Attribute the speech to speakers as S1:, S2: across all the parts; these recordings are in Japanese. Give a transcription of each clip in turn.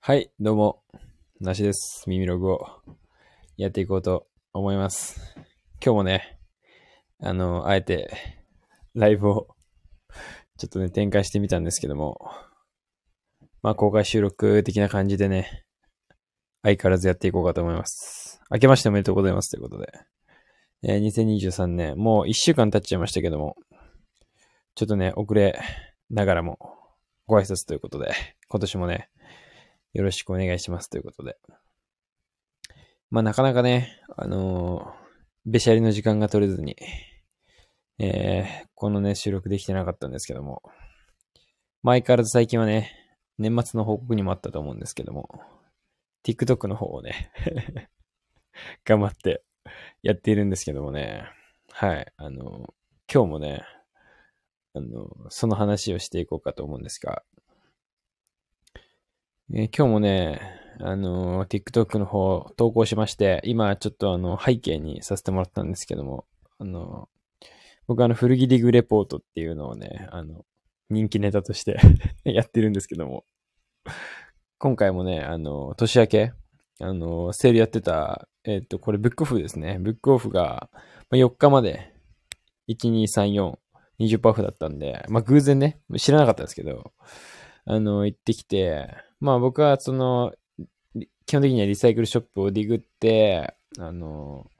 S1: はい、どうも、なしです。耳ログをやっていこうと思います。今日もね、あの、あえてライブをちょっとね、展開してみたんですけども、まあ、公開収録的な感じでね、相変わらずやっていこうかと思います。明けましておめでとうございますということで、えー2023年、もう1週間経っちゃいましたけども、ちょっとね、遅れながらもご挨拶ということで、今年もね、よろしくお願いしますということで。まあ、なかなかね、あのーべしゃりの時間が取れずに、えーこのね、収録できてなかったんですけども、まあ相変わらず最近はね、年末の報告にもあったと思うんですけども、TikTok の方をね、 頑張ってやっているんですけどもね、はい、あのー今日もね、あのーその話をしていこうかと思うんですが、えー今日もね、あのー TikTok の方投稿しまして、今ちょっとあの背景にさせてもらったんですけども、あのー僕あの古着リグレポートっていうのをね、あの、人気ネタとして やってるんですけども、今回もね、あのー年明け、あのーセールやってた、えっ、と、これブックオフですね。ブックオフがまあ4日まで、1、2、3、4、20%オフだったんで、まあ偶然ね、知らなかったんですけど、あの、行ってきて、まあ僕はその、リ基本的にはリサイクルショップをディグって、あの、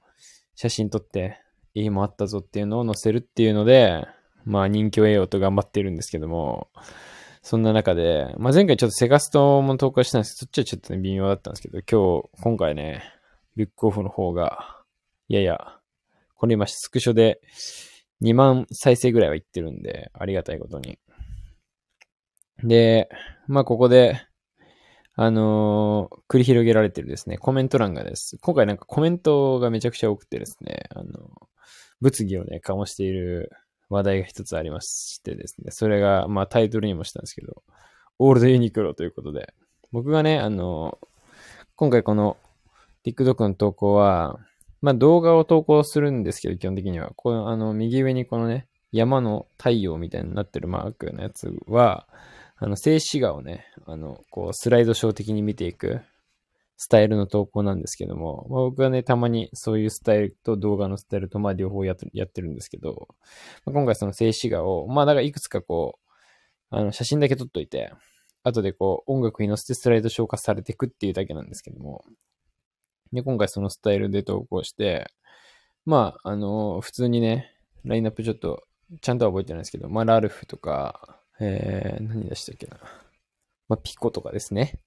S1: 写真撮って、いいもんあったぞっていうのを載せるっていうので、まあ人気を得ようと頑張ってるんですけども、そんな中で、まあ前回ちょっとセガストも投稿したんですけど、そっちはちょっとね、微妙だったんですけど、今日、今回ね、ビックオフの方が、いやいや、これ今スクショで2万再生ぐらいはいってるんで、ありがたいことに。で、まあ、ここで、あのー繰り広げられてるですね、コメント欄がです。今回なんかコメントがめちゃくちゃ多くてですね、あの、物議をね、醸している話題が一つありましてですね、それが、まあ、タイトルにもしたんですけど、オールドユニクロということで、僕がね、あの今回この TikTok の投稿は、まあ、動画を投稿するんですけど、基本的には、この、あの、右上にこのね、山の太陽みたいになってるマークのやつは、あの、静止画をね、あの、こう、スライドショー的に見ていくスタイルの投稿なんですけども、まあ、僕はね、たまにそういうスタイルと動画のスタイルと、まあ、両方やってやってるんですけど、まあ、今回その静止画を、まあ、だからいくつかこう、あの、写真だけ撮っといて、後でこう、音楽に乗せてスライド消化されていくっていうだけなんですけども、で、今回そのスタイルで投稿して、まあ、あの、普通にね、ラインナップちょっと、ちゃんとは覚えてないですけど、まあ、ラルフとか、えー、何出したっけな。まあ、ピコとかですね。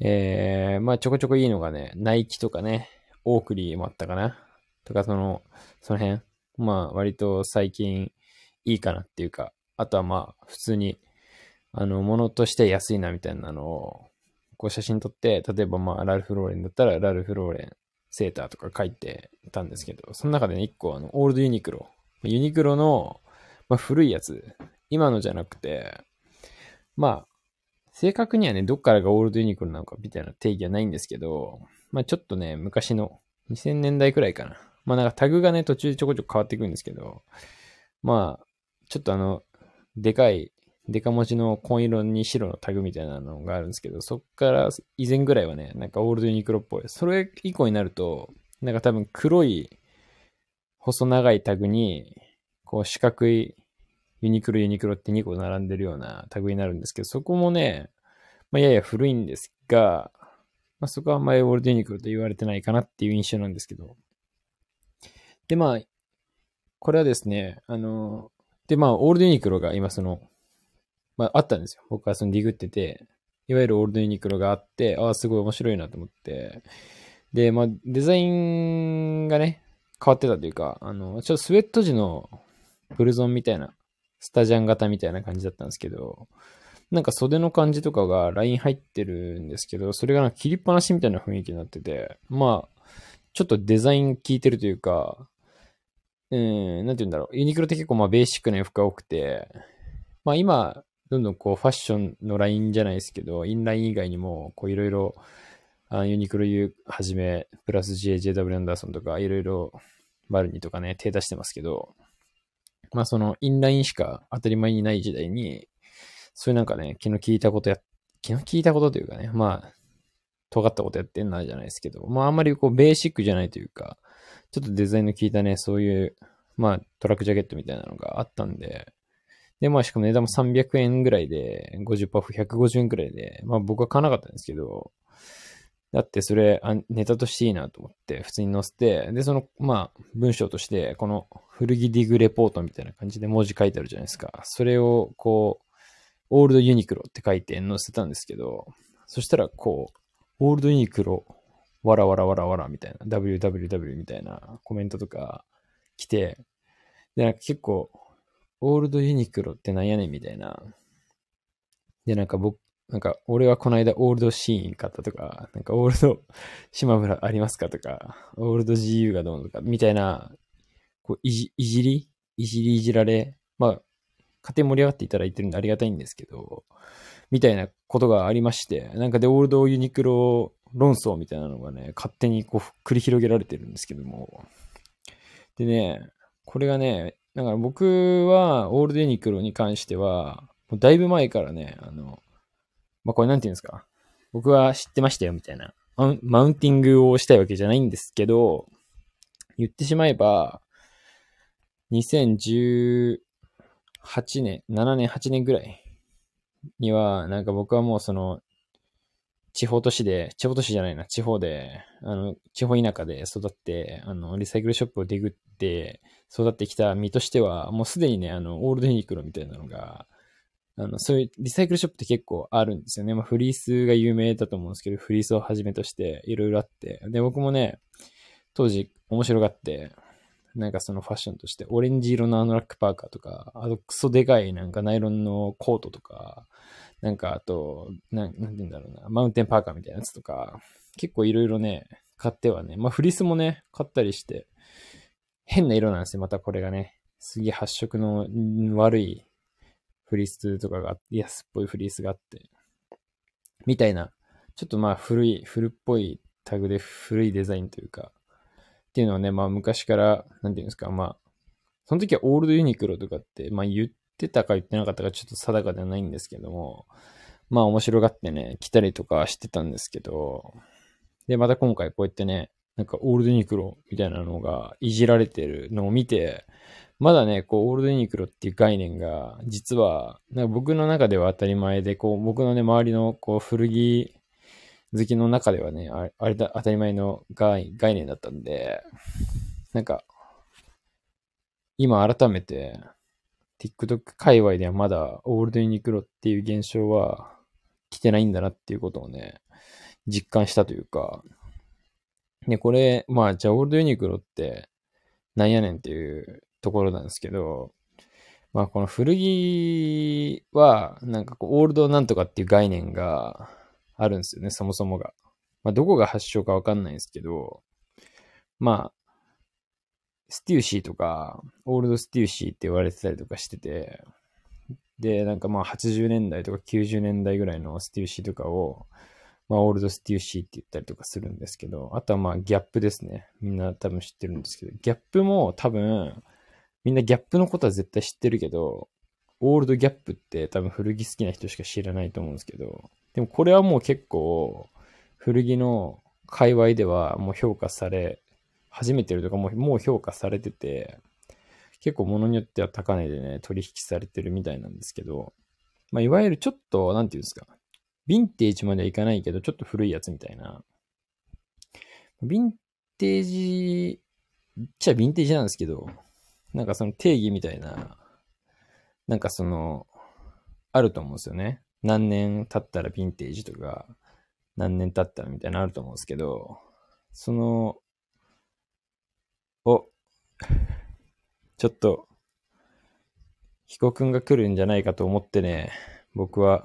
S1: えー、まあ、ちょこちょこいいのがね、ナイキとかね、オークリーもあったかな。とか、その、その辺。まあ、割と最近いいかなっていうか、あとはまあ、普通に、あの、ものとして安いなみたいなのを、こう写真撮って、例えばまあ、ラルフローレンだったら、ラルフローレンセーターとか書いてたんですけど、その中でね、一個、あの、オールドユニクロ。ユニクロの、まあ、古いやつ。今のじゃなくて、まあ、正確にはね、どっからがオールドユニクロなのかみたいな定義はないんですけど、まあちょっとね、昔の2000年代くらいかな。まあなんかタグがね、途中でちょこちょこ変わってくるんですけど、まあ、ちょっとあの、でかい、デカ文字の紺色に白のタグみたいなのがあるんですけど、そっから以前ぐらいはね、なんかオールドユニクロっぽい。それ以降になると、なんか多分黒い、細長いタグに、こう四角いユニクロ、ユニクロって2個並んでるようなタグになるんですけど、そこもね、まあ、やや古いんですが、まあ、そこはあんまりオールドユニクロと言われてないかなっていう印象なんですけど。で、まあ、これはですね、あの、で、まあ、オールドユニクロが今その、まあ、あったんですよ。僕はそのディグってて、いわゆるオールドユニクロがあって、ああ、すごい面白いなと思って。で、まあ、デザインがね、変わってたというか、あの、ちょっとスウェット地のブルゾンみたいな、スタジャン型みたいな感じだったんですけど、なんか袖の感じとかがライン入ってるんですけど、それがなんか切りっぱなしみたいな雰囲気になってて、まあ、ちょっとデザイン効いてるというか、うん、なんて言うんだろう。ユニクロって結構まあベーシックな洋服が多くて、まあ今、どんどんこうファッションのラインじゃないですけど、インライン以外にもこういろいろ、あユニクロ U はじめ、プラス JJW アンダーソンとか、いろいろバルニとかね、手出してますけど、まあそのインラインしか当たり前にない時代に、そういうなんかね、気の利いたことや、昨日聞いたことというかね、まあ、尖ったことやってんなじゃないですけど、まああんまりこうベーシックじゃないというか、ちょっとデザインの効いたね、そういう、まあトラックジャケットみたいなのがあったんで、で、まあしかも値段も300円ぐらいで、50%オフ150円ぐらいで、まあ僕は買わなかったんですけど、だってそれあネタとしていいなと思って普通に載せて、で、その、まあ文章として、この古着ディグレポートみたいな感じで文字書いてあるじゃないですか。それをこう、オールドユニクロって書いて載せたんですけど、そしたらこう、オールドユニクロ、わらわらわらわらみたいな、www みたいなコメントとか来て、で、なんか結構、オールドユニクロってなんやねんみたいな。で、なんか僕、なんか俺はこの間オールドシーン買ったとか、なんかオールド 島村ありますかとか、オールド GU がどうのとか、みたいな、こういじ、いじりいじりいじられ、まあ、家庭盛り上がっていただいてるんでありがたいんですけど、みたいなことがありまして、なんかで、オールドユニクロ論争みたいなのがね、勝手にこう繰り広げられてるんですけども。でね、これがね、だから僕はオールドユニクロに関しては、もうだいぶ前からね、あの、まあ、これなんて言うんですか。僕は知ってましたよ、みたいな。マウンマウンティングをしたいわけじゃないんですけど、言ってしまえば、2018年、7年、8年ぐらいには、なんか僕はもうその、地方都市で、地方都市じゃないな、地方で、あの、地方田舎で育って、あの、リサイクルショップをデグって育ってきた身としては、もうすでにね、あの、オールドユニクロみたいなのが、あの、そういうリサイクルショップって結構あるんですよね。まあ、フリースが有名だと思うんですけど、フリースをはじめとしていろいろあって。で、僕もね、当時面白がって、なんかそのファッションとして、オレンジ色のあのラックパーカーとか、あとクソでかいなんかナイロンのコートとか、なんかあと、なんなんて言うんだろうな、マウンテンパーカーみたいなやつとか、結構いろいろね、買ってはね、まあフリースもね、買ったりして、変な色なんですよ、またこれがね。すげえ発色のん悪いフリースとかがあって、安っぽいフリースがあって、みたいな、ちょっとまあ古い、古っぽいタグで古いデザインというか、っていうのはね、まあ昔から、なんていうんですか、まあ、その時はオールドユニクロとかって、まあ言ってたか言ってなかったかちょっと定かではないんですけども、まあ面白がってね、来たりとかしてたんですけど、で、また今回こうやってね、なんかオールドユニクロみたいなのがいじられてるのを見て、まだね、こう、オールドユニクロっていう概念が、実は、なんか僕の中では当たり前で、こう、僕のね、周りの、こう、古着好きの中ではね、あれあれだ、当たり前の概概念だったんで、なんか、今改めて、TikTok 界隈ではまだ、オールドユニクロっていう現象は、来てないんだなっていうことをね、実感したというか、ね、これ、まあ、じゃあ、オールドユニクロって、なんやねんっていうところなんですけど、まあこの古着は、なんかこう、オールドなんとかっていう概念があるんですよね、そもそもが。まあどこが発祥かわかんないんですけど、まあ、ステューシーとか、オールドステューシーって言われてたりとかしてて、で、なんかまあ80年代とか90年代ぐらいのステューシーとかを、まあオールドステューシーって言ったりとかするんですけど、あとはまあギャップですね。みんな多分知ってるんですけど、ギャップも多分、みんなギャップのことは絶対知ってるけど、オールドギャップって多分古着好きな人しか知らないと思うんですけど、でもこれはもう結構古着の界隈ではもう評価され始めてるとかもうもう評価されてて、結構物によっては高値でね、取引されてるみたいなんですけど、まあ、いわゆるちょっと、なんていうんですか、ヴィンテージまではいかないけど、ちょっと古いやつみたいな。ヴィンテージ、っちゃヴィンテージなんですけど、なんかその定義みたいな、なんかその、あると思うんですよね。何年経ったらヴィンテージとか、何年経ったらみたいなのあると思うんですけど、その、お、ちょっと、彦くんが来るんじゃないかと思ってね、僕は、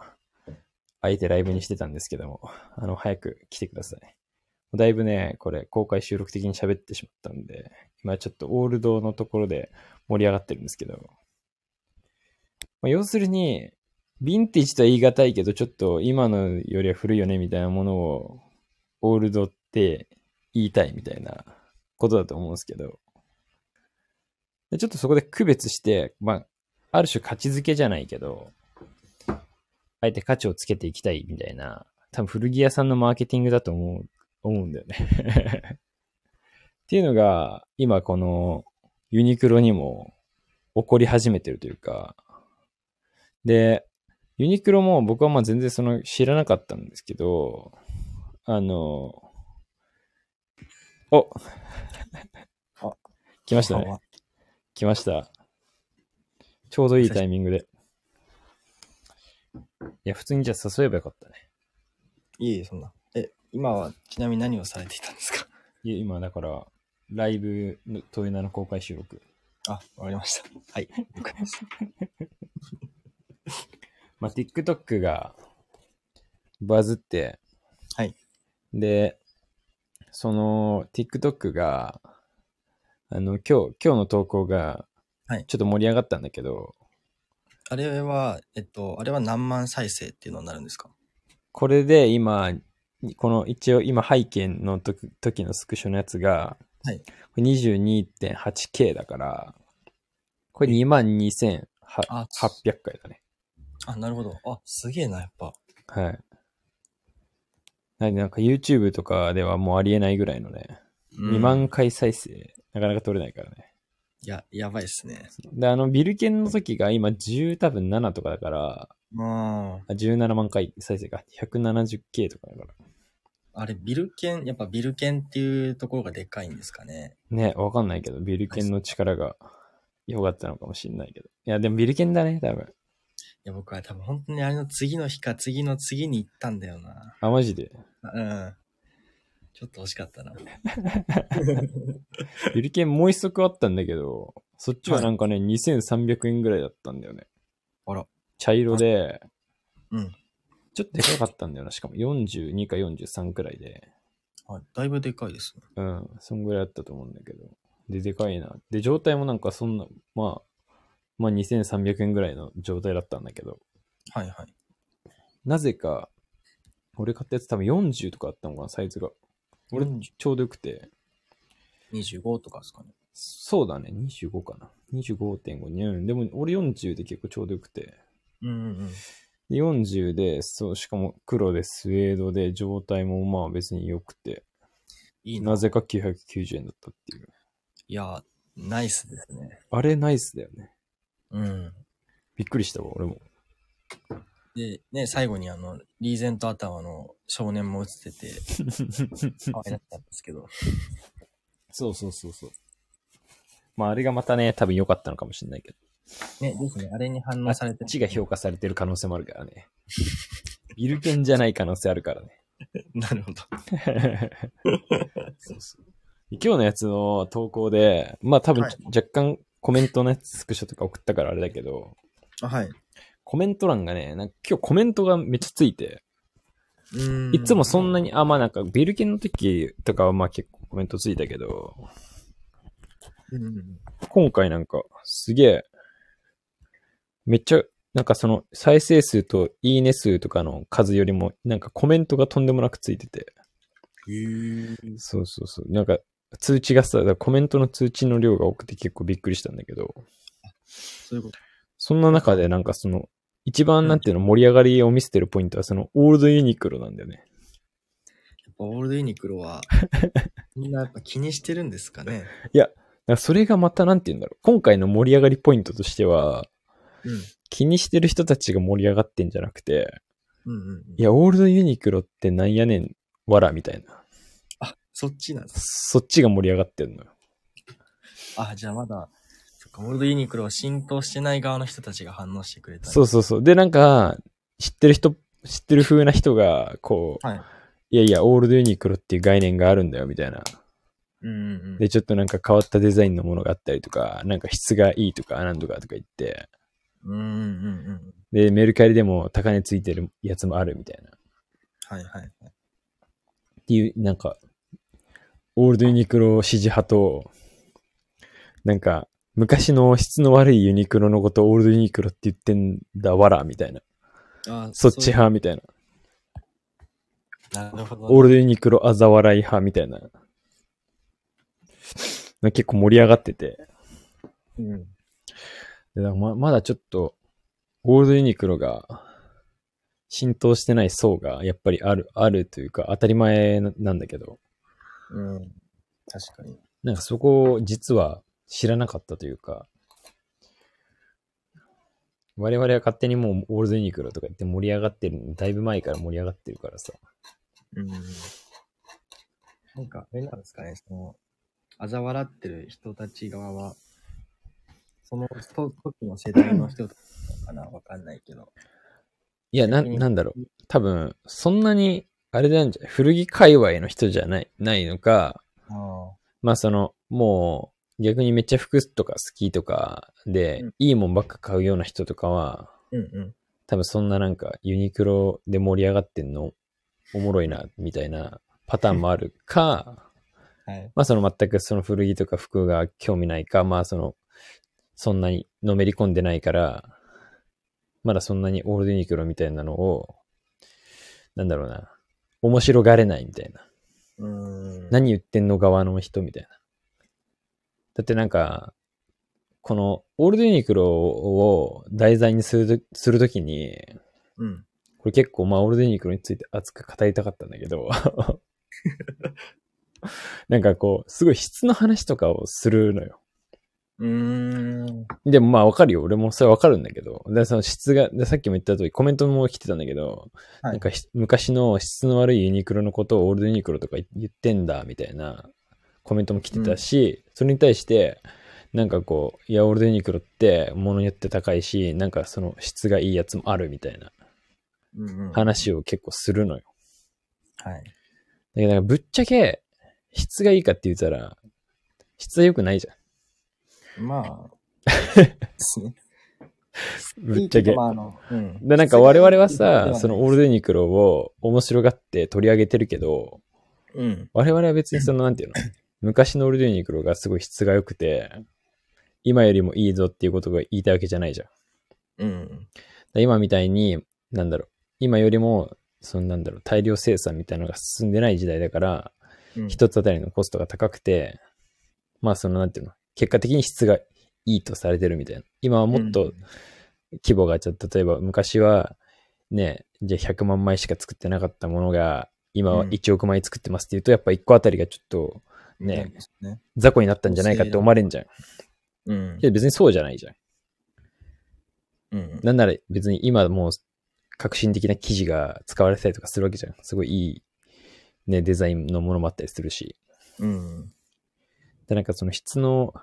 S1: あえてライブにしてたんですけども、あの、早く来てください。だいぶね、これ、公開収録的に喋ってしまったんで、今ちょっとオールドのところで盛り上がってるんですけど、まあ、要するに、ヴィンテージとは言い難いけど、ちょっと今のよりは古いよねみたいなものを、オールドって言いたいみたいなことだと思うんですけど、でちょっとそこで区別して、まあ、ある種価値づけじゃないけど、あえて価値をつけていきたいみたいな、多分古着屋さんのマーケティングだと思う、思うんだよね。 っていうのが、今このユニクロにも起こり始めてるというか、で、ユニクロも僕はまあ全然その知らなかったんですけど、あの、お
S2: あ
S1: 来ましたね。来ました。ちょうどいいタイミングで。いや、普通にじゃあ誘えばよかったね。
S2: いえいえ、そんな。え、今はちなみに何をされていたんですか
S1: いや今、だから、ライブの、トヨナの公開収録。
S2: あ、わかりました。はい。わかりました。
S1: まあ、TikTok がバズって、
S2: はい。
S1: で、その TikTok が、あの、今日、今日の投稿が
S2: はい、
S1: ちょっと盛り上がったんだけど、
S2: あれは、えっと、あれは何万再生っていうのになるんですか
S1: これで今、この一応今背景の時時のスクショのやつが、
S2: はい
S1: これ 22.8K だから、これ22,800
S2: あ
S1: 回だね。
S2: あ、なるほど。あ、すげえな、やっぱ。
S1: はい。なんでなんか YouTube とかではもうありえないぐらいのね、
S2: うん
S1: 2万回再生、なかなか取れないからね。
S2: や、やばいっすね。
S1: で、あの、ビルケンの時が今10多分7とかだから、
S2: うん。
S1: あ17万回再生か、170K とかだから。
S2: あれ、ビルケン、やっぱビルケンっていうところがでかいんですかね。
S1: ね、わかんないけど、ビルケンの力が良かったのかもしんないけど。いや、でもビルケンだね、多分。
S2: いや、僕は多分本当にあれの次の日か次の次に行ったんだよな。
S1: あ、マジで。
S2: うん。ちょっと惜しかったな。
S1: ビルケンもう一足あったんだけど、そっちはなんかね、2300円ぐらいだったんだよね。
S2: あら。
S1: 茶色で、
S2: うん。
S1: ちょっとでかかったんだよな、しかも42か43くらいで。
S2: はい、だいぶでかいですね。
S1: うん、そんぐらいあったと思うんだけど。で、でかいな。で、状態もなんかそんな、まあ、まあ2300円ぐらいの状態だったんだけど、
S2: はいはい。
S1: なぜか、俺買ったやつ多分40とかあったのかな、サイズが。俺
S2: 40
S1: ちょうどよくて。
S2: 25とかですかね。
S1: そうだね、25かな。25.5、うん。でも俺40で結構ちょうどよくて。
S2: うんうんうん。
S1: で40で、そう、しかも黒でスウェードで状態もまあ別に良くて、
S2: いいな。
S1: なぜか990円だったっていう。
S2: いや、ナイスですね。
S1: あれナイスだよね。
S2: うん。
S1: びっくりしたわ、俺も。
S2: で、ね、最後にあの、リーゼント頭の少年も映って て、可愛かったんですけど。
S1: そうそうそうそう。まああれがまたね、多分良かったのかもしれないけど。
S2: ね、ですね。あれに反
S1: あ
S2: 応されて
S1: っちが評価されてる可能性もあるから ね。ビルケンじゃない可能性あるからね。
S2: なるほど。
S1: そうそう今日のやつの投稿で、まあ多分、
S2: はい
S1: 若干コメントのやつスクショとか送ったからあれだけど、
S2: あはい。
S1: コメント欄がね、なんか今日コメントがめっちゃついて、
S2: うん
S1: いつもそんなに、あ、まあなんかビルケンの時とかはまあ結構コメントついたけど、
S2: うんうんうん。
S1: 今回なんか、すげえ、めっちゃ、なんかその、再生数といいね数とかの数よりも、なんかコメントがとんでもなくついてて。
S2: へ
S1: そうそうそう。なんか、通知がさ、だからコメントの通知の量が多くて結構びっくりしたんだけど、
S2: そういうこと。
S1: そんな中でなんかその、一番なんていうの盛り上がりを見せてるポイントはその、オールドユニクロなんだよね。
S2: やっぱオールドユニク ロは、みんなやっぱ気にしてるんですかね。
S1: だからそれがまたなんていうんだろう。今回の盛り上がりポイントとしては、
S2: うん。
S1: 気にしてる人たちが盛り上がってんじゃなくて、
S2: うんうんうん。
S1: いや、オールドユニクロってなんやねん、わら、みたいな。
S2: あ、そっちなんです。
S1: そっちが盛り上がってんのよ。
S2: あ、じゃあまだ、そっか、オールドユニクロを浸透してない側の人たちが反応してくれた。
S1: そうそうそう。で、なんか、知ってる人、知ってる風な人が、こう、
S2: はい。
S1: いやいや、オールドユニクロっていう概念があるんだよ、みたいな。
S2: うんうんうん。
S1: で、ちょっとなんか変わったデザインのものがあったりとか、なんか質がいいとか、なんとかとか言って、
S2: うんうんうんうん。
S1: で、メルカリでも高値ついてるやつもあるみたいな。っ
S2: はいはい。
S1: ていう、なんか、オールドユニクロ支持派と、なんか、昔の質の悪いユニクロのことをオールドユニクロって言ってんだわら、みたいな。
S2: あ
S1: そっち派、みたいな。
S2: そうなるほど。
S1: オールドユニクロあざ笑い派みたい な。な結構盛り上がってて。
S2: うん。
S1: でだからままだちょっと、オールドユニクロが、浸透してない層がやっぱりある、あるというか当たり前ななんだけど、
S2: うん。確かに。
S1: なんかそこを実は知らなかったというか、我々は勝手にもうオールドユニクロとか言って盛り上がってる、だいぶ前から盛り上がってるからさ。
S2: うん。なんか、あれなんですかね、その、嘲笑ってる人たち側は、そのと時の世代の人たちなのかな、わかんないけど。
S1: いや、な、
S2: うん
S1: なんだろう。多分、そんなに、あれなんじゃない、古着界隈の人じゃない、ないのか、
S2: あ
S1: まあその、もう、逆にめっちゃ服とか好きとかで、
S2: うん
S1: いいもんばっか買うような人とかは、
S2: うんうん。
S1: 多分そんななんかユニクロで盛り上がってんのおもろいなみたいなパターンもある か、
S2: はい。
S1: まあその全くその古着とか服が興味ないか、まあそのそんなにのめり込んでないから、まだそんなにオールドユニクロみたいなのを、なんだろうな、面白がれないみたいな。
S2: うーん。
S1: 何言ってんの側の人みたいな。だってなんか、このオールドユニクロを題材にするとするときに、
S2: うん。
S1: これ結構、まあ、オールデニクロについて熱く語りたかったんだけ ど、なんかこう、すごい質の話とかをするのよ。
S2: うーん。
S1: でもまあわかるよ。俺もそれわかるんだけど。で、その質が、でさっきも言った通りコメントも来てたんだけど、
S2: は
S1: な
S2: い
S1: んかひ昔の質の悪いユニクロのことをオールドユニクロとか言ってんだ、みたいなコメントも来てたし、それに対して、なんかこう、いや、オールドユニクロって物によって高いし、なんかその質がいいやつもあるみたいな
S2: うんうん。はい。
S1: 話を結構するのよ。だけどなんかぶっちゃけ、質がいいかって言ったら、質は良くないじゃ
S2: まあ、ですね。
S1: ん。 ぶっちゃけ
S2: ま。あ、あの、うん。
S1: で、なんか我々はさ、そ
S2: そ
S1: の
S2: の、
S1: オールドユニクロを面白がって取り上げてるけど、
S2: うん。
S1: 我々は別にその、なん ていうの、昔のオールドユニクロがすごい質が良くて、今よりもいいぞっていうことが言いたいわけじゃないじゃん。だか
S2: うん。
S1: ら今みたいに、なんだろう、今よりも、そのなんだろう、大量生産みたいなのが進んでない時代だから、
S2: うん。
S1: 一つあたりのコストが高くて、まあそのなんていうの、結果的に質がいいとされてるみたいな。今はもっと規模がちょっと、例えば昔はね、じゃあ100万枚しか作ってなかったものが、今は
S2: うん
S1: 1億枚作ってますって言うと、やっぱ1個あたりがちょっと
S2: うん、
S1: ね
S2: そうですね。
S1: 雑魚になったんじゃないかって思われんじゃん。
S2: うん
S1: け。ど別にそうじゃないじゃん。
S2: うん。
S1: なんなら別に今もう革新的な生地が使われてたりとかするわけじゃん。すごいいい、ね、デザインのものもあったりするし。
S2: うん。
S1: で、なんかその質の、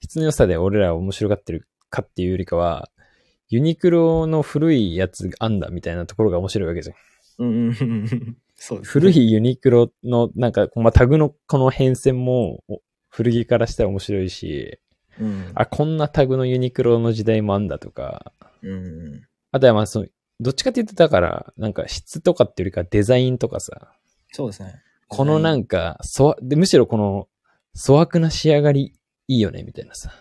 S1: 質の良さで俺らは面白がってるかっていうよりかは、ユニクロの古いやつがあんだみたいなところが面白いわけじゃん。
S2: うんうん。そうですね。
S1: 古いユニクロのなんか、まあ、タグのこの変遷もお古着からしたら面白いし、
S2: うん。
S1: あ、こんなタグのユニクロの時代もあんだとか、
S2: うん。
S1: あとはまあその、どっちかって言ってだから、なんか質とかっていうよりかデザインとかさ、
S2: そうですね。
S1: このなんか、そわ、で、むしろこの、粗悪な仕上がりいいよねみたいなさ。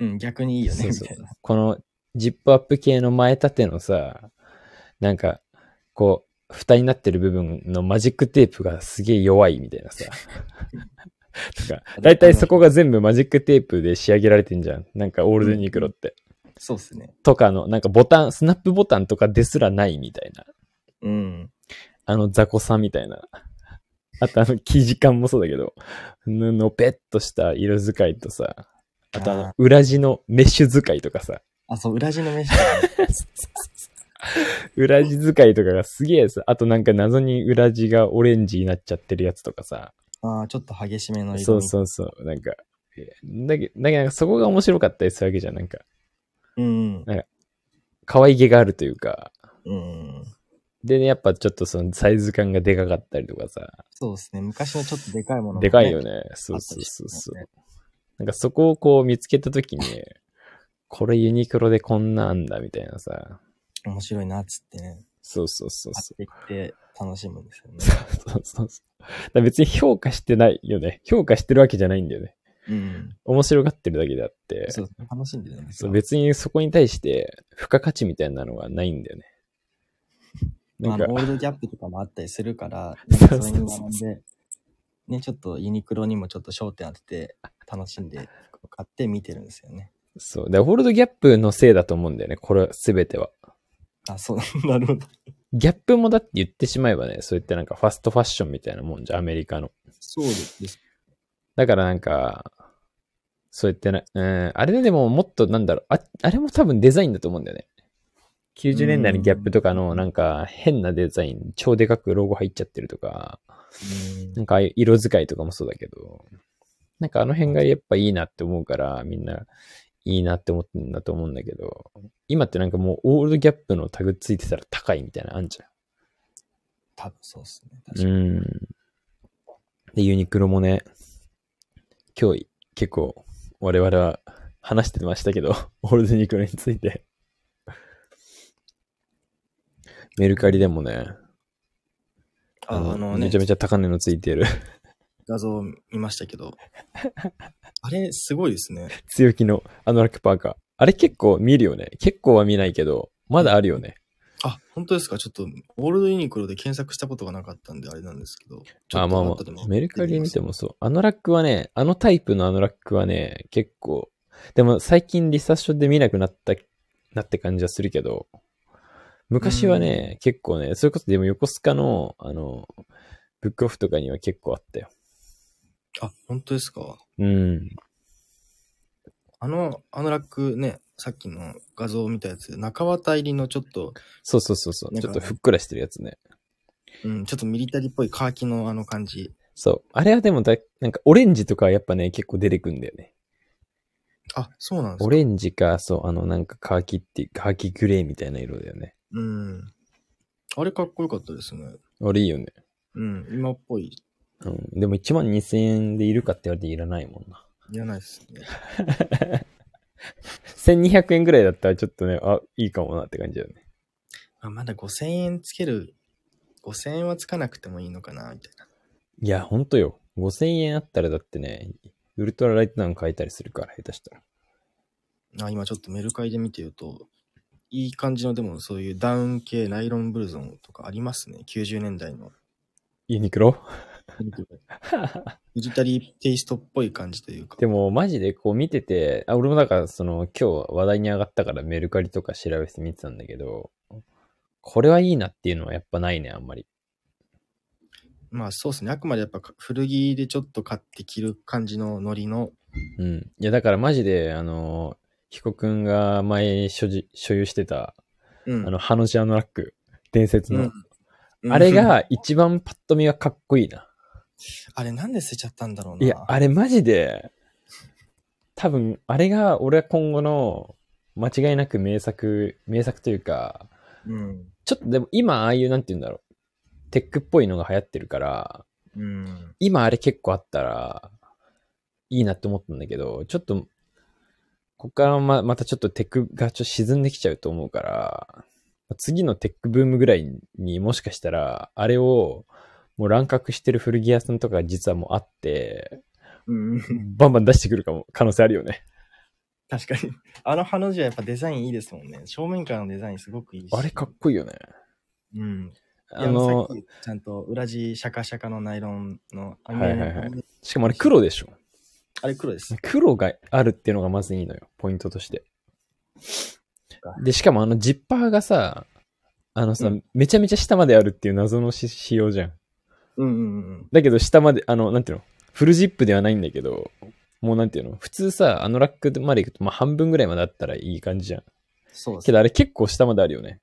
S2: うん、逆にいいよね、
S1: そう
S2: み
S1: そ
S2: た
S1: う
S2: いな。
S1: このジップアップ系の前立てのさ、なんか、こう、蓋になってる部分のマジックテープがすげえ弱いみたいなさ。なん か、だいたいそこが全部マジックテープで仕上げられてんじゃん。なんかオールドユニクロって。
S2: そうですね。
S1: とかの、なんかボタン、スナップボタンとかですらないみたいな。
S2: うん。
S1: あの雑魚さみたいな。あとあの生地感もそうだけど、ののべっとした色使いとさ、あとあの裏地のメッシュ使いとかさ、
S2: あ、そう、裏地 の飯。
S1: 裏地使いとかがすげえさ、あとなんか謎に裏地がオレンジになっちゃってるやつとかさ、
S2: ああ、ちょっと激しめの色。
S1: そうそうそう、なんか、えだけど、だけどなんかそこが面白かったりするわけじゃん、なんか、
S2: う。うん。
S1: 可愛げがあるというか、
S2: うん。
S1: でね、やっぱちょっとそのサイズ感がでかかったりとかさ、
S2: そうですね。昔のちょっとでかいものもね
S1: でかいよ。ね、そうそうそうそう。なんかそこをこう見つけたときに、これユニクロでこんなあんだみたいなさ、
S2: 面白いな、っつってね。
S1: そうそうそう
S2: 買っ
S1: そ
S2: てきて楽しむんですよね。
S1: う。 そうそうそう。だから別に評価してないよね。評価してるわけじゃないんだよね。
S2: うん。
S1: 面白がってるだけであって、
S2: そう、楽しんでるんです
S1: そ
S2: よ
S1: う。別にそこに対して付加価値みたいなのがないんだよね。
S2: まあ
S1: な
S2: あ
S1: んか、
S2: のオールドギャップとかもあったりするから、
S1: そう
S2: そ
S1: そう
S2: れ
S1: そう
S2: に学んで、ね、ちょっとユニクロにもちょっと焦点当てて、楽しんで、買って見てるんですよね。
S1: そう。で、ホールドギャップのせいだと思うんだよね。これは全ては。
S2: あ、そう、 なるほど。
S1: ギャップもだって言ってしまえばね、そういったなんかファストファッションみたいなもんじゃん、アメリカの。
S2: そうです。
S1: だからなんか、そう言ってな、うん、あれでももっとなんだろう、あ、あれも多分デザインだと思うんだよね。90年代のギャップとかのなんか変なデザイン、超でかくロゴ入っちゃってるとか、
S2: う
S1: なんんかああいう色使いとかもそうだけど、なんかあの辺がやっぱいいなって思うから、みんないいなって思ってんだと思うんだけど、今ってなんかもうオールドギャップのタグついてたら高いみたいなのあんじゃん。
S2: 多分そうですね。確かに。
S1: うん。で、ユニクロもね、今日結構我々は話してましたけど、 オールドユニクロについて。メルカリでもね、
S2: ああのね
S1: めちゃ、めちゃ高値のついてる。
S2: 画像見ましたけど。あれ、すごいですね。
S1: 強気のアノラックパーカー。あれ結構見るよね。結構は見ないけど、まだあるよね。
S2: あ、本当ですかちょっと、オールドユニクロで検索したことがなかったんで、あれなんですけど。ちょっと
S1: あ、まあま
S2: 後で
S1: あ。
S2: も
S1: メルカリ見てもそう。アノラックはね、あのタイプのアノラックはね、結構。でも最近リサッションで見なくなった、なって感じはするけど、昔はね、結構ね、それこそでも横須賀の、あの、ブックオフとかには結構あったよ。
S2: あ、本当ですか
S1: うん。
S2: あの、あのラックね、さっきの画像を見たやつ、中綿入りのちょっと、
S1: そうそうそうそう。
S2: なん
S1: ち
S2: か
S1: ょっ
S2: ね
S1: とふっくらしてるやつね。
S2: うん、ちょっとミリタリーっぽいカーキのあの感じ。
S1: そう。あれはでもだ、なんかオレンジとかやっぱね、結構出てくんだよね。
S2: あ、そうなんです
S1: オ
S2: か
S1: レンジか、そう、あの、なんかカーキって、カーキグレーみたいな色だよね。
S2: うん。あれかっこよかったですね。
S1: あれいいよね。
S2: うん、今っぽい。
S1: うん。でも1万2000円でいるかって言われていらないもんな。
S2: いらないですね。
S1: 1200円ぐらいだったらちょっとね、あ、いいかもなって感じだよね。
S2: あまだ5000円つける、5000円はつかなくてもいいのかな、みたいな。
S1: いや、ほんとよ。5000円あったらだってね、ウルトラライトダウン買えたりするから、下手したら。
S2: あ今ちょっとメルカリで見てると、いい感じの、でもそういうダウン系ナイロンブルゾンとかありますね。90年代の。
S1: ユニクロ
S2: ミリタリーテイストっぽい感じというか。
S1: でも、マジでこう見てて、あ、俺もだから、その、今日話題に上がったからメルカリとか調べて見てたんだけど、これはいいなっていうのはやっぱないね、あんまり。
S2: まあそうですね。あくまでやっぱ古着でちょっと買って着る感じのノリの。
S1: うん。いや、だからマジで、あの、彦くんが前所持所有してた、
S2: う
S1: あ
S2: ん。
S1: の、ハノジアのラック、伝説
S2: う
S1: の
S2: ん、、うん
S1: あれ、が一番パッと見がかっこいいな。
S2: あれなんで捨てちゃったんだろうな。
S1: いや、あれマジで、多分、あれが俺は今後の間違いなく名作、名作というか、
S2: うん。
S1: ちょっとでも今ああいう、なんて言うんだろう、テックっぽいのが流行ってるから、
S2: うん。
S1: 今あれ結構あったら、いいなって思ったんだけど、ちょっと、ここからままたちょっとテックがちょっと沈んできちゃうと思うから、次のテックブームぐらいにもしかしたら、あれをもう乱獲してる古着屋さんとか実はもうあって、
S2: うん。
S1: バンバン出してくるかも、可能性あるよね。
S2: 確かに。あのハの字はやっぱデザインいいですもんね。正面からのデザインすごくいいし。
S1: あれかっこいいよね。
S2: うん。い
S1: あ
S2: やもう
S1: の
S2: さっ、きちゃんと裏地シャカシャカのナイロンの網
S1: はいはいはいしかもあれ黒でしょ。
S2: あれ黒です。
S1: 黒があるっていうのがまずいいのよ、ポイントとして
S2: か。
S1: で、しかもあのジッパーがさ、あのさ、
S2: う
S1: めちゃめちゃ下まであるっていう謎のし仕様じゃん。
S2: うんうんうん
S1: だけど下まで、あの、なんていうの、フルジップではないんだけど、もうなんていうの、普通さ、あのラックまで行くと、まあ半分ぐらいまであったらいい感じじゃん。
S2: そうです
S1: けどあれ結構下まであるよね。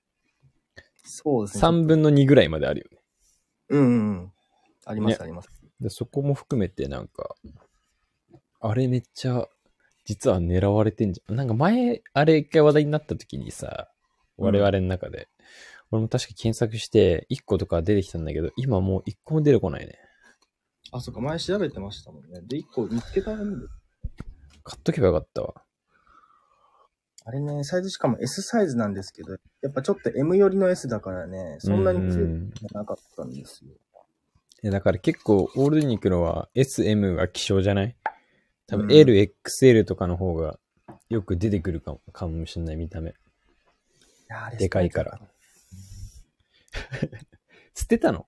S2: そうですね。
S1: 3分の2ぐらいまであるよね。
S2: うんうんうん。ありま
S1: ね
S2: すあります。
S1: でそこも含めてなんか、あれめっちゃ、実は狙われてんじゃん。なんか前、あれ一回話題になった時にさ、
S2: うん
S1: 我々の中で、俺も確か検索して1個とか出てきたんだけど、今もう1個も出てこないね。
S2: あ、そっか、前調べてましたもんね。で、一個見つけたんで
S1: 買っとけばよかったわ。
S2: あれね、サイズしかも S サイズなんですけど、やっぱちょっと M 寄りの S だからね、そんなに強く
S1: い
S2: なかったんですよ。
S1: やだから結構、オールデニクロは SM が希少じゃない多
S2: う
S1: 分
S2: ん
S1: LXL とかの方がよく出てくるかもかもしれない見た目。
S2: いやあれ
S1: でかいから。捨てたの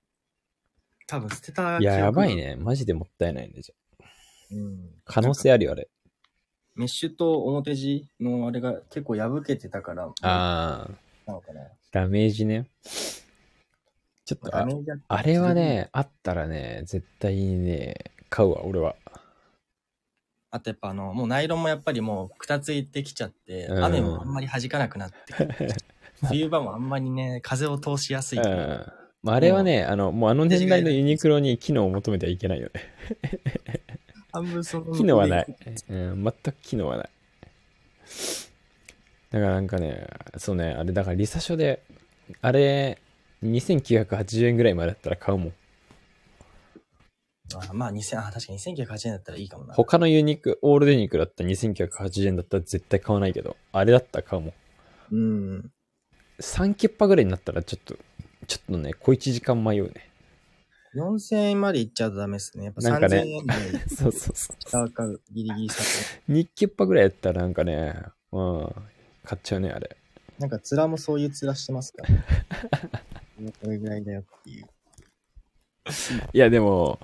S2: 多分捨てた
S1: いや、
S2: 記憶が
S1: やばい。ね。マジでもったいないね。じゃ
S2: うん。
S1: あ可能性あるよ、あれ。
S2: メッシュと表地のあれが結構破けてたから、
S1: ああ、
S2: なのかな。
S1: ダメージね。ちょっと、
S2: ダ
S1: あ
S2: メージは
S1: あれはね、あったらね、絶対にね、買うわ、俺は。
S2: あとやっぱあの、もうナイロンもやっぱりもうくたついてきちゃって、
S1: うん
S2: 雨もあんまり弾かなくなってきて、 冬場もあんまりね、風を通しやすい。
S1: うん。まあ、あれはね、あの、もうあの年代のユニクロに機能を求めてはいけないよね。
S2: 半分その
S1: 機能はない。。うん、全く機能はない。だからなんかね、そうね、あれ、だからリサショで、あれ、2980円ぐらいまでだったら買うもん。
S2: あまあ2000、あ、確かに2980円だったらいいかもな。
S1: 他のユニク、オールデユニクロだったら2980円だったら絶対買わないけど、あれだったら買うもん。
S2: うん。
S1: 3キュッパぐらいになったらちょっと、ちょっとね、小1時間迷うね。
S2: 4000円までいっちゃうとダメですね。やっぱ
S1: なんかね
S2: 3000円台
S1: そうそうそう。
S2: 下かギリギリ下か。
S1: 2キュッパぐらいやったらなんかね、うん、買っちゃうね、あれ。
S2: なんか面もそういう面してますから。これぐらいだよっていう。
S1: いや、でも、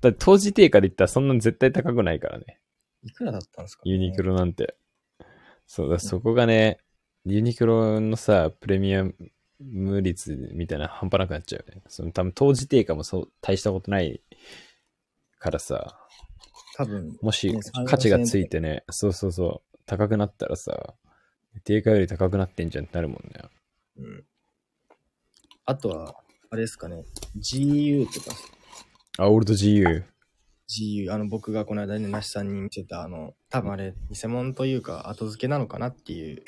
S1: だって当時定価で言ったらそんなに絶対高くないからね。
S2: いくらだったんですか、ね、
S1: ユニク
S2: ロ。
S1: ロなんて。そうだ、そこがね、ユニクロのさ、プレミアム率みたいな半端なくなっちゃうよね。その多分当時定価もそう、大したことないからさ、
S2: 多分。
S1: もし
S2: ね3
S1: 価値がついてね、そうそうそう、高くなったらさ、定価より高くなってんじゃんってなるもんね。
S2: うん。あとは、あれですかね。GU とか、
S1: あ、オールド GU。
S2: GU、あの、僕がこの間ね、なしさんに見せた、あの、多分あれ、偽物というか、後付けなのかなっていう。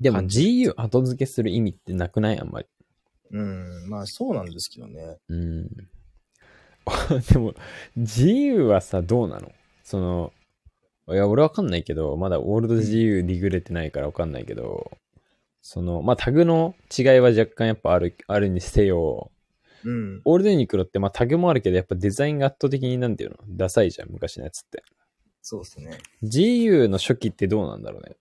S1: でも
S2: 感
S1: GU 後付けする意味ってなくないあんまり。
S2: うん、まあそうなんですけどね。
S1: うん。 でも、GU はさ、どうなのその、いや、俺わかんないけど、まだオールド GU リグれてないからわかんないけど、その、まあ、タグの違いは若干やっぱある、あるにせよ、
S2: うん。
S1: オールドユニクロって、まあ、タグもあるけど、やっぱデザインが圧倒的になんていうのダサいじゃん、昔のやつって。
S2: そうですね。
S1: GU の初期ってどうなんだろうね。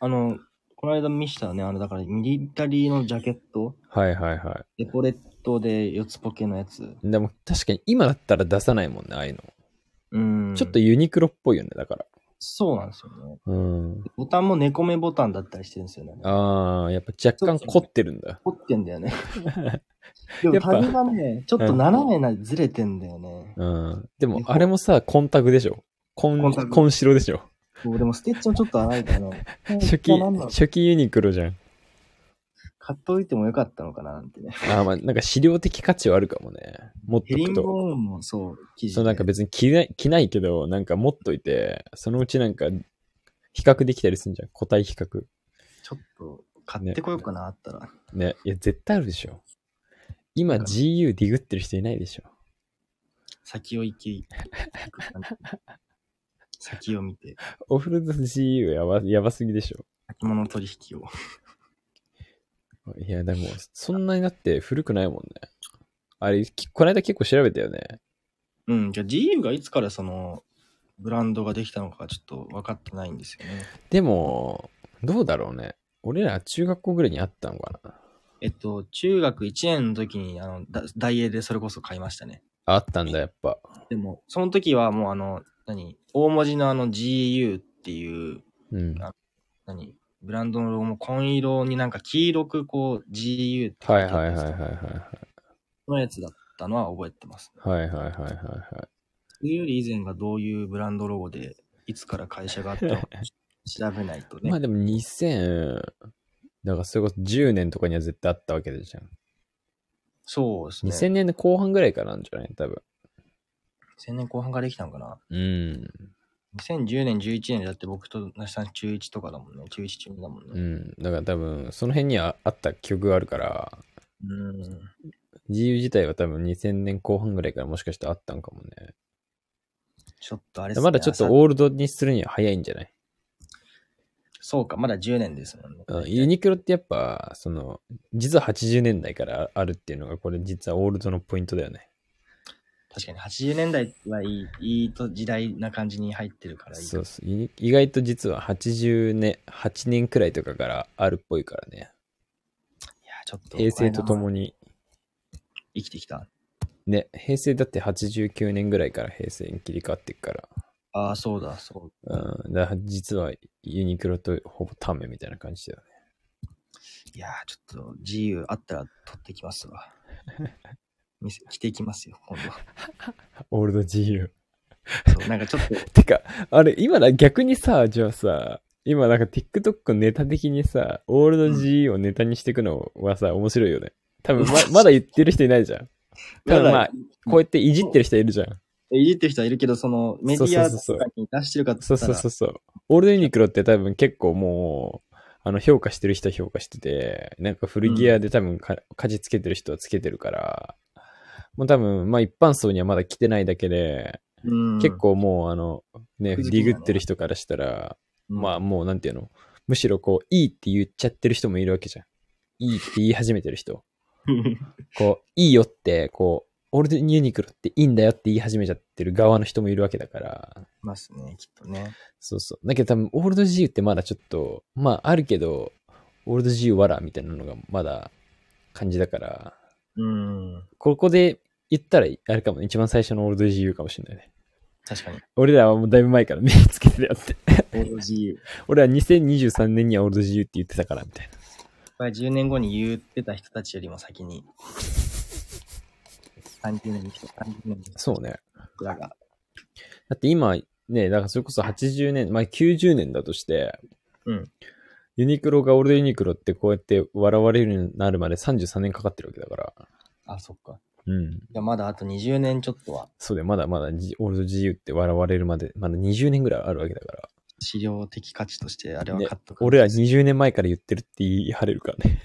S2: あの、この間見したね、あの、だから、ミリタリーのジャケット、
S1: はいはいは
S2: エポレットで四つポケのやつ。
S1: い。でも確かに今だったら出さないもんね、ああいうの。
S2: うん。
S1: ちょっと、ユニクロっぽいよね、だから。
S2: そうなんですよね。
S1: うん。
S2: ボタンも猫目ボタンだったりしてるんですよね。
S1: ああ、やっぱ若干凝ってるんだ。
S2: 凝ってんだ よね。で
S1: や
S2: も
S1: っぱ
S2: タグがね、ちょっと斜めなずれてんだよね。
S1: うん。でも、あれもさ、コンタグでしょ。コ
S2: コ
S1: ン、
S2: ンタグ
S1: コンシロでしょ。
S2: 俺もステッチもちょっと荒いからね。
S1: 初期、
S2: なんだろう
S1: 初期ユニクロじゃん。
S2: 買っといてもよかったのかななん てね。
S1: ああ、まあ、なんか資料的価値はあるかもね。持っ
S2: ヘ
S1: と
S2: リン
S1: くと。
S2: ボーンもそう、生地で
S1: そう、なんか別に着ない、着ないけど、なんか持っといて、そのうちなんか、比較できたりするんじゃん。個体比較。
S2: ちょっと買ってこようかな、あったら。
S1: ね。いや、絶対あるでしょ。今、
S2: なんか
S1: GU ディグってる人いないでしょ。
S2: 先を 行き、先を見て、
S1: オフルド GU やば、やばすぎでしょ。
S2: 先物取引を。
S1: いや、でも、そんなになって古くないもんね。あれ、きこの間結構調べたよね。
S2: うん、じゃあ GU がいつからその、ブランドができたのかがちょっと分かってないんですよね。
S1: でも、どうだろうね。俺ら中学校ぐらいにあったのかな。
S2: えっと、中学1年の時に、あの、だダイエーでそれこそ買いましたね。
S1: あったんだ、やっぱ。
S2: でも、その時はもうあの、何、大文字のあの GU っていう、
S1: うん。
S2: あ何、ブランドのロゴも紺色になんか黄色くこう GU って
S1: はいはいはいはいはい。
S2: そのやつだったのは覚えてます。
S1: はいはいはいはいは
S2: それより以前がどういうブランドロゴで、いつから会社があったのか調べないと
S1: い。 まあ
S2: ね。
S1: でも2000、だからそれこそ10年とかには絶対あったわけでじゃん。
S2: そうですね。
S1: 2000年の後半ぐらいからなんじゃない多分。
S2: 2000年後半からできたのかな。
S1: うん。
S2: 2010年、11年でだって僕と那須さん中1とかだもんね。中1、中2だもん
S1: う
S2: ね。
S1: ん。だから多分、その辺にはあった記憶があるから、
S2: うん。
S1: 自由自体は多分2000年後半ぐらいからもしかしたらあったんかもね。
S2: ちょっとあれっすね
S1: まだちょっとオールドにするには早いんじゃない
S2: そうか、まだ10年ですもんね。
S1: うんユニクロってやっぱ、その、実は80年代からあるっていうのが、これ実はオールドのポイントだよね。
S2: 確かに80年代はいい、いいと時代な感じに入ってるからいい。
S1: そうそう。ユニ意外と実は80年、8年くらいとかからあるっぽいからね。
S2: いや、ちょっと。
S1: 平成とと
S2: に。
S1: もに。
S2: 生きてきた。
S1: ね、平成だって89年ぐらいから平成に切り替わっていくから。
S2: ああ、そうだ、そう。
S1: うん。だから実はユニクロとほぼタメみたいな感じだよね。
S2: いやー、ちょっと自由あったら取ってきま すわ。見せ着ていきますよ、今
S1: オールド自由。
S2: 度。そうなんかちょっと、
S1: てか、あれ、今だ、逆にさ、じゃあさ、今なんか TikTok のネタ的にさ、オールド G をネタにしていくのはさ、面白いよね。多 分ま、まだ言ってる人いないじゃん。多分まあ、こうやっていじってる人いるじゃん。
S2: いじってる人はいるけど、そのメディアと
S1: そうそうそうそう
S2: かに出してるかって
S1: そ
S2: 言
S1: うそう
S2: ったら
S1: そうそう。オールドユニクロって多分結構もう、あの、評価してる人は評価してて、なんか古着屋で多分か、かじつけてる人はつけてるから、もう多分、まあ一般層にはまだ来てないだけで、
S2: うん
S1: 結、構もうあの、ね、
S2: 古着
S1: ディグってる人からしたら、まあ
S2: あ、
S1: もうなんていうのむしろこう、いいって言っちゃってる人もいるわけじゃん。いいって言い始めてる人。 こう、いいよって、こう、俺でユニクロっていいんだよって言い始めちゃってる側の人もいるわけだから。
S2: ますね、きっとね。
S1: そうそう。だけど多分、オールド G ってまだちょっと、まああるけど、オールド G わらみたいなのがまだ感じだから、
S2: うん、
S1: ここで言ったら、あれかもね、一番最初のオールド G かもしれないね。
S2: 確 かに。
S1: 俺らはもうだいぶ前から目つけてやって。
S2: オール自由。
S1: 俺は2023年にはオールド G って言ってたから、みたいな。
S2: まあ、10年後に言ってた人たちよりも先に、30年に来た、30年に来た
S1: そうね。
S2: 僕らが。
S1: だって今、ね、だからそれこそ80年、まあ90年だとして、
S2: うん。
S1: ユニクロがオールドユニクロってこうやって笑われるようになるまで33年かかってるわけだから。
S2: あ、そっか。
S1: うん。
S2: いや、まだあと20年ちょっとは、
S1: そうだよ、まだまだじオールド自由って笑われるまで、まだ20年ぐらいあるわけだから。
S2: 資料的価値として、あれは
S1: ね
S2: 買っとく。
S1: 俺ら20年前から言ってるって言い張れるからね。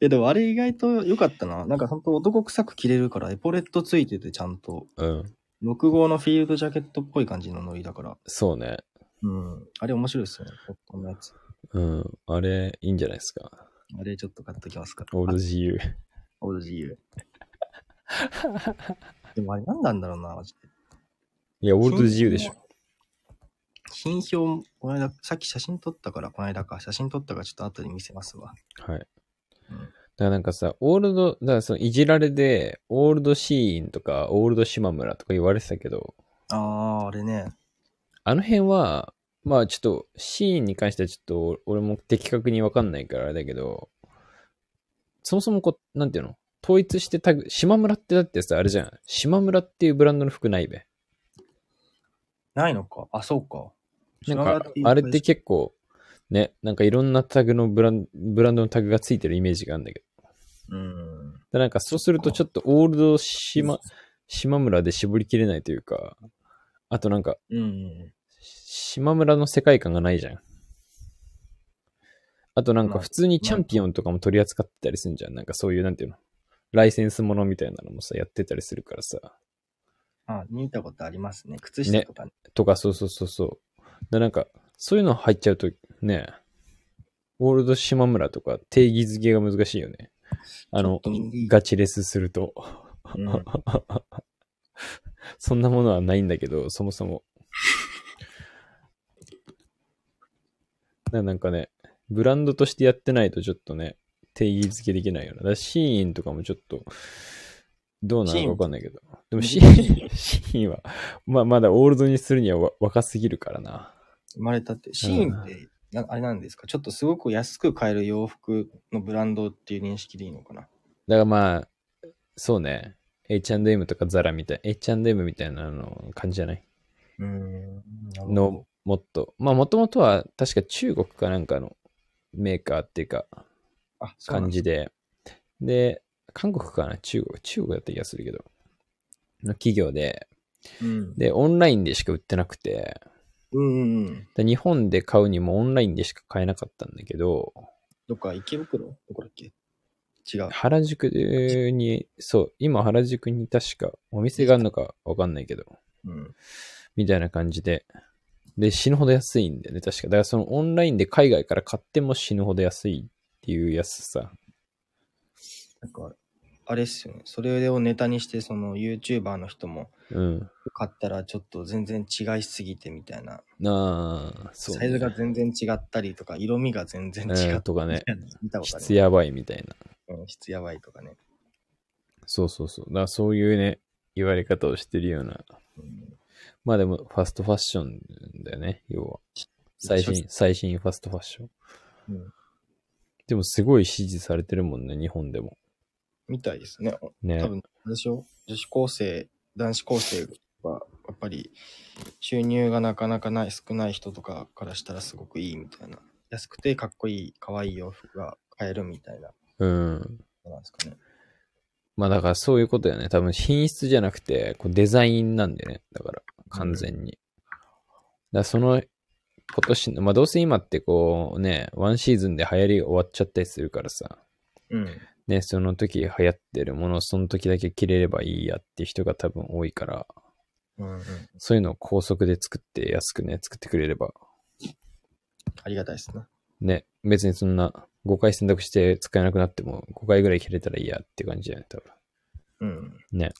S2: え、でもあれ意外と良かったな。なんかほんと男臭く着れるから、エポレットついててちゃんと、
S1: うん。
S2: 6号のフィールドジャケットっぽい感じのノリだから。
S1: そうね。
S2: うん。あれ面白いですよね。このやつ。
S1: うん。あれ、いいんじゃないですか。
S2: あれちょっと買っときますか。
S1: オールド
S2: あ
S1: 自由。
S2: オール自由。でもあれ何なんだろうな、マジで。
S1: いや、オールド自由でしょ。
S2: 品評も、この間、さっき写真撮ったから、この間か、写真撮ったからちょっと後で見せますわ。
S1: はい。だか
S2: うん
S1: らなんかさ、オールド、だからそのいじられで、オールドシーンとか、オールド島村とか言われてたけど、
S2: ああ、あれね。
S1: あの辺は、まあちょっとシーンに関してはちょっと俺も的確にわかんないからあれだけど、そもそもこう、なんていうの統一してタグ、島村ってだってさ、あれじゃん。島村っていうブランドの服ないべ。
S2: ないのか。あ、そうか。
S1: なんか、あれって結構、ね、なんかいろんなタグのブラン、ブランドのタグがついてるイメージがあるんだけど。
S2: うん。
S1: でなんかそうするとちょっとオールド島、島村で絞りきれないというか、あとなんか、
S2: うん。
S1: 島村の世界観がないじゃん。あとなん
S2: ま
S1: か
S2: あ
S1: 普通にチャンピオンとかも取り扱ってたりするんじゃん。なんかそういうなんていうのライセンスものみたいなのもさ、やってたりするからさ。
S2: あ、見たことありますね。靴下とかね。
S1: とか、そうそうそうそう。で、なんか、そういうの入っちゃうとね、オールド島村とか定義づけが難しいよね。あの
S2: ちょっといい、
S1: ガチレスすると。
S2: うん、
S1: そんなものはないんだけど、そもそも。 ななんかね、ブランドとしてやってないとちょっとね、定義づけできないような。だからシーインとかもちょっと、どうなのかわかんないけど。でもシーイン、 シーインは、まあまだオールドにするにはわ若すぎるからな。
S2: 生まれたって、シーンって、なあれなんですかちょっとすごく安く買える洋服のブランドっていう認識でいいのかな
S1: だからまあ、そうね。H&M とかザラみたい、H&M みたいなの感じじゃない
S2: うん。
S1: の、もっと。まあ、もともとは確か中国かなんかのメーカーっていうか、
S2: あ、そうな
S1: 感
S2: んだ
S1: じで。で、韓国かな中国中国だった気がするけど。の企業で。
S2: うん。
S1: で、オンラインでしか売ってなくて。
S2: うんうんうん。
S1: で日本で買うにもオンラインでしか買えなかったんだけど、
S2: どっか池袋どこだっけ違う。
S1: 原宿に、そう、今原宿に確かお店があるのかわかんないけど、
S2: うん。
S1: みたいな感じで。で、死ぬほど安いんだよね、確か。だからそのオンラインで海外から買っても死ぬほど安いっていう安さ。
S2: なんか、あれっすよね。それをネタにして、その YouTuber の人も、
S1: うん。
S2: 買ったらちょっと全然違いすぎてみたいな。
S1: なあ、そう、
S2: サイズが全然違ったりとか、色味が全然違ったり
S1: えーとかね。
S2: 見たことあ
S1: 質
S2: る。
S1: やばいみたいな。
S2: うん質やばいとかね。
S1: そうそうそう。だからそういうね、言われ方をしてるような。
S2: うん
S1: まあでも、ファストファッションだよね、要は。最
S2: 一
S1: 新、最新ファストファッション。
S2: うん
S1: でもすごい支持されてるもんね、日本でも。
S2: みたいですね。
S1: ね
S2: 多。分、あれでしょ女子高生、男子高生は、やっぱり、収入がなかなかない、少ない人とかからしたらすごくいいみたいな。安くてかっこいい、かわいい洋服が買えるみたいなこ
S1: うん。
S2: となんですかね。
S1: まあだからそういうことだよね。多分品質じゃなくて、こうデザインなんだよね。だから完全に。だからその今年の、まあどうせ今ってこうね、ワンシーズンで流行り終わっちゃったりするからさ、
S2: うん。
S1: ね、その時流行ってるものをその時だけ着れればいいやっていう人が多分多いから、
S2: うんうん。
S1: そういうのを高速で作って安くね、作ってくれれば、
S2: ありがたいですね。
S1: ね、別にそんな5回選択して使えなくなっても5回ぐらい着れたらいいやっていう感じだよね、多分。
S2: うん。
S1: ね。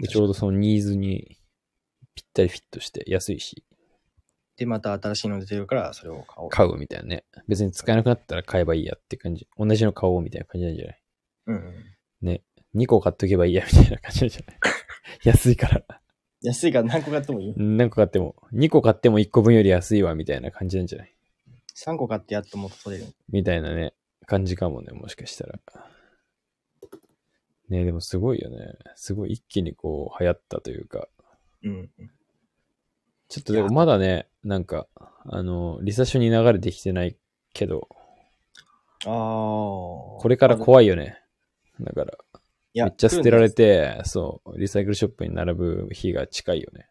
S1: で、ちょうどそのニーズにぴったりフィットして安いし、
S2: で、また新しいの出てるから、それを買おう。
S1: 買うみたいなね。別に使えなくなったら買えばいいやって感じ。同じの買おうみたいな感じなんじゃない
S2: うんうん。
S1: ?2 個買っとけばいいやみたいな感じなんじゃない 安いから。
S2: 安いから何個買ってもいい
S1: 何個買っても、2個買っても1個分より安いわみたいな感じなんじゃない
S2: ?3 個買ってやっと元取れる。
S1: みたいなね、感じかもね、もしかしたら。ねでもすごいよね。すごい一気にこう流行ったというか、
S2: うん。
S1: ちょっとでもまだね、なんか、あの、リサ書に流れてきてないけど、
S2: ああ。こ
S1: これから怖いよね。だから、
S2: い
S1: めっちゃ捨てられ
S2: て。
S1: て、そう、リサイクルショップに並ぶ日が近いよね。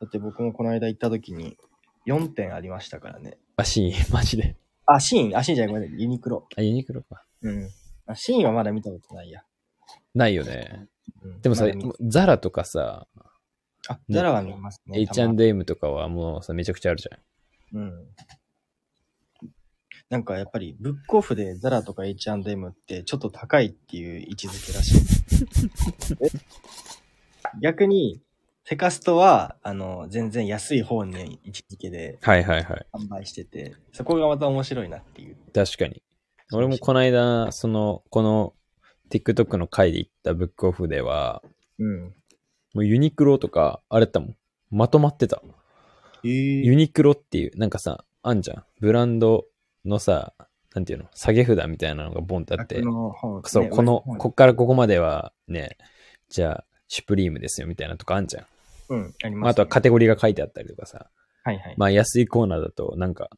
S2: だって僕もこの間行った時に4点ありましたからね。
S1: あ、シーン、 マジで。
S2: あ、シーン、あ、シーンじゃない、ごめん、ユニクロ。
S1: あ、ユニクロか。
S2: うん。あ、シーンはまだ見たことないや。
S1: ないよね。
S2: うん
S1: でもさ
S2: まだ見、
S1: ザラとかさ、
S2: あ、ザラは見ますね。た
S1: H&M とかはもうさ、めちゃくちゃあるじゃん。
S2: まにうん。なんかやっぱりブックオフでザラとか H&M ってちょっと高いっていう位置づけらしい。 え逆に、セカストは、あの、全然安い方に位置づけで
S1: はいはいはい。
S2: 販売してて、そこがまた面白いなっていう。
S1: 確かに。俺もこの間、その、この TikTok の回で行ったブックオフでは、
S2: うん。
S1: もうユニクロとか、あれだったもん。まとまってた。
S2: え
S1: ユ
S2: ー、
S1: ニクロっていう、なんかさ、あんじゃん。ブランドのさ、なんていうの、下げ札みたいなのがボンってあって
S2: 楽、の方
S1: そう、
S2: ね
S1: この、
S2: 上
S1: こっからここまではね、じゃあ、シュプリームですよみたいなとかあんじゃん。
S2: うん、あり
S1: まあ、
S2: ま
S1: あ
S2: す、
S1: とはカテゴリーが書いてあったりとかさ、
S2: はいはい。
S1: まあ安いコーナーだと、なんか、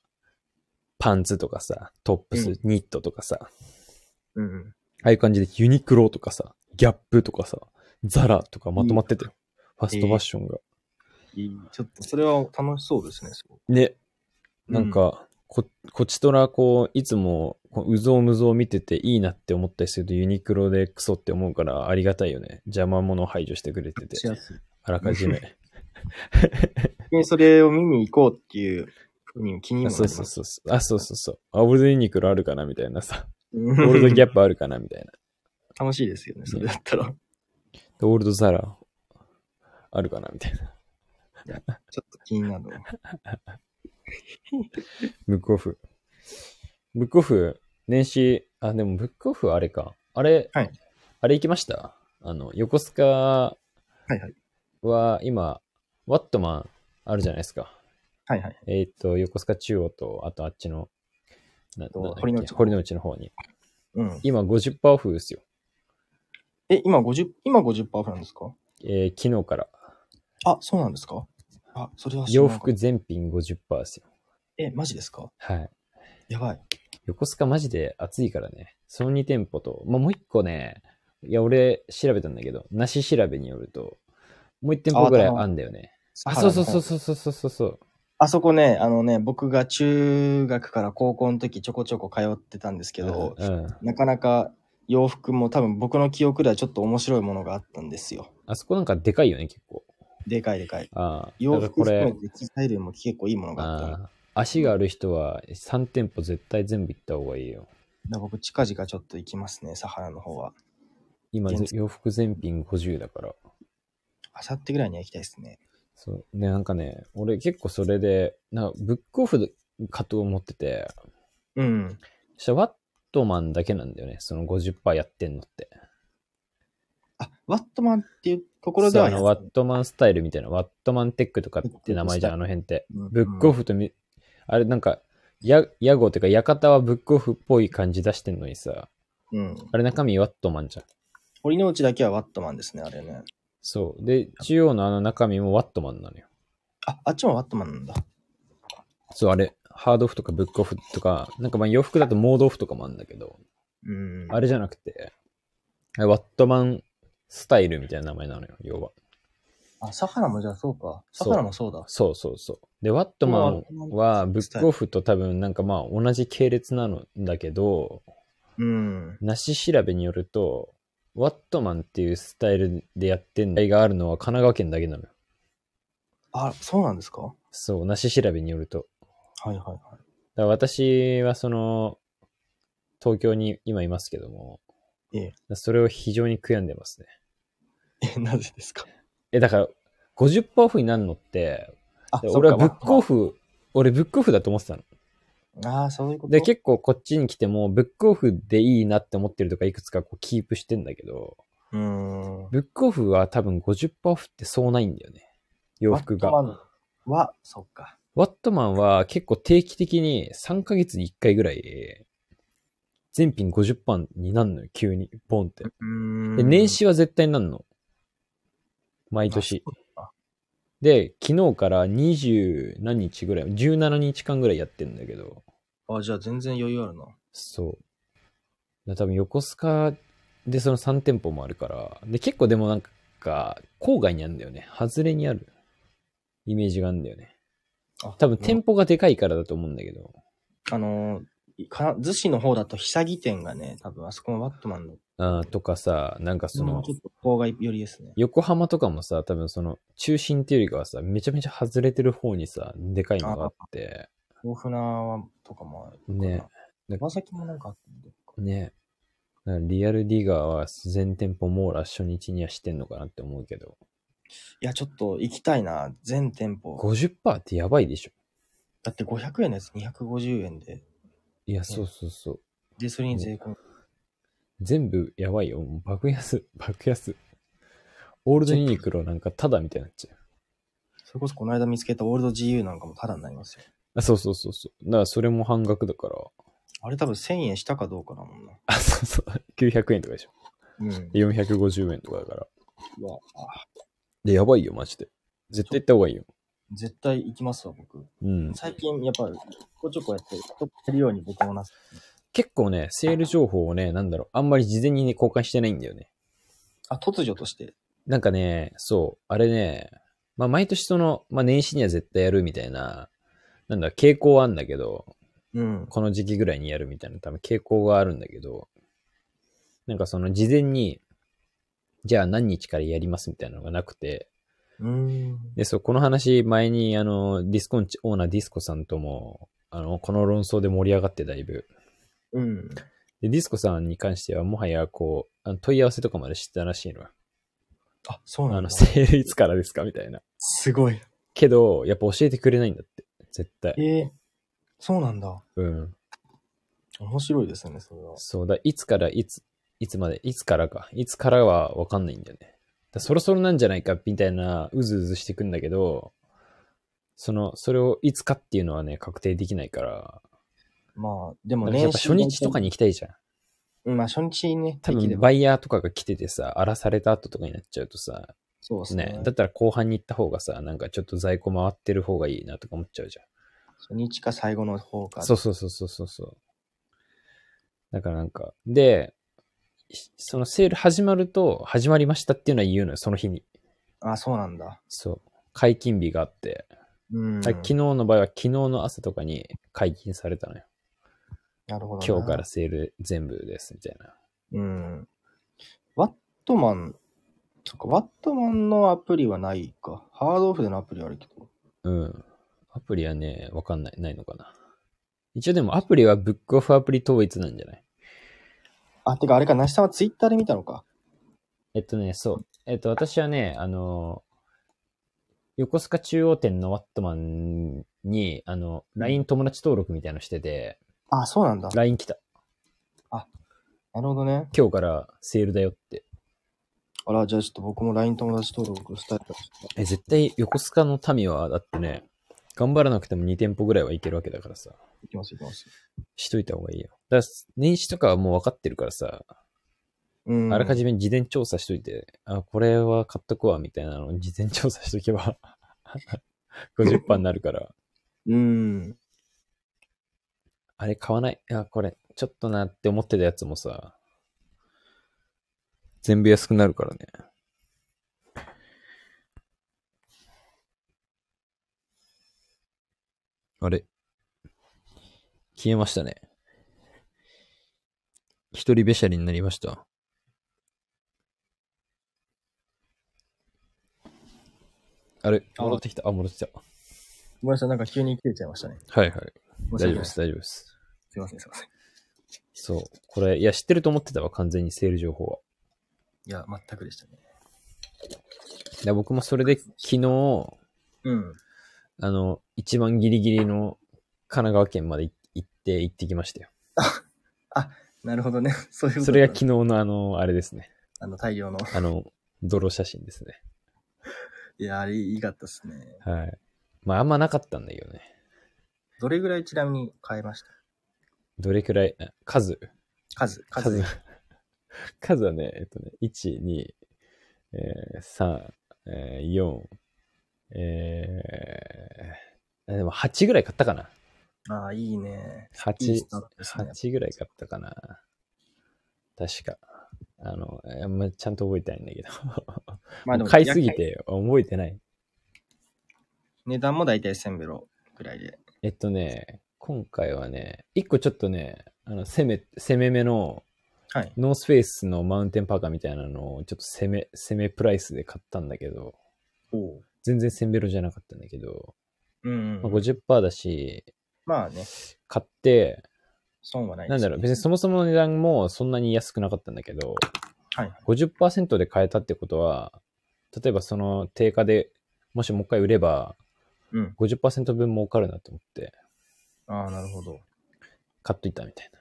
S1: パンツとかさ、トップス、
S2: うん
S1: ニットとかさ、
S2: うんうん。
S1: ああいう感じでユニクロとかさ、ギャップとかさ、ザラとかまとまってたよ。ファストファッションが。
S2: いいちょっと、それは楽しそうですね、すごく
S1: ね、なん、か、こ、こちとら、こう、いつも、こううぞうむぞう見てていいなって思ったりすると、ユニクロでクソって思うから、ありがたいよね。邪魔者を排除してくれて
S2: し
S1: て、
S2: やすい。
S1: あらかじ め。
S2: で、それを見に行こうっていうふうに気にも
S1: あ
S2: なり
S1: そ
S2: ま
S1: う
S2: す。
S1: そうそうそう。あ、そうそうそう。あ、俺のユニクロあるかなみた いなさ。
S2: う
S1: オールドギ
S2: ャ
S1: ャップあるかなみたいな。
S2: 楽しいですよね、それだったら。
S1: でオールドザラ、あるかなみたいな。
S2: ちょっと気になる わ。
S1: ブックオフ。ブックオフ、年始、あ、でもブックオフあれか。あれ、
S2: はい
S1: あれ行きましたあの、横須賀
S2: はいはい。
S1: は今、ワットマンあるじゃないですか。
S2: はいはい。
S1: えっ、と、横須賀中央と、あとあっちの、な
S2: と
S1: なんだっけ
S2: 堀之内
S1: 堀之内の方に。
S2: うん。
S1: 今50%オフですよ。
S2: え、今50、今50%オフなんですか
S1: えー昨日から。
S2: あ、そうなんですかあ、それは知
S1: 洋
S2: らなかった
S1: 服全品50%ですよ。
S2: え、マジですか
S1: はい。
S2: やばい。
S1: 横須賀マジで暑いからね。その2店舗と、まあ、もう1個ね、いや、俺調べたんだけど、なし調べによると、もう1店舗ぐらいあんだよね。あ、そうそうそう
S2: う。
S1: そうそうそうそう。
S2: あそこね、あのね、僕が中学から高校の時ちょこちょこ通ってたんですけど、
S1: うん、うん
S2: なかなか洋服も多分僕の記憶ではちょっと面白いものがあったんですよ。
S1: あそこなんかでかいよね、結構。
S2: でかいでかい。
S1: ああ。
S2: 洋
S1: だから
S2: 服
S1: これ
S2: 含めて機材類も結構いいものがあったの。だか
S1: ああ足がある人は3店舗絶対全部行った方がいいよ。
S2: ら僕近々ちょっと行きますね、サハラの方は。
S1: 今
S2: 全然、
S1: 洋服全品50だから。
S2: あさってぐらいには行きたいですね。
S1: そう。ね、なんかね、俺結構それで、なんかブックオフかと思ってて、
S2: うん。
S1: そしたらワットマンだけなんだよね、その50%やってんのって。
S2: あ、ワットマンっていうところでは
S1: そうあ
S2: や
S1: の
S2: っ
S1: ワットマンスタイルみたいな、ワットマンテックとかって名前じゃん、あの辺って。ブックオ
S2: フ。
S1: フとみ、あれなんか、や、屋号っていうか、館はブックオフっぽい感じ出してんのにさ、
S2: うん。
S1: あれ中身ワットマンじゃん。
S2: 堀之内だけはワットマンですね、あれね。
S1: そう。で、中央のあの中身もワットマンなのよ。
S2: あ、あっちもワットマンなんだ。
S1: そう、あれ、ハードオフとかブックオフとか、なんかまあ洋服だとモードオフとかもあるんだけど、
S2: うん。
S1: あれじゃなくて、あれワットマンスタイルみたいな名前なのよ、要は。
S2: あ、サハラもじゃあそうか。サ
S1: そう
S2: ハラもそうだ。
S1: そうそうそう。で、ワットマンはブックオフと多分なんかまあ同じ系列なのんだけど、
S2: うん。
S1: なし調べによると、ワットマンっていうスタイルでやってんのがあるのは神奈川県だけなのよ。
S2: あ、そうなんですかは
S1: そう、なし調べによると。
S2: いはいはい。
S1: だから私はその、東京に今いますけども、
S2: え
S1: それを非常に悔やんでますね。
S2: え、なぜですか
S1: え、だから、50%オフになるのって、
S2: あ、
S1: で俺はブ
S2: そっ
S1: ッ
S2: か
S1: クオ。フ、俺ブックオフだと思ってたの。
S2: ああ、そういうこと
S1: で、結構こっちに来ても、ブックオフでいいなって思ってるとかいくつかこうキープしてんだけど、
S2: うーん。
S1: ブックオフは多分50%オフってそうないんだよね。洋服が。
S2: ワットマンは、そっか。
S1: ワットマンは結構定期的に3ヶ月に1回ぐらい、全品50%になんのよ、急に、ボンって。
S2: うーん
S1: で、年始は絶対になんの。毎年。で、昨日から20何日ぐらい、17日間ぐらいやってんだけど、
S2: あ、じゃあ全然余裕あるな。
S1: そう。だ多分横須賀でその3店舗もあるから、で、結構でもなんか、郊外にあるんだよね。外れにある。イメージがあるんだよね。
S2: あ
S1: 多分店舗がでかいからだと思うんだけど。
S2: あのー、か逗子の方だと、久木店がね、多分あそこのワットマンの、
S1: あーとかさ、なんかそ
S2: も
S1: の
S2: うち、ょっと郊外寄りですね。
S1: 横浜とかもさ、多分その、中心っていうよりかはさ、めちゃめちゃ外れてる方にさ、でかいのがあって、
S2: 豊富なとかもあるかな。
S1: ね
S2: 川崎もなんかあったんで。
S1: ね。だからリアルディガーは全店舗網羅初日にはしてんのかなって思うけど、
S2: いや、ちょっと行きたいな。全店舗。
S1: 50%ってやばいでしょ。
S2: だって500円のやつ250円で。
S1: いや、そうそうそう。
S2: で、それに税込み。
S1: 全部やばいよ。もう爆安、 爆安。オールドユニクロなんかタダみたいになっちゃう。
S2: それこそこの間見つけたオールド GU なんかもタダになりますよ。
S1: あ、そうそうそうそう。だからそれも半額だから。
S2: あれ多分1000円したかどうかだもんな。
S1: あ、そうそう。900円とかでしょ。
S2: うん。
S1: 450円とかだから。
S2: うわあ
S1: で、やばいよ、マジで。絶対行った方がいいよ。
S2: 絶対行きますわ、僕。
S1: うん。
S2: 最近、やっぱ、ちょこちょこやって、ちょっとやるように僕もなす。
S1: 結構ね、セール情報をね、なんだろう、あんまり事前にね、公開してないんだよね。
S2: あ、突如として。
S1: なんかね、そう、あれね、まあ毎年その、まあ年始には絶対やるみたいな、なんだ、傾向はあんだけど、
S2: うん。
S1: この時期ぐらいにやるみたいな、多分傾向があるんだけど、なんかその事前に、じゃあ何日からやりますみたいなのがなくて、
S2: うーん。
S1: で、そう、この話前に、あの、ディスコンチ、オーナーディスコさんとも、あの、この論争で盛り上がってだいぶ、
S2: うん。
S1: で、ディスコさんに関しては、もはや、こう、あの問い合わせとかまで知ってたらしいのよ。
S2: あ、そうな
S1: あ
S2: んだ
S1: の、。 セールいつからですかみたいな。
S2: すごい。
S1: けど、やっぱ教えてくれないんだって。絶
S2: え
S1: 対。
S2: ー、そうなんだ。
S1: うん。
S2: 面白いですね、それは。
S1: そうだ、いつからいつ、いつまで、いつからか。いつからはわかんないんだよね。だそろそろなんじゃないか、みたいな、うずうずしてくんだけど、その、それをいつかっていうのはね、確定できないから。
S2: まあ、でも
S1: だから
S2: ね、
S1: やっぱ初日とか
S2: に。
S1: に行きたいじゃん。
S2: うんまあ、初日ね、
S1: 多
S2: できれ
S1: 分、
S2: ば。
S1: バイヤーとかが来ててさ、荒らされた後とかになっちゃうとさ、
S2: そうですね。
S1: ね、だったら後半に行った方がさ、なんかちょっと在庫回ってる方がいいなとか思っちゃうじゃ
S2: 初日か最後の方か。
S1: ん。そうそうそうそうそうそう。だからなんか、で、しそのセール始まると、始まりましたっていうのは言うのよ、その日に。
S2: あ、そうなんだ。
S1: そう。解禁日があって。
S2: うん。
S1: だから昨日の場合は昨日の朝とかに解禁されたのよ。
S2: なるほどな。
S1: 今日からセール全部です、みたいな。
S2: うん。ワットマン、そっか、ワットマンのアプリはないか。ハードオフでのアプリはあるけど。
S1: うん。アプリはね、わかんない、ないのかな。一応でもアプリはブックオフアプリ統一なんじゃない
S2: あ、てかあれか、なしさんはツイッターで見たのか。
S1: えっとね、そう。えっと、私はね、あの、横須賀中央店のワットマンに、あの、LINE 友達登録みたいなのしてて、
S2: あ、そうなんだ。な
S1: LINE 来た。
S2: るほどね。
S1: 今日からセールだよって。
S2: あら、じゃあちょっと僕も LINE 友達登録したいと思います
S1: え、絶対横須賀の民は、だってね、頑張らなくても2店舗ぐらいはいけるわけだからさ。
S2: いきます、いきます。
S1: しといた方がいいよ。だから、年始とかはもう分かってるからさ、
S2: うん。
S1: あらかじめ事前調査しといて、あ、これは買っとくわ、みたいなのを事前調査しとけば、50%になるから、
S2: うん。
S1: あれ買わない。あ、これ、ちょっとなって思ってたやつもさ、全部安くなるからね。あれ消えましたね。一人べしゃりになりました。あれ
S2: あ
S1: 戻ってきた。あ、戻ってきた。
S2: ごめんなさい、なんか急に切れちゃいましたね。
S1: はいはい。
S2: 申し
S1: 大
S2: 訳
S1: 丈夫
S2: ない
S1: です、大丈夫です。
S2: すいません、すいません。
S1: そう。これ、いや、知ってると思ってたわ、完全にセール情報は。
S2: いや、全くでしたね。
S1: で僕もそれで昨日、
S2: うん。
S1: あの、一番ギリギリの神奈川県までい行って、行ってきましたよ。
S2: なるほどね。 そういうこと
S1: それが
S2: だ
S1: 昨日のあの、あれですね。
S2: あの、大量の。
S1: あの、泥写真ですね。
S2: いや、あれ、いいかったですね。
S1: はい。まあ、あんまなかったんだけどね。
S2: どれぐらいちなみに買えました
S1: どれくらい、あ数数
S2: 数、数。
S1: 数はね、えっとね、1、2、えー、3、えー、4、えー、あでも8ぐらい買ったかな。
S2: ああ、いいね。いい
S1: 8
S2: スタート、ですね
S1: 8ぐらい買ったかな。確か。あの、えーまあちゃんと覚えてないんだけど。
S2: ま あでも、
S1: 買いすぎ
S2: や。
S1: て覚えてない。
S2: 値段も大体1000ベロぐらいで。
S1: えっとね、今回はね、一個ちょっとね、あの攻め、攻めめの
S2: はい。
S1: ノースフェイスのマウンテンパーカーみたいなのをちょっと攻め、攻めプライスで買ったんだけど、
S2: おう。
S1: 全然センベロじゃなかったんだけど、
S2: うん、
S1: ま
S2: う
S1: あ、
S2: ん。
S1: 50%だし、
S2: まあね、
S1: 買って、
S2: 損はない
S1: なんだろう、別にそ
S2: の、
S1: もそもの値段もそんなに安くなかったんだけど、
S2: はい。
S1: 50%で買えたってことは、例えばその定価でもしもう一回売れば、
S2: うん。
S1: 50%分儲かるなと思って、
S2: ああ、なるほど。
S1: 買っといたみたいな。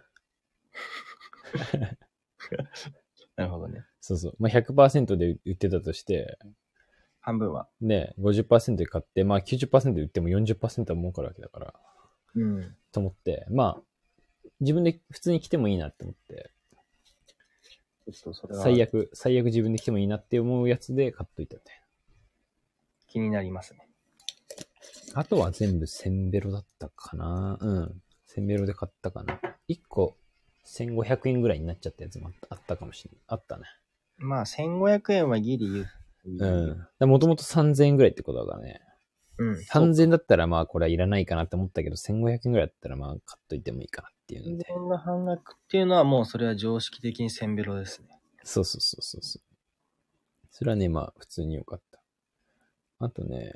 S2: なるほどね。
S1: そうそう。まあ、100%で売ってたとして、
S2: 半分は。
S1: ね、50%で買って、まあ90%で売っても40%は儲かるわけだから、
S2: うん。
S1: と思って、まあ、自分で普通に来てもいいなって思って、
S2: ちょっとそれは
S1: 最悪、最悪自分で来てもいいなって思うやつで買っといたみたい
S2: 気になりますね。
S1: な。あとは全部センベロだったかな。うん。センベロで買ったかな。1個1500円ぐらいになっちゃったやつもあったあったかもしれない。あったね。
S2: まあ、1500円はギリ言う。
S1: うん。もともと3000円ぐらいってことだからね。
S2: うん。
S1: 3000円だったらまあこれはいらないかなって思ったけど、1500円ぐらいだったらまあ買っといてもいいかなっていうの
S2: 3000
S1: で。
S2: 円が半額っていうのはもうそれは常識的に1000ベロですね。
S1: そうそうそうそうそう。それはね、まあ普通に良かった。あとね、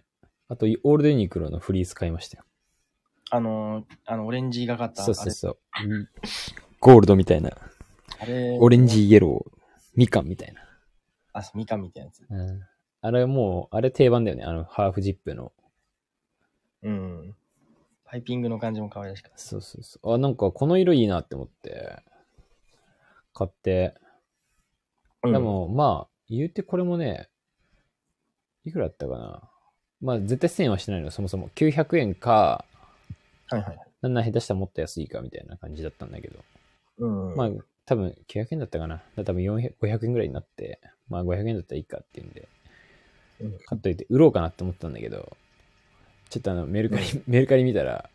S1: あとオールドユニクロのフリース買いましたよ。
S2: あのー、あの、オレンジがかった。
S1: そうそうそう。ゴールドみたいな。
S2: あれ。
S1: オレン。ジイエロー。みかんみたいな。
S2: あ、そうみかんみたいなやつ。
S1: うん、あれもう、あれ定番だよね。あの、ハーフジップの。
S2: うん。パイピングの感じも可愛らしかった。
S1: そうそうそう。あ、なんかこの色いいなって思って、買って。
S2: うん
S1: で、も、まあ、言うてこれもね、いくらだったかな。まあ、絶対1000円はしてないの、そもそも。900円か、
S2: はいはい。
S1: なんなら下手したらもっと安いかみたいな感じだったんだけど。
S2: うん。
S1: まあ、多分900円だったかな。だから多分400 500円ぐらいになって、まあ500円だったらいいかっていうんで
S2: うん、
S1: 買っといて、売ろうかなって思ったんだけど、ちょっとあの、メルカリ、メルカリ見たら、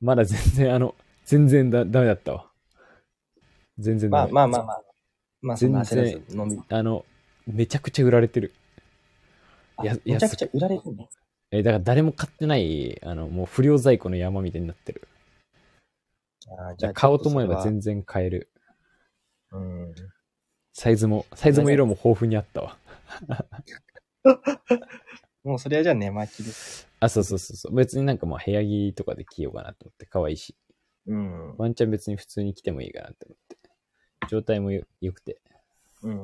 S1: まだ全然あの、全然だ、ダメだったわ。全然
S2: ま
S1: ダ
S2: あ
S1: メ
S2: まあまあまあ。まあ、そんな焦らず
S1: 全
S2: 飲み。
S1: あの、めちゃくちゃ売られてる。
S2: あ
S1: や
S2: めちゃくちゃ売られてるの
S1: え、だから誰も買ってない、あの、もう不良在庫の山みたいになってる。
S2: あー
S1: だから買おうと思えば全
S2: 然。
S1: 然買える。
S2: うん。
S1: サイズも、サイズも色も豊富にあったわ。
S2: もうそれはじゃあ寝巻きです。
S1: あ、そうそうそうそう。別になんかまあ部屋着とかで着ようかなと思って、可愛いし。
S2: うん。
S1: ワンチャン別に普通に着てもいいかなって思って。状態もよ良くて。
S2: うん。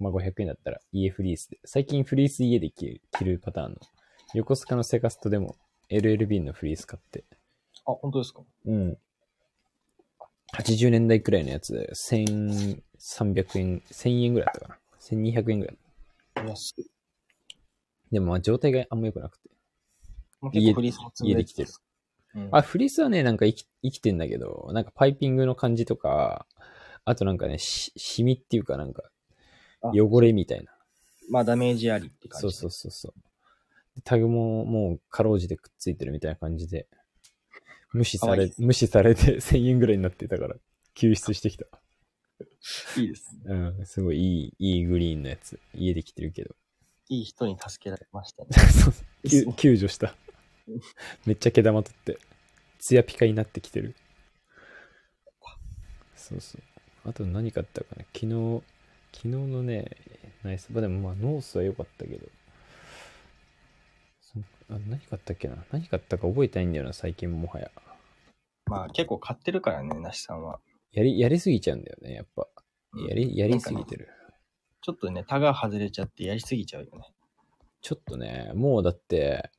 S1: まあ500円だったら家フリースで。最近フリース家で着る着るパターンの。横須賀のセカストでも LLB のフリース買って。
S2: あ、本当ですか
S1: うん。80年代くらいのやつで、1300円、1000円ぐらいだったかな。1200円ぐらい。
S2: 安い。
S1: でもまあ状態があんま良くなくて。
S2: もう結構フリースも積ん
S1: 家で来てる。
S2: うん、
S1: あ、フリースはね、なんか生き生きてんだけど、なんかパイピングの感じとか、あとなんかね、し、シミっていうかなんか、
S2: あ
S1: 汚れみたいな。
S2: まあダメージありって感じ。
S1: そうそうそうそう。でタグももうかろうじてくっついてるみたいな感じで、無視さ
S2: かわいい
S1: れ
S2: で、す
S1: 無視されて 1000円ぐらいになってたから、救出してきた。
S2: いいですね。
S1: うん、すごいいい、いいグリーンのやつ。家で来てるけど。
S2: いい人に助けられまし たね。
S1: そう
S2: です
S1: 救救助した。めっちゃ毛玉取って、ツヤピカになってきてる。そうそう。あと何買ったかな昨日、昨日のね、ナイス。まあでもまあノースは良かったけど。そあ何買ったっけな何買ったか覚えてないんだよな、最近もはや。
S2: まあ結構買ってるからね、なしさんは。
S1: やり、やりすぎちゃうんだよね、やっぱ。やり、やりすぎてる。
S2: ちょっとね、タが外れちゃってやりすぎちゃうよね。
S1: ちょっとね、もうだって、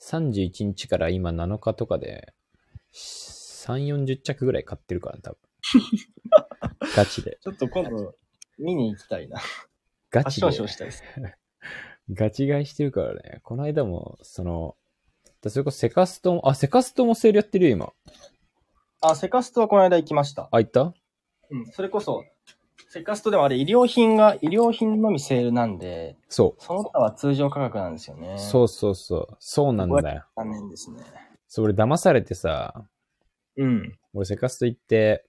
S1: 31日から今7日とかで、3、40着ぐらい買ってるから、多 分。ガチで。
S2: ちょっと今度、見に行きたいな。
S1: ガ
S2: あ、
S1: チ
S2: 少
S1: で。
S2: 々したいです。
S1: ガチ買いしてるからね。この間も、その、だそれこそセカストも、あ、セカストもセールやってるよ、今。
S2: あ、セカストはこの間行きました。
S1: あ、行った
S2: うん、それこそ、セカストでもあれ、医療品が、医療品のみセールなんで、
S1: そ
S2: その他は通常価格なんですよね。
S1: う。そうそうそう。そうなんだよ。
S2: 残念ですね。
S1: そう、俺騙されてさ、
S2: うん。
S1: 俺セカスト行って、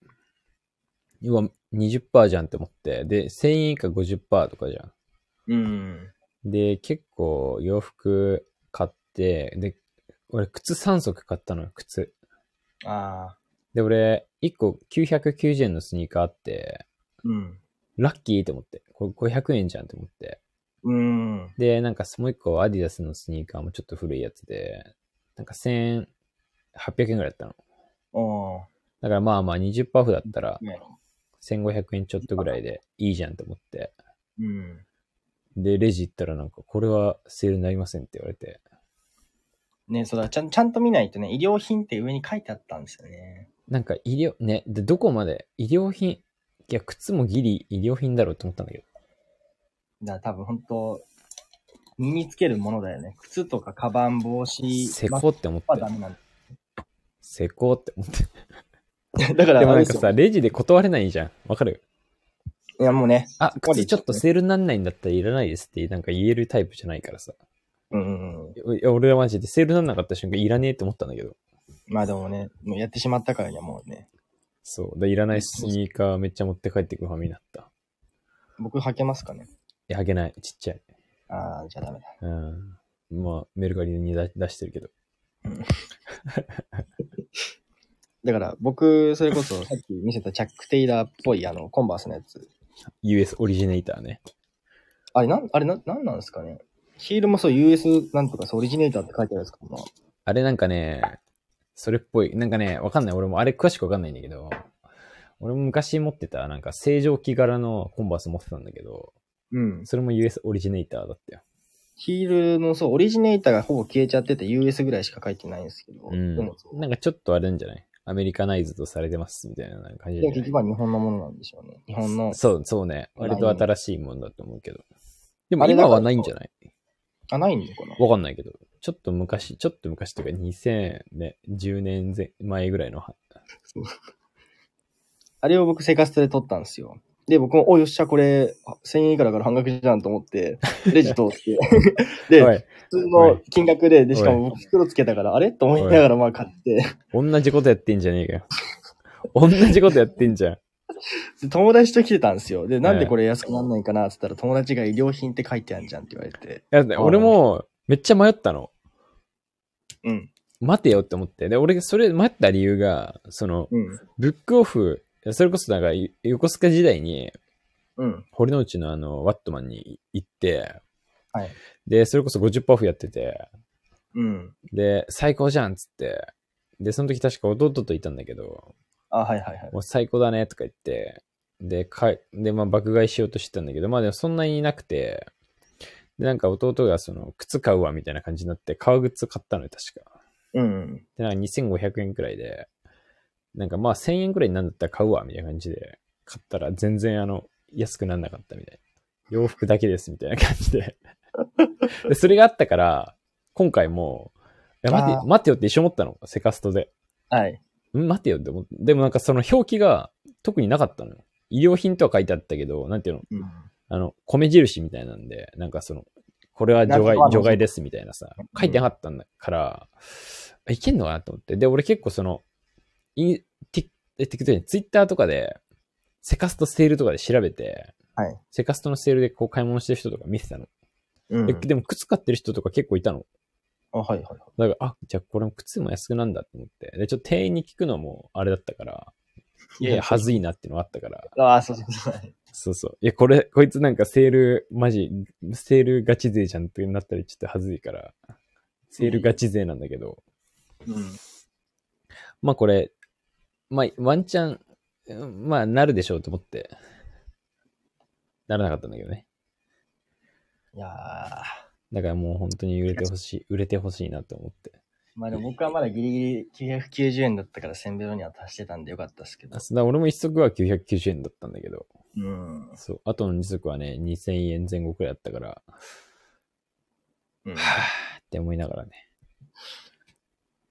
S1: 要は20%じゃんって思って。で、1000円以下50%とかじゃん。
S2: うん。
S1: で、結構洋服買って、で、俺靴3足買ったのよ、靴。
S2: ああ。
S1: で、俺、1個990円のスニーカーあって、
S2: うん。
S1: ラッキーと思って。これ500円じゃんと思って。
S2: うん。
S1: で、なんかもう1個アディダスのスニーカーもちょっと古いやつで、なんか1800円ぐらいだったの。
S2: おー
S1: だからまあまあ20%オフだったら
S2: ね。
S1: 1500円ちょっとぐらいでいいじゃんと思って。
S2: うん。
S1: で、レジ行ったらなんか、これはセールになりませんって言われて。
S2: ね、そうだ、ちゃん、ちゃんと見ないとね、医療品って上に書いてあったんですよね。
S1: なんか医療、ね、で、どこまで、医療品、いや、靴もギリ医療品だろうと思ったんだけど、
S2: だから多分本当身につけるものだよね。靴とかカバン、帽子、
S1: 施
S2: マス
S1: 工
S2: ク
S1: って思っ
S2: は
S1: て
S2: ダ、メなん
S1: 施工って思って。
S2: だ。 だから、
S1: でも
S2: あ
S1: な
S2: れ
S1: んか
S2: ですよ
S1: さ、レジで断れないじゃん。わかる
S2: いや、もうね。
S1: あ、
S2: こまで
S1: 靴ちょっとセールになんないんだったらいらないですって、なんか言えるタイプじゃないからさ。
S2: うんうんうん。
S1: いや、俺はマジでセールになんなかった瞬間いらねえって思ったんだけど。
S2: まあでもね、もうやってしまったからにはもうね、
S1: そう。で、いらないスニーカーめっちゃ持って帰ってくるはみになった。い
S2: 僕履けますかね。
S1: や、あげない。ちっちゃい。
S2: ああ、じゃあダメだ。
S1: うん。まあ、メルカリに出出してるけど。
S2: だから僕、それこ そさっき見せたチャック・テイラーっぽいあの、コンバースのやつ。
S1: US オリジネーターね。
S2: あれなん、あれなん、なんなんですかね。ヒールもそう、US なんとかそう、オリジネーターって書いてあるんですかも
S1: あれなんかね、それっぽい。なんかね、わかんない。俺もあれ詳しくわかんないんだけど、俺も昔持ってた、なんか正常期柄のコンバース持ってたんだけど、
S2: うん。
S1: それも US オリジネーターだったよ。
S2: ヒールのそう、オリジネーターがほぼ消えちゃってて、US ぐらいしか書いてないんですけど。
S1: う
S2: で
S1: ん
S2: もそ。う
S1: なんかちょっとあれんじゃないアメリカナイズとされてますみたいな感じ
S2: で
S1: で
S2: も。結局は日本のものなんでしょうね。日本の。
S1: そう、そうね。割と新しいもんだと思うけど。でも
S2: あれだ
S1: 今
S2: から
S1: はないんじゃない
S2: あ、ないのかな
S1: わかんないけど。ちょっと昔、ちょっと昔というか2010年前前ぐらいの。
S2: あれを僕、セカストで撮ったんですよ。で、僕も、お、よっしゃ、これ、あ1000円以下だから半額じゃんと思 って、レジ通って。で、
S1: おい、
S2: 普通
S1: お
S2: の
S1: い
S2: 金額で、で、しか
S1: お
S2: も僕袋つけたから、あれと思いながらまあ買って、
S1: 同じことやってんじゃねえかよ。 同じことやってんじゃん。
S2: で友達と来てたんですよ。で、なん
S1: え
S2: で
S1: え
S2: これ安くなんないかなって言ったら、友達が医療品って書いてあるじゃんって言われて。
S1: いや、で
S2: あー
S1: 俺もめっちゃ迷ったの。
S2: うん。
S1: 待てよって思って。で、俺、それ迷った理由が、その、
S2: うん。
S1: ブックオフ、いやそれこそなんか、い横須賀時代に、
S2: うん。
S1: 堀之内のあの、ワットマンに行って、
S2: はい
S1: で、それこそ50%オフやってて、
S2: うん。
S1: で、最高じゃんっつって、で、その時確か弟といたんだけど、
S2: あ、はいはいはい。
S1: もう最高だねとか言って、で、かいで、まあ、爆買いしようとしてたんだけど、まあでもそんなにいなくて、で、なんか弟がその、靴買うわみたいな感じになって、革靴買ったのよ、確か。
S2: うん。
S1: で、なんか2500円くらいで、なんかまあ1000円くらいになんだったら買うわ、みたいな感じで、買ったら全然あの、安くなんなかったみたいな。洋服だけです、みたいな感じで。でそれがあったから、今回も、や待
S2: あ
S1: って、待ってよって一瞬思ったの。セカストで。
S2: はい。
S1: ん待ってよって思って。でもなんかその表記が特になかったのよ。医療品とは書いてあったけど、なんていうの
S2: うん。
S1: あの、米印みたいなんで、なんかその、これは除外
S2: なん、とかの
S1: 除外ですみたいなさ、書いてなかったんだから、いけんのかなと思って。で、俺結構その、イン、ティえティックトックツイッターとかで、セカストセールとかで調べて、
S2: はい
S1: セカストのセールでこう買い物してる人とか見てたの。
S2: うん
S1: ででも靴買ってる人とか結構いたの。
S2: あ、はいはいはい。
S1: だから、あ、じゃあこれも靴も安くなんだと思って。で、ちょっと店員に聞くのもあれだったから、いやいや、はずいなっていうのがあったから、
S2: ああ、そうそうそう。
S1: そうそう。いや、これ、こいつなんかセール、マジ、セールガチ勢じゃんってなったらちょっとはずいから、セールガチ勢なんだけど、
S2: うん。
S1: まあこれ、まあワンチャン、うんまあなるでしょうと思って、ならなかったんだけどね。
S2: いやー。
S1: だからもう本当に売れてほしい、売れてほしいなと思って。
S2: まあでも僕はまだギリギリ990円だったから1000ベロには達してたんでよかったですけど
S1: あ。そうだ俺も一足は990円だったんだけど、
S2: うん。
S1: そう、あとの二足はね、2000円前後くらいだったから、
S2: うん。
S1: って思いながらね。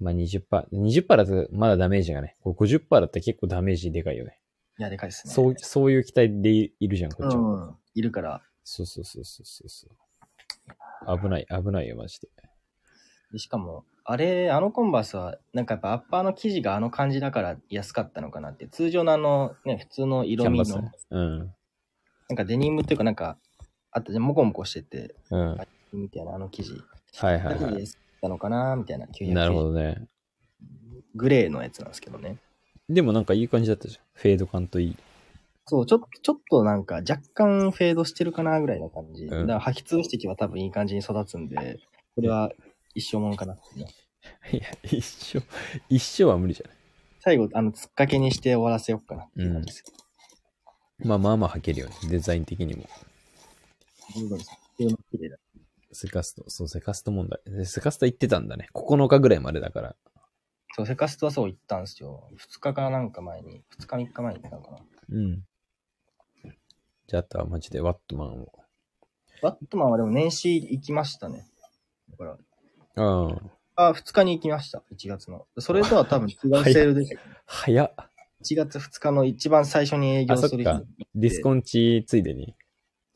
S1: まあ20%、20%だとまだダメージがね、これ50%だったら結構ダメージでかいよね。
S2: いや、でかいですね。
S1: そう、そういう期待でいいるじゃん、こっちも。
S2: うん。いるから、
S1: そうそうそうそうそうそう。危ない、危ないよ、マジで。
S2: でしかも、あれ、あのコンバースは、なんかやっぱアッパーの生地があの感じだから安かったのかなって、通常のあの、ね、普通の
S1: キ
S2: 色
S1: ャン
S2: 味
S1: バス
S2: の、
S1: ね。うん。
S2: なんかデニムっていうかなんか、あったじゃん、モコモコしてて、
S1: うん。はい
S2: みたいなあの生地。
S1: はい
S2: だけ
S1: は
S2: で安かったのかなみたいな、
S1: い。なるほ
S2: ど。
S1: どね。
S2: グレーのやつなんですけどね。
S1: でもなんかいい感じだったじゃん。フェード感とい い。
S2: そう、ちょっと、ちょっとなんか若干フェードしてるかなぐらいの感じ。
S1: ん
S2: だから吐き潰してきは多分いい感じに育つんで、これは一生ものかなってね。
S1: いや、一生、一生は無理じゃない。
S2: 最後、あの、つっかけにして終わらせようかなっていう感じですけど。
S1: まあまあまあ履けるよね。デザイン的にも。
S2: 十分です普通の綺麗だ
S1: セカスト、そう、セカスト問題。でセカスト行ってたんだね。9日ぐらいまでだから。
S2: そう、セカストはそう行ったんですよ。2日かなんか前に、2日3日前に行ったのかな。
S1: うん。じゃあ、あとはマジでワットマンを。
S2: バットマンはでも年始行きましたね。だから、
S1: ああ。
S2: あ、2日に行きました。1月の。それとは 多分違うセールでした。
S1: 早っ。
S2: 1月2日の一番最初に営業する
S1: あそっ
S2: 日
S1: か。ディスコンチついでに。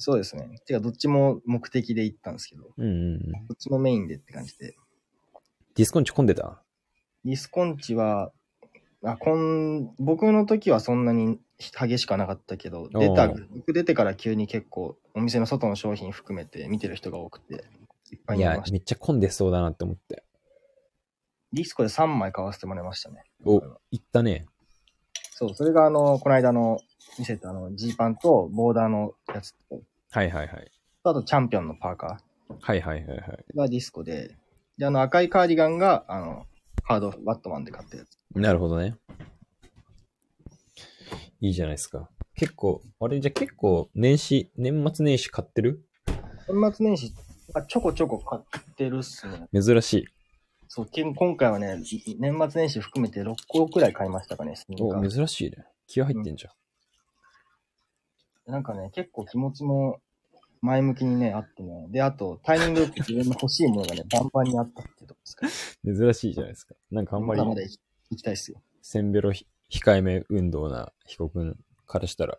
S2: そうですね。てか、どっちも目的で行ったんですけど、ど
S1: うんうんうん。
S2: っちもメインでって感じで。
S1: ディスコンチ混んでた
S2: ディスコンチは、あこん僕の時はそんなに激しくはなかったけど、出た
S1: おう、
S2: 僕出てから急に結構、お店の外の商品含めて見てる人が多くて、いっぱい
S1: い
S2: 見ま
S1: や
S2: した、。
S1: めっちゃ混んでそうだなって思って。
S2: ディスコで3枚買わせてもらいましたね。
S1: お、行ったね。
S2: そう、それがあの、この間の見せたあの、ジーパンとボーダーのやつと、
S1: はいはいはい。
S2: あとチャンピオンのパーカ
S1: はいはいはいはい。
S2: ーがディスコで、で、あの赤いカーディガンが、あの、ハード、バットマンで買ったやつ。
S1: なるほどね。いいじゃないですか。結構、あれじゃあ結構、年始、年末年始買ってる
S2: 年末年始、あちょこちょこ買ってるっすね。
S1: 珍しい。
S2: そう、けん今回はね、年末年始含めて6個くらい買いましたかね、スニーカ
S1: お、
S2: ー
S1: 珍しいね。気合入ってんじゃん。
S2: なんかね、結構気持ちも前向きにね、あってね。で、あと、タイミングよく自分の欲しいものがね、バンバンにあったっていうとこですか、ね、
S1: 珍しいじゃないですか。なんかあんまり
S2: まだまだ行き行きたいっすよ。
S1: せんべろひ控えめ運動な彦君からしたら。
S2: い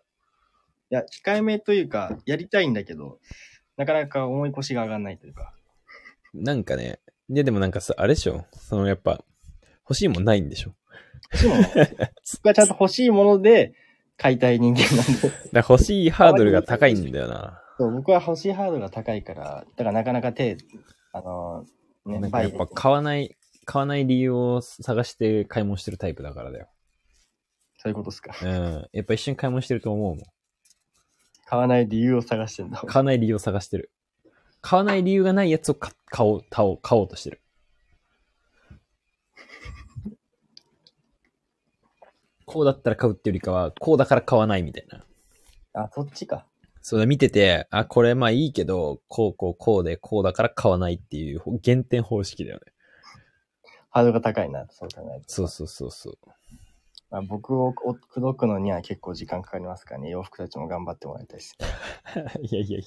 S2: や、控えめというか、やりたいんだけど、なかなか重い腰が上がらないというか。
S1: なんかね、いやでもなんかさ、あれでしょそのやっぱ、欲しいもんないんでしょ
S2: 欲しいもの僕はちゃんと欲しいもので買いたい人間なんで。
S1: だから欲しいハードルが高いんだよな。
S2: そう僕は欲しいハードルが高いから、だからなかなか手、あのー
S1: な
S2: ね、
S1: んか
S2: バ
S1: や
S2: イ
S1: っ
S2: で
S1: ぱ買わない、買わない理由を探して買い物してるタイプだからだよ。
S2: そういうことですか。
S1: うん。やっぱ一緒に買い物してると思うもん。
S2: 買わない理由を探してんだ。
S1: 買わない理由を探してる。買わない理由がないやつを買買おう、買おう、買おうとしてる。こうだったら買うっていうよりかは、こうだから買わないみたいな。
S2: あ、そっちか。
S1: そうだ、見てて、あ、これまあいいけど、こうこうこうで、こうだから買わないっていう減点方式だよね。
S2: ハードルが高いな、そう考えると。
S1: そうそうそうそう。
S2: まあ、僕をお口説くのには結構時間かかりますからね、洋服たちも頑張ってもらいたいです。
S1: いやいやい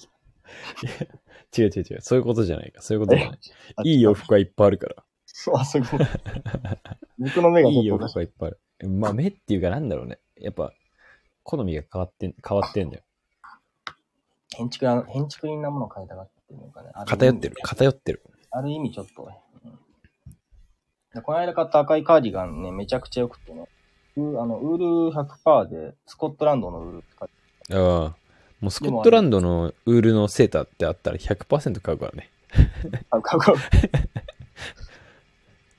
S1: や。違う違う違う。そういうことじゃないか。そういうことじゃない。いい
S2: よ。
S1: 洋服はいっぱいあるから。
S2: そう、あそこ。僕の目が
S1: いい
S2: ちょっと
S1: 男
S2: おかし
S1: がいっぱいある。 まあ、目っていうかなんだろうね。やっぱ、好みが変わってん、変わってんだよ。
S2: 変築な、変築人なものを買いたがってるのかね。ある意味
S1: 偏ってる、偏ってる。
S2: ある意味ちょっと。うんでこの間買った赤いカーディガンね、めちゃくちゃ良くてね。うあの、ウール100%で、スコットランドのウール使って
S1: ああ。もうスコットランドのウールのセーターってあったら100%買うからね。
S2: 買う買う買う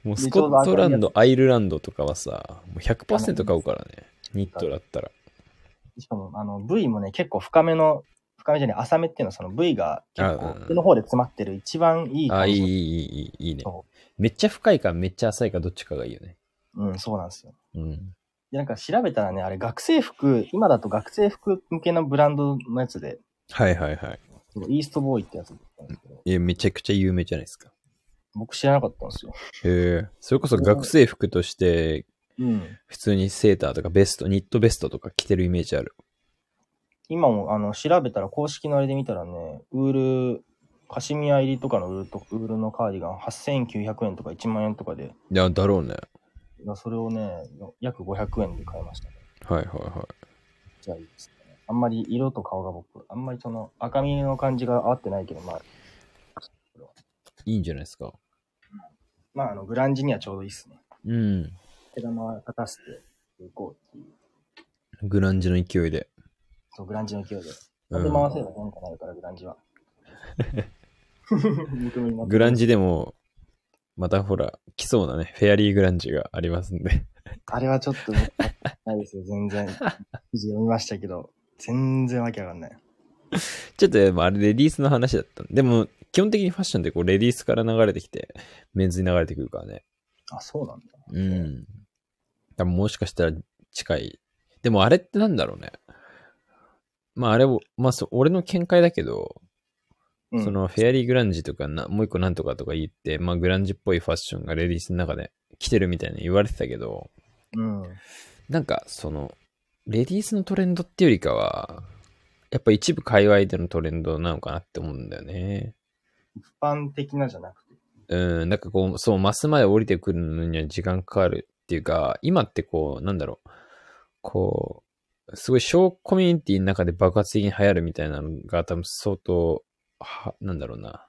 S1: もうスコットランド、アイルランドとかはさ、もう100%買うからね。ニットだったら。
S2: しかも、あの、部位もね、結構深めの、深めじゃない、浅めっていうのは、その部位が結
S1: あ
S2: 構
S1: う、ん
S2: 上の方で詰まってる一番いい
S1: ああ、
S2: 感
S1: いい、い
S2: じ。
S1: い、いい、いいね
S2: そ。
S1: めっちゃ深いかめっちゃ浅いかどっちかがいいよね。
S2: うん、そうなんですよ。
S1: うん。
S2: で、なんか調べたらね、あれ学生服、今だと学生服向けのブランドのやつで、
S1: はいはいはい。
S2: そのイーストボーイってやつだったんですけど、
S1: え、めちゃくちゃ有名じゃないですか。
S2: 僕知らなかったんですよ。
S1: へえ。それこそ学生服として、
S2: うん。
S1: 普通にセーターとかベスト、ニットベストとか着てるイメージある。
S2: 今も、あの、調べたら、公式のあれで見たらね、ウール、カシミヤ入りとかのウールとウールのカーディガン、8900円とか1万円とかで、
S1: いや、だろうね。
S2: いやそれをね、約500円で買いましたね。
S1: はいはいは
S2: じゃあいいですね。あんまり色と顔が僕、あんまりその赤みの感じが合ってないけど、まあ、
S1: い。いいんじゃないですか。
S2: まあ、あの、グランジにはちょうどいいっすね。
S1: うん。
S2: 手玉立たせていこうっていう。
S1: グランジの勢いで。
S2: そう、グランジの勢いで。
S1: う
S2: で
S1: ん
S2: 回せば変化になるから、グラン ジは。認めます
S1: グランジでも、またほら、来そうなね、フェアリーグランジがありますんで。
S2: あれはちょっと、ないですよ、全然。記事読みましたけど、全然わけわかんない。
S1: ちょっと、まあ、あれレディースの話だった。でも、基本的にファッションってこう、レディースから流れてきて、メンズに流れてくるからね。
S2: あ、そうなんだ。
S1: うん。多分もしかしたら近い。でもあれってなんだろうね。まああれを、まあそう俺の見解だけど、
S2: うん、
S1: そのフェアリーグランジとかな、もう一個なんとかとか言って、まあグランジっぽいファッションがレディースの中で来てるみたいに言われてたけど、
S2: うん。
S1: なんかその、レディースのトレンドっていうよりかは、やっぱ一部界隈でのトレンドなのかなって思うんだよね。
S2: 一般的なじゃなくて。
S1: うん、なんかこう、そう、マスまで降りてくるのには時間かかるっていうか、今ってこう、なんだろう、こう、すごい小コミュニティの中で爆発的に流行るみたいなのが多分相当、は、なんだろうな。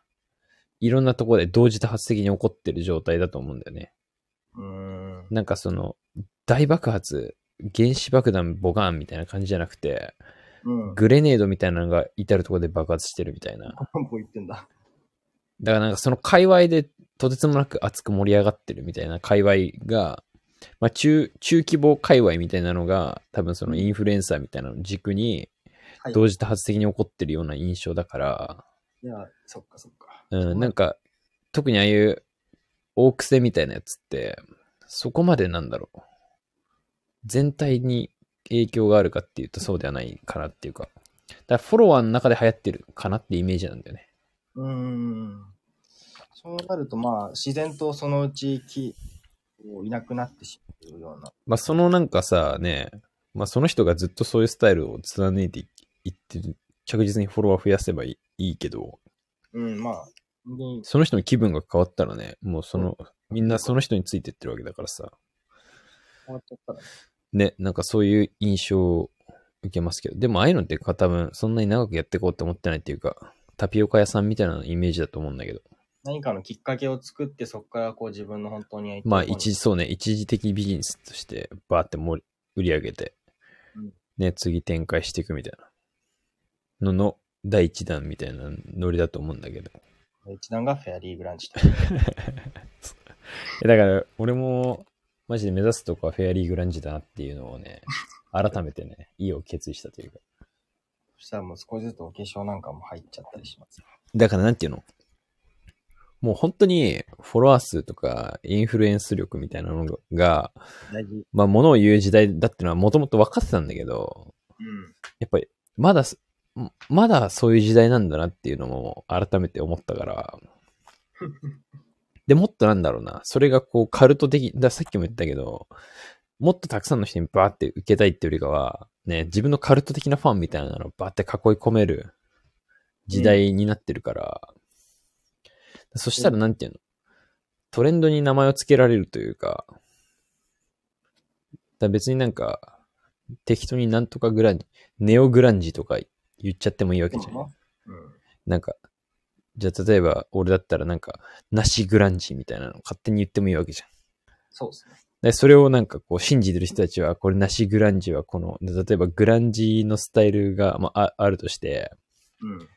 S1: いろんなところで同時多発的に起こってる状態だと思うんだよね。
S2: うーん。
S1: なんかその、大爆発、原子爆弾ボガンみたいな感じじゃなくて、
S2: うん。
S1: グレネードみたいなのが至るところで爆発してるみたいな。
S2: ポンポン言ってんだ。
S1: だからなんかその界隈でとてつもなく熱く盛り上がってるみたいな界隈が、まあ中、中規模界隈みたいなのが、多分そのインフルエンサーみたいなのを軸に
S2: はい、
S1: 同時多発的に起こってるような印象だから、
S2: いや、そっかそっか。
S1: うん、なんか、特にああいう大癖みたいなやつって、そこまでなんだろう。全体に影響があるかっていうとそうではないかなっていうか。だからフォロワーの中で流行ってるかなってイメージなんだよね。
S2: うーん。そうなると、まあ、自然とそのうちきこういなくなってしまうような。
S1: まあ、そのなんかさ、ね、まあ、その人がずっとそういうスタイルを貫いていいってる、着実にフォロワー増やせばいいいいけど、
S2: うん、まあ、人間
S1: その人の気分が変わったらね、もうその、みんなその人についてってるわけだからさ、
S2: 変わっちゃったらね。
S1: ね、なんかそういう印象を受けますけど、でもああいうのって多分そんなに長くやっていこうと思ってないっていうか、タピオカ屋さんみたいなイメージだと思うんだけど、
S2: 何かのきっかけを作って、そこからこう自分の本当にやりたい
S1: まあ
S2: もの
S1: 一時、そうね、一時的ビジネスとしてバーって盛り売り上げて
S2: うん、
S1: ね、次展開していくみたいなのの第一弾みたいなノリだと思うんだけど。
S2: 一段がフェアリーグランチと。
S1: えだから俺もマジで目指すとこはフェアリーグランジだなっていうのを ね、改めてね、意を決意したというか。
S2: そしたらもう少しずつお化粧なんかも入っちゃったりします。
S1: だからなんていうのもう本当にフォロワー数とかインフルエンス力みたいなのが、
S2: 大事。
S1: まあ物を言う時代だってのはもともと分かってたんだけど、
S2: うん。
S1: やっぱり、まだす、んまだそういう時代なんだなっていうのも改めて思ったから。で、もっとなんだろうな。それがこうカルト的、ださっきも言ったけど、もっとたくさんの人にバーって受けたいっていうよりかは、ね、自分のカルト的なファンみたいなのをバーって囲い込める時代になってるから、そしたらなんていうのトレンドに名前を付けられるというか、だから別になんか、適当になんとかグランジ、ネオグランジとか言っちゃってもいいわけじゃん。
S2: うん。
S1: なんか、じゃあ例えば俺だったらなんか、ナシグランジみたいなの勝手に言ってもいいわけじゃん。
S2: そうですね。
S1: で、それをなんかこう信じてる人たちは、これなしグランジはこの、で例えばグランジのスタイルが、まあ、ああるとして、
S2: うん。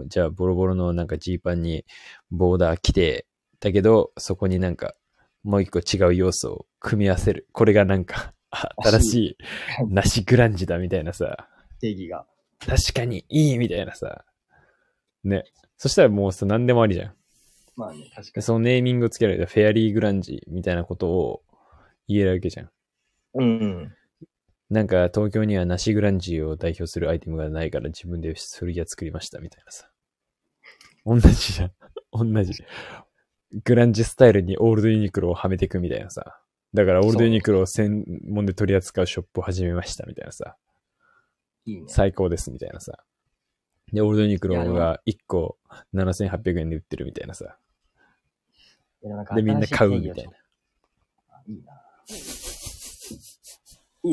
S1: ね、じゃあボロボロのなんかジーパンにボーダー着て、だけど、そこになんかもう一個違う要素を組み合わせる。これがなんか、あ新しい、なしグランジだみたいなさ、
S2: 定義が。
S1: 確かにいいみたいなさ、ね。そしたらもうさ、何でもありじゃん。
S2: まあね、確か
S1: で
S2: に。
S1: そのネーミングをつけられたフェアリーグランジみたいなことを言えるわけじゃん。
S2: うん。
S1: なんか東京にはナシグランジを代表するアイテムがないから自分で古着屋作りましたみたいなさ。同じじゃん。 同じ。グランジスタイルにオールドユニクロをはめていくみたいなさ。だからオールドユニクロを専門で取り扱うショップを始めましたみたいなさ。
S2: いいね。
S1: 最高ですみたいなさ。で、オールドユニクロが1個7800円で売ってるみたいなさ。
S2: いやなんか
S1: で、みんな買う
S2: 新し
S1: み
S2: 定
S1: たい
S2: 義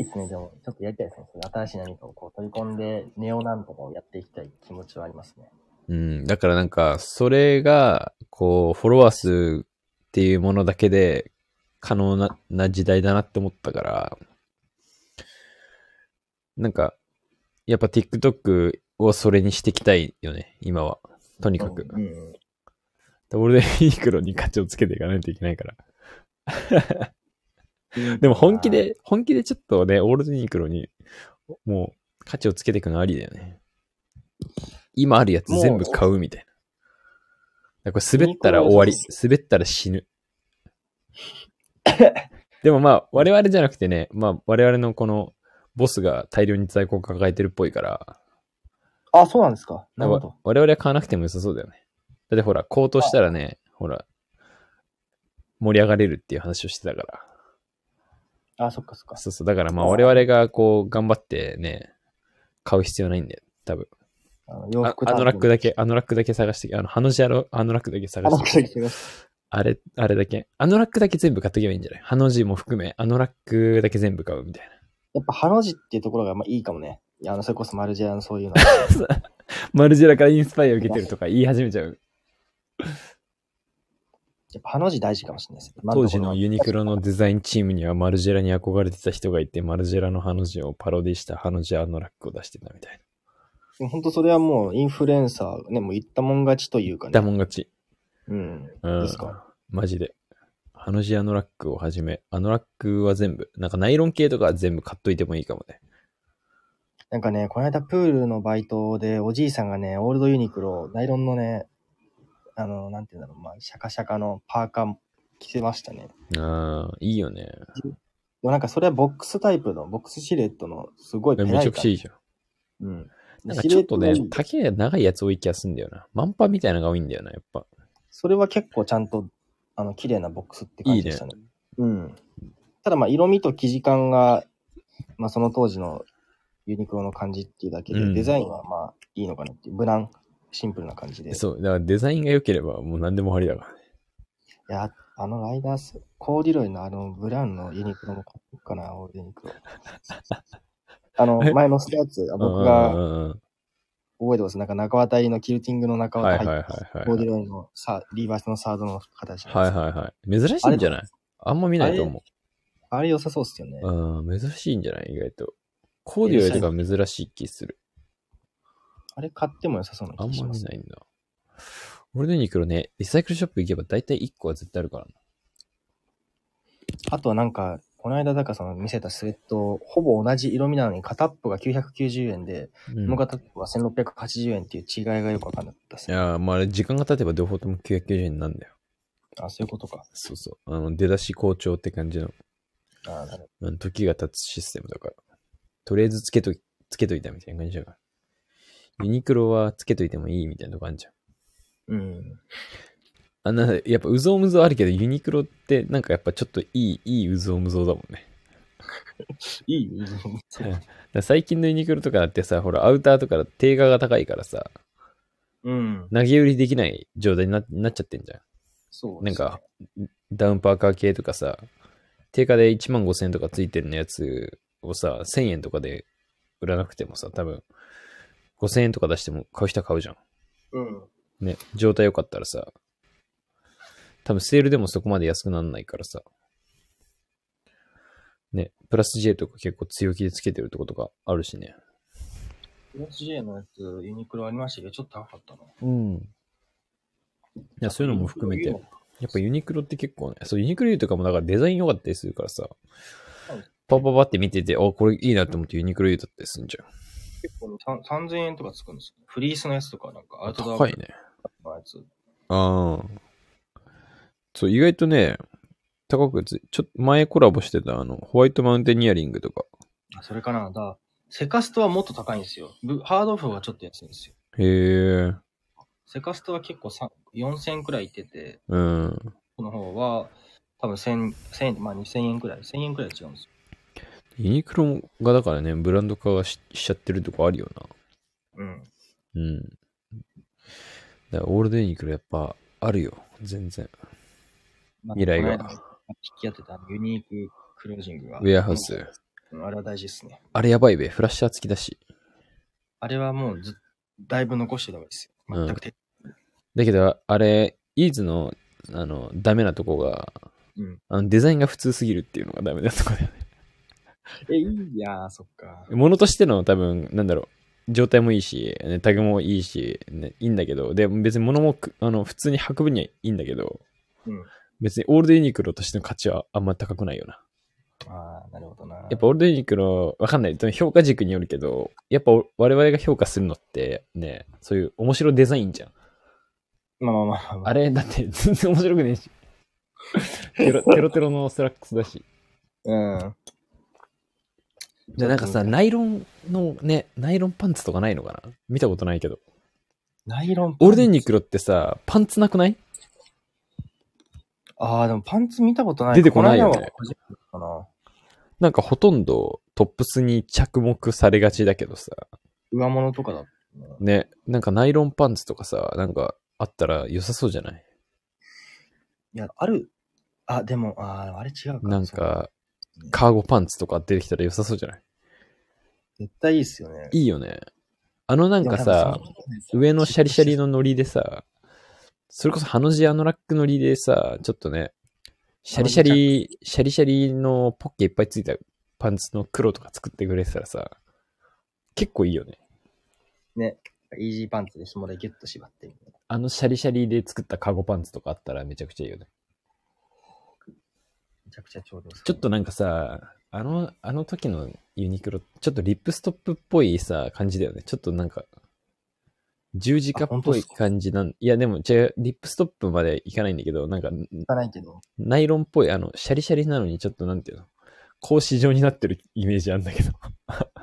S1: な
S2: をちょっ。といいな。いいですね、でも、ちょっとやりたいですね。そういう新しい何かをこう取り込んで、ネオなんとかをやっていきたい気持ちはありますね。
S1: うん、だからなんか、それが、こう、フォロワー数っていうものだけで可能なな時代だなって思ったから、なんか、やっぱ TikTok をそれにしていきたいよね、今は。とにかく。
S2: うんうん。
S1: 俺でユニクロに価値をつけていかないといけないから。でも本気で、本気でちょっとね、オールドユニクロに、もう、価値をつけていくのありだよね。今あるやつ全部買うみたいな。だからこれ滑ったら終わり
S2: ユニクロ。
S1: 滑ったら死 ぬ。でもまあ、我々じゃなくてね、まあ、我々のこの、ボスが大量に在庫を抱えてるっぽいから、
S2: あ、そうなんですか。なるほど。
S1: 我々は買わなくても良さそうだよね。だってほら、高騰したらね、ほら、盛り上がれるっていう話をしてたから。
S2: あ、そっかそっか。
S1: そうそう。だからまあ我々がこう頑張ってね、買う必要ないんだよ。多分。
S2: あの洋
S1: あ
S2: 服
S1: あのラック
S2: だ
S1: だけ、あのラックだけ探して、あの、ハの字あのあのラックだけ
S2: け。あ
S1: 探
S2: のラ
S1: し
S2: ッ
S1: て。
S2: クだけ着てます。
S1: あれ、あれだけ。あのラックだけ全部買っとけばいいんじゃないハの字も含め、あのラックだけ全部買うみたい
S2: やっぱ、ハの字っていうところがまあいいかもね。いや、あの、それこそマルジェラのそういうの。
S1: な。マルジェラからインスパイア受けてるとか言い始めちゃう。
S2: やっぱ、ハの字大事かもしれないです。
S1: 当時のユニクロのデザインチームにはマルジェラに憧れてた人がいて、マルジェラのハの字をパロディしたハの字あのラックを出してたみたいな。
S2: 本当それはもう、インフルエンサー、ね、もう言ったもん勝ちというか
S1: 言
S2: ね。
S1: ったもん勝ち。
S2: うん。
S1: うん
S2: ですか。
S1: マジで。ハの字アノラックをはじめ、アノラックは全部、なんかナイロン系とかは全部買っといてもいいかもね。
S2: なんかね、この間プールのバイトでおじいさんがね、オールドユニクロ、ナイロンのね、あの、なんていうんだろう、まあ、シャカシャカのパーカー着てましたね。
S1: ああ、いいよね。
S2: でもなんかそれはボックスタイプの、ボックスシルエットの、すごいペライ
S1: めちゃくちゃいいじゃん。
S2: ゃん。うん。
S1: なんかちょっとね
S2: シルエッ、トがいい
S1: 竹や長いやつ多い気がすんだよな。マンパみたいなのが多いんだよな、やっぱ。
S2: それは結構ちゃんと、あの、綺麗なボックスって感じでしたね。うん。ただまあ、色味と生地感が、まあ、その当時のユニクロの感じっていうだけで、
S1: うん
S2: デザインはまあ、いいのかなっていう、無難、シンプルな感じで。
S1: そう、だからデザインが良ければもう何でもありだからね。
S2: いや、あのライダース、コーディロイのあのブラウンのユニクロも買おうかな、オールユニ クロ。あの、前のスターツ、あ僕
S1: う
S2: が
S1: んうんうん
S2: 覚えてます。なんか中綿のキルティングの中
S1: はい
S2: 綿
S1: はいはいは
S2: 入
S1: い
S2: って、
S1: はい。
S2: コーディロイのサリーバースのサードの形の
S1: はい
S2: やつ。
S1: はいはい。珍しいんじゃないあんま見ないと思
S2: あれ良さそうっすよね。
S1: う。うん、珍しいんじゃない意外と。コーディオイとか珍しい気する。
S2: あれ買っても良さそうな
S1: あん
S2: 気し
S1: ま
S2: ま
S1: 見
S2: す。
S1: ないんだ。俺のユニクロね、リサイクルショップ行けば大体1個は絶対あるからな。
S2: あとはなんか、この間だからその見せたスウェット、ほぼ同じ色味なのに片っぽが990円で、
S1: うん
S2: もう片っぽが1680円っていう違いがよくわかんなかったっす
S1: い
S2: ね。
S1: やー、まああれ時間が経てば両方とも990円なんだよ。
S2: あ、そういうことか。
S1: そうそう。あの、出だし好調って感じの、
S2: あなるほど
S1: あの時が経つシステムだから。とりあえずつけとい、つけといたみたいな感じだから。ユニクロはつけといてもいいみたいなとこあるじゃん。
S2: うん。
S1: あんな、やっぱうぞうむぞうあるけど、ユニクロってなんかやっぱちょっといい、いいうぞうむぞうだもんね。
S2: いいいい
S1: だから最近のユニクロとかだってさ、ほら、アウターとか定価が高いからさ、
S2: うん。
S1: 投げ売りできない状態にななっちゃってんじゃん。
S2: そう
S1: な
S2: で
S1: ん
S2: すね
S1: か、ダウンパーカー系とかさ、定価で1万5千円とかついてるのやつをさ、1000円とかで売らなくてもさ、多分、5000円とか出しても買う人は買うじゃん。
S2: うん。
S1: ね、状態良かったらさ、多分セールでもそこまで安くなんないからさ。ね、プラス J とか結構強気でつけてるとことかあるしね。
S2: USJ のやつ、ユニクロありましたけど、ちょっと高かったな。
S1: うん。いや、そういうのも含めて、
S2: ユニク
S1: やっぱユニクロって結構ね、そう、ユニクロとかもだからデザイン良かったりするからさ
S2: うん、
S1: パパパって見てて、あ、これいいなって思ってユニクロ言うたってすんじゃん。
S2: ロ結構ね、さん3000円とかつくんですよ。フリースのやつとか、なんかアウトドア
S1: 高いね。
S2: のやつ。
S1: ああ。そう、意外とね、高くつ、ちょっと前コラボしてたあの、ホワイトマウンテンニアリングとか。
S2: あ、それかな。だ、セカストはもっと高いんですよ。ブハードオフはちょっと安いんですよ。
S1: へえ、
S2: セカストは結構さ4000円くらいいってて、
S1: うん。
S2: この方は、多分1000、1000円、まあ2000円くらい、1000円くらい違うんですよ。
S1: ユニクロがだからね、ブランド化がししちゃってるとこあるよな。
S2: うん。
S1: うん。だからオールデンユニクロやっぱあるよ。全然。
S2: まあ
S1: 未来が。
S2: この間引き合ってたユニーククロージングは。
S1: ウェアハウス。
S2: うん。あれは大事ですね。
S1: あれやばいべ。フラッシャー付きだし。
S2: あれはもうず、だいぶ残してた方がいいですよ。全くて。
S1: だけど、あれ、イーズの、あの、ダメなとこが、
S2: うん。
S1: あの、デザインが普通すぎるっていうのがダメなとこだよね。
S2: え、いいやー、そっか。
S1: 物としての多分、なんだろう、状態もいいし、ね、タグもいいし、ね、いいんだけど、で、別に物もく、あの、普通に運ぶにはいいんだけど、
S2: うん。
S1: 別にオールデンユニクロとしての価値はあんま高くないよな。
S2: ああ、なるほどな。
S1: やっぱオールデンユニクロ、わかんない。多分評価軸によるけど、やっぱ我々が評価するのって、ね、そういう面白デザインじゃん。
S2: まあまあまあまあ、
S1: あれ、だって全然面白くねえし。テロテロテロのスラックスだし。
S2: うん。
S1: じゃあなんかさ、ナイロンのね、ナイロンパンツとかないのかな見たことないけど。
S2: ナイロン。
S1: オールデンユニクロってさ、パンツなくない
S2: ああ、でもパンツ見たことない。
S1: 出てこないよね
S2: この間は初めてかな。
S1: なんかほとんどトップスに着目されがちだけどさ、
S2: 上物とかだ。
S1: ね、なんかナイロンパンツとかさ、なんかあったら良さそうじゃない
S2: いや、ある。あ、でも、ああ、あれ違うか。
S1: なんか
S2: そうね、
S1: カーゴパンツとか出てきたら良さそうじゃない
S2: 絶対いいっすよね。
S1: いいよね。あのなんかさ、上のシャリシャリのノリでさ、それこそハの字あのラックノリでさ、ちょっとね、シャリシャリ、シャリシャリのポッケいっぱいついたパンツの黒とか作ってくれてたらさ、結構いいよね。
S2: の。イージーパンツで紐でギュッと縛ってみたいな
S1: あのシャリシャリで作ったカゴパンツとかあったらめちゃくちゃいいよね。
S2: めちゃくちゃちょうどいいす
S1: ちょっとなんかさ、あの、あの時のユニクロ、ちょっとリップストップっぽいさ、感じだよね。ちょっとなんか、十字架っ
S2: あ本当
S1: ぽ
S2: っ
S1: い
S2: すか
S1: 感じなん、いやでも、じゃあリップストップまでいかないんだけど、なんか、
S2: いかないけど。
S1: ナイロンっぽい、あの、シャリシャリなのにちょっとなんていうの、格子状になってるイメージあんだけど。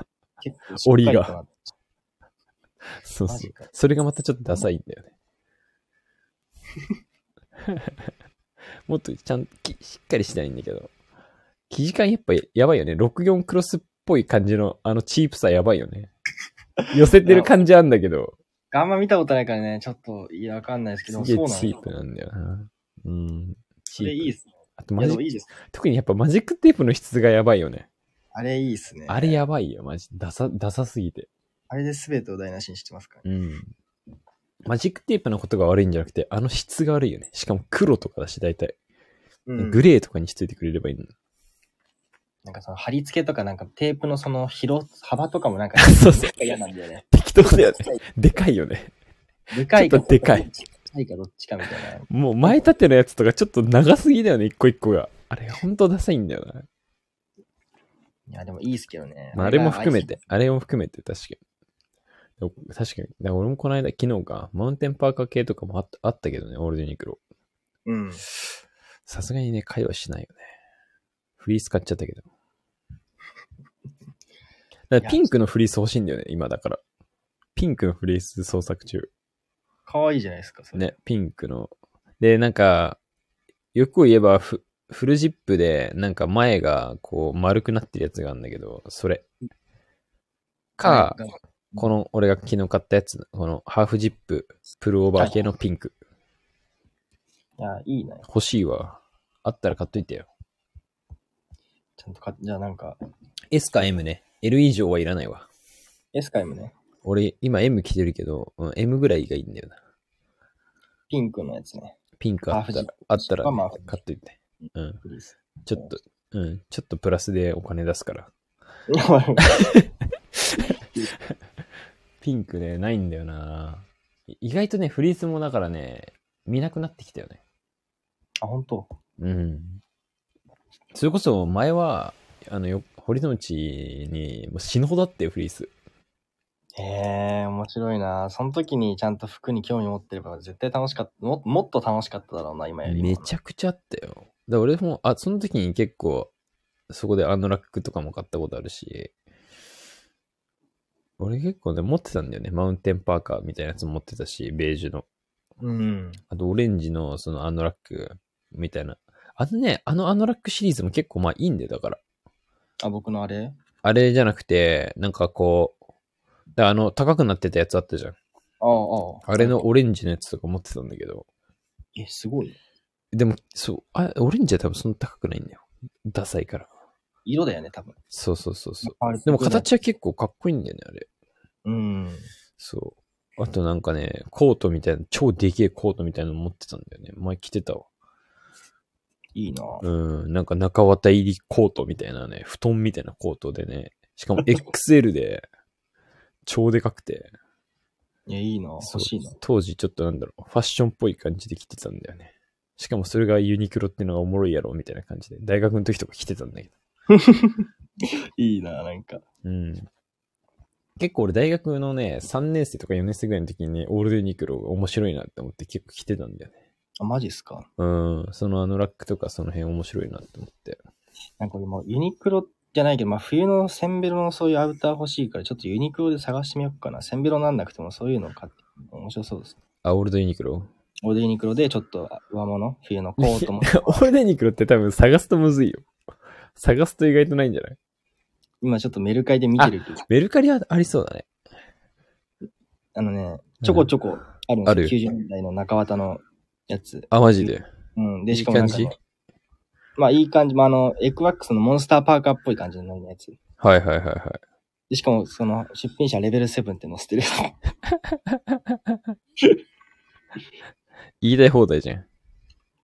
S2: 結構しっかりとなって。
S1: そう
S2: マ
S1: そ
S2: ジ
S1: う
S2: か。
S1: それがまたちょっとダサいんだよね。 もっとちゃんときしっかりしたいんだけど。生地感やっぱやばいよね。64クロスっぽい感じのあのチープさやばいよね。寄せてる感じあんだけど、
S2: あんま見たことないからね、ちょっと、いや、わかんないですけ
S1: す
S2: ど、
S1: げえ
S2: そうなん
S1: チー
S2: だ
S1: プ。なんだよな。うん。チ
S2: それ
S1: ープ。
S2: いいっすね。
S1: あと
S2: い
S1: マ
S2: や、
S1: ジ
S2: でもいいです。
S1: 特にやっぱマジックテープの質がやばいよね。
S2: あれいいっすね。
S1: あれやばいよ、マジ。ダサ、ダサすぎて。
S2: あれで全てを台無しにしてますからね。
S1: うん。マジックテープのことが悪いんじゃなくて、あの質が悪いよね。しかも黒とかだし、大体。
S2: うん
S1: グレーとかにしといてくれればいいの。
S2: なんかその貼り付けとかなんかテープのその広、幅とかもなんか
S1: そうそう
S2: 嫌なんだよね。
S1: 適当だよね。 でかいよね。
S2: でかい
S1: ちょっとでかい
S2: ちっちゃいかどっちかみたいな。
S1: もう前立てのやつとかちょっと長すぎだよね、一個一個が。あれ、ほんとダサいんだよな。
S2: いや、でもいいっすけどね。
S1: まあ、あれも含めて。、あれも含めて、確かに。でも確かに。だから俺もこの間、昨日か、マウンテンパーカー系とかもあったあったけどね、オールデンユニクロ。
S2: うん。
S1: さすがにね、会話しないよね。フリース買っちゃったけ ど。だからピンクのフリース欲しいんだよね、今だから。ピンクのフリース創作中。
S2: かわいいじゃないですか、それ。
S1: ね、ピンクの。で、なんか、よく言えばフ、フルジップで、なんか前がこう丸くなってるやつがあるんだけど、それ。か、
S2: なん
S1: この俺が昨日買ったやつ、このハーフジップ、プルオーバー系のピンク。
S2: や、いいね。
S1: 欲しいわ。あったら買っといてよ。
S2: ちゃんと買っじゃあなんか、
S1: S か M ね。L 以上はいらないわ。
S2: S カイムね。
S1: 俺、今 M 着てるけど、うん、M ぐらいがいいんだよな。
S2: ピンクのやつね。
S1: ピンクあ
S2: ハー
S1: っ
S2: フ
S1: た
S2: ジ
S1: ら
S2: ップ、
S1: あったら
S2: まあまあ
S1: 買っといて。うん。
S2: フリー ス。
S1: ちょっと、うん。ちょっとプラスでお金出すから。ピンクね、ないんだよな。い意外とね、フリースもだからね、見なくなってきたよね。
S2: あ、本当。
S1: うん。それこそ前は、あの、よ堀之内にもう死ぬほどあったよ、フリース。
S2: へえ、面白いな。その時にちゃんと服に興味持ってれば絶対楽しかった。ももっと楽しかっただろうな、今よりも。
S1: めちゃくちゃあったよ。だから俺も、あ、その時に結構、そこでアノラックとかも買ったことあるし、俺結構ね、持ってたんだよね。マウンテンパーカーみたいなやつ持ってたし、ベージュの。
S2: うん。
S1: あと、オレンジの、その、アノラック、みたいな。あのね、あのアノラックシリーズも結構、まあ、いいんだよ、だから。
S2: あ、僕のあれ
S1: あれじゃなくて、なんかこう、だからあの、高くなってたやつあったじゃん。
S2: ああ、ああ。
S1: あれのオレンジのやつとか持ってたんだけど。
S2: え、すごい。
S1: でも、そう、あオレンジは多分そんな高くないんだよ。ダサいから。
S2: 色だよね、多分。
S1: そうそうそうそう。
S2: あれ
S1: でも、形は結構かっこいいんだよね、あれ。
S2: うん。
S1: そう。あとなんかね、コートみたいな、超でけえコートみたいなの持ってたんだよね。前着てたわ。
S2: いいな。
S1: うん、なんか中綿入りコートみたいなね、布団みたいなコートでね、しか も XL で、超でかくて、
S2: いや、いいな。
S1: そ
S2: 欲
S1: う
S2: しいな。
S1: 当時ちょっとなんだろう、ファッションっぽい感じで着てたんだよね。しかもそれがユニクロってのがおもろいやろ、みたいな感じで、大学の時とか着てたんだけ
S2: いいな、なんか。
S1: ど。うん。結構俺大学のね、3年生とか4年生ぐらいの時にね、オールドユニクロが面白いなって思って結構着てたんだよね。
S2: あ、マジっすか。
S1: うん、そのあのラックとかその辺面白いなって思って。
S2: なんか俺もうユニクロじゃないけど、まあ冬のセンベロのそういうアウター欲しいから、ちょっとユニクロで探してみようかな。センベロなんなくてもそういうの買って、面白そうです。
S1: あ、オールドユニクロ
S2: 俺でユニクロでちょっと上物、冬のコートも。
S1: オールデニクロって多分探すとむずいよ。探すと意外とないんじゃない
S2: 今ちょっとメルカリで見てるけど、
S1: メルカリはありそうだね。
S2: あのね、ちょこちょこあるん
S1: あ
S2: で
S1: る
S2: すよ。90年代の中綿のやつ。
S1: あ、マジで。
S2: うん。
S1: い
S2: で、
S1: い
S2: しかもなんかね、まあいい感じ。まああの、エクワックスのモンスターパーカーっぽい感じのやつ。
S1: はいはいはいはい。
S2: で、しかもその出品者レベル7って載せてる。
S1: 言いたい放題じゃん。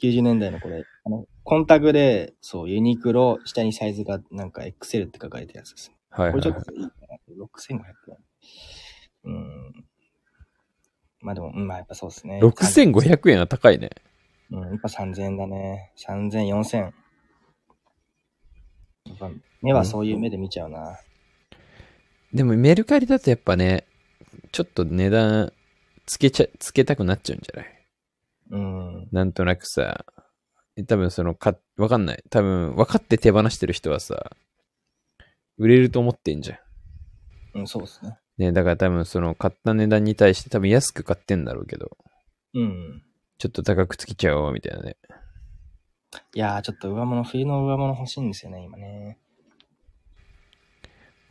S2: 90年代のこれ、あの、コンタグで、そう、ユニクロ、下にサイズがなんか XL って書かれたやつです。
S1: はいはい、
S2: これちょ
S1: は
S2: っといいかな。6500円。うん。まあでも、うんまあやっぱそうですね。
S1: い。6500円は高いね。
S2: うん、やっぱ3000円だね。3000、4000。やっぱ目はそういう目で見ちゃうな。
S1: でもメルカリだとやっぱね、ちょっと値段つけちゃ、つけたくなっちゃうんじゃない
S2: うん。
S1: なんとなくさ。多分その、か、わかんない。多分分かって手放してる人はさ、売れると思ってんじゃん。
S2: うん、そうですね。
S1: ね、だから多分その買った値段に対して多分安く買ってんだろうけど。
S2: うん。
S1: ちょっと高くつけちゃおうみたいなね。
S2: いやー、ちょっと上物、冬の上物欲しいんですよね、今ね。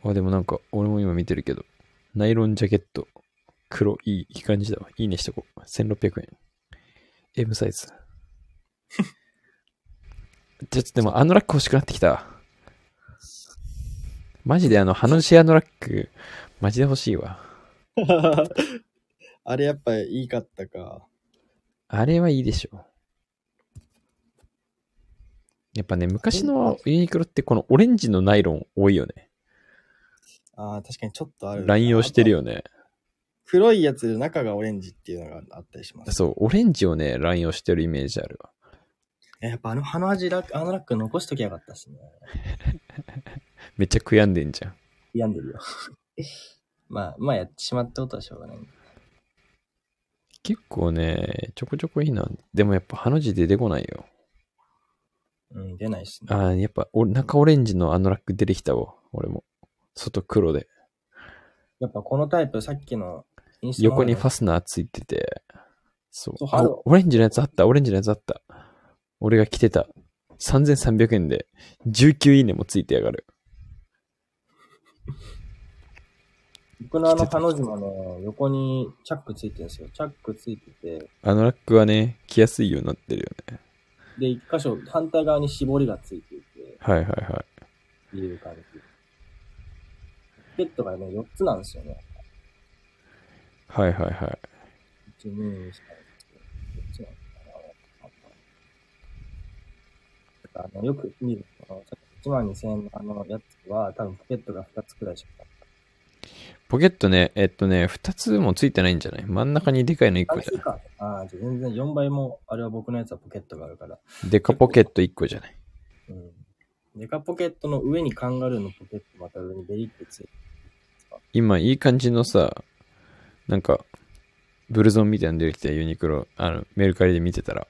S1: あ、でもなんか、俺も今見てるけど、ナイロンジャケット、黒、いい、いい感じだわ。いいねしとこう。1600円。M サイズ。 ちょっとでも、あのラック欲しくなってきた。マジであの、ハノシアのラック、マジで欲しいわ。
S2: あれやっぱいいかったか。
S1: あれはいいでしょう。やっぱね、昔のユニクロってこのオレンジのナイロン多いよね。
S2: ああ、確かにちょっとある。
S1: 乱用してるよね。
S2: 黒いやつで中がオレンジっていうのがあったりします。
S1: そう、オレンジをね、乱用してるイメージあるわ。
S2: えやっぱあの鼻味ラック、あのラック残しときゃよかったっすね。
S1: めっちゃ悔やんでんじゃん。
S2: 病んでるよ。 まあ、まあやってしまったことはしょうがない。
S1: 結構ね、ちょこちょこいいな。でもやっぱ、ハの字出てこないよ。
S2: うん、出ないっすね。
S1: ああ、やっぱお、中オレンジのあのラック出てきたわ。俺も。外黒で。
S2: やっぱこのタイプ、さっきのインスタ
S1: 横にフ
S2: ファ
S1: ァスナーついてて。そう。
S2: そう
S1: あ
S2: 春は
S1: オレンジのやつあった、オレンジのやつあった。俺が着てた。3300円で、19いいねもついてやがる。
S2: 僕のあの、ハの字もね、横にチャックついてるんですよ。チャックついてて、
S1: あのラックはね、着やすいようになってるよね。
S2: で、一箇所、反対側に絞りがついていて、
S1: はいはいはい。
S2: っていう感じ。ポケットがね、4つなんですよね。
S1: はいはいはい。
S2: 1、2、3、4、4つなんだな。あの、よく見る、この、1万2000円のあのやつは、多分ポケットが2つくらいしか
S1: ポケットね、えっとね、2つもついてないんじゃない真ん中にでかいの1個
S2: ない。
S1: じ
S2: 3
S1: ゃ
S2: か。ああ、じゃあ全然4倍も、あれは僕のやつはポケットがあるか
S1: な
S2: ら。
S1: いでかポケット1個じゃない
S2: うん。デカポケットの上にカンガルーのポケット、また上にベリってついて
S1: 今、いい感じのさ、なんか、ブルゾンみたいなの出てきて、ユニクロ、あの、メルカリで見てたら、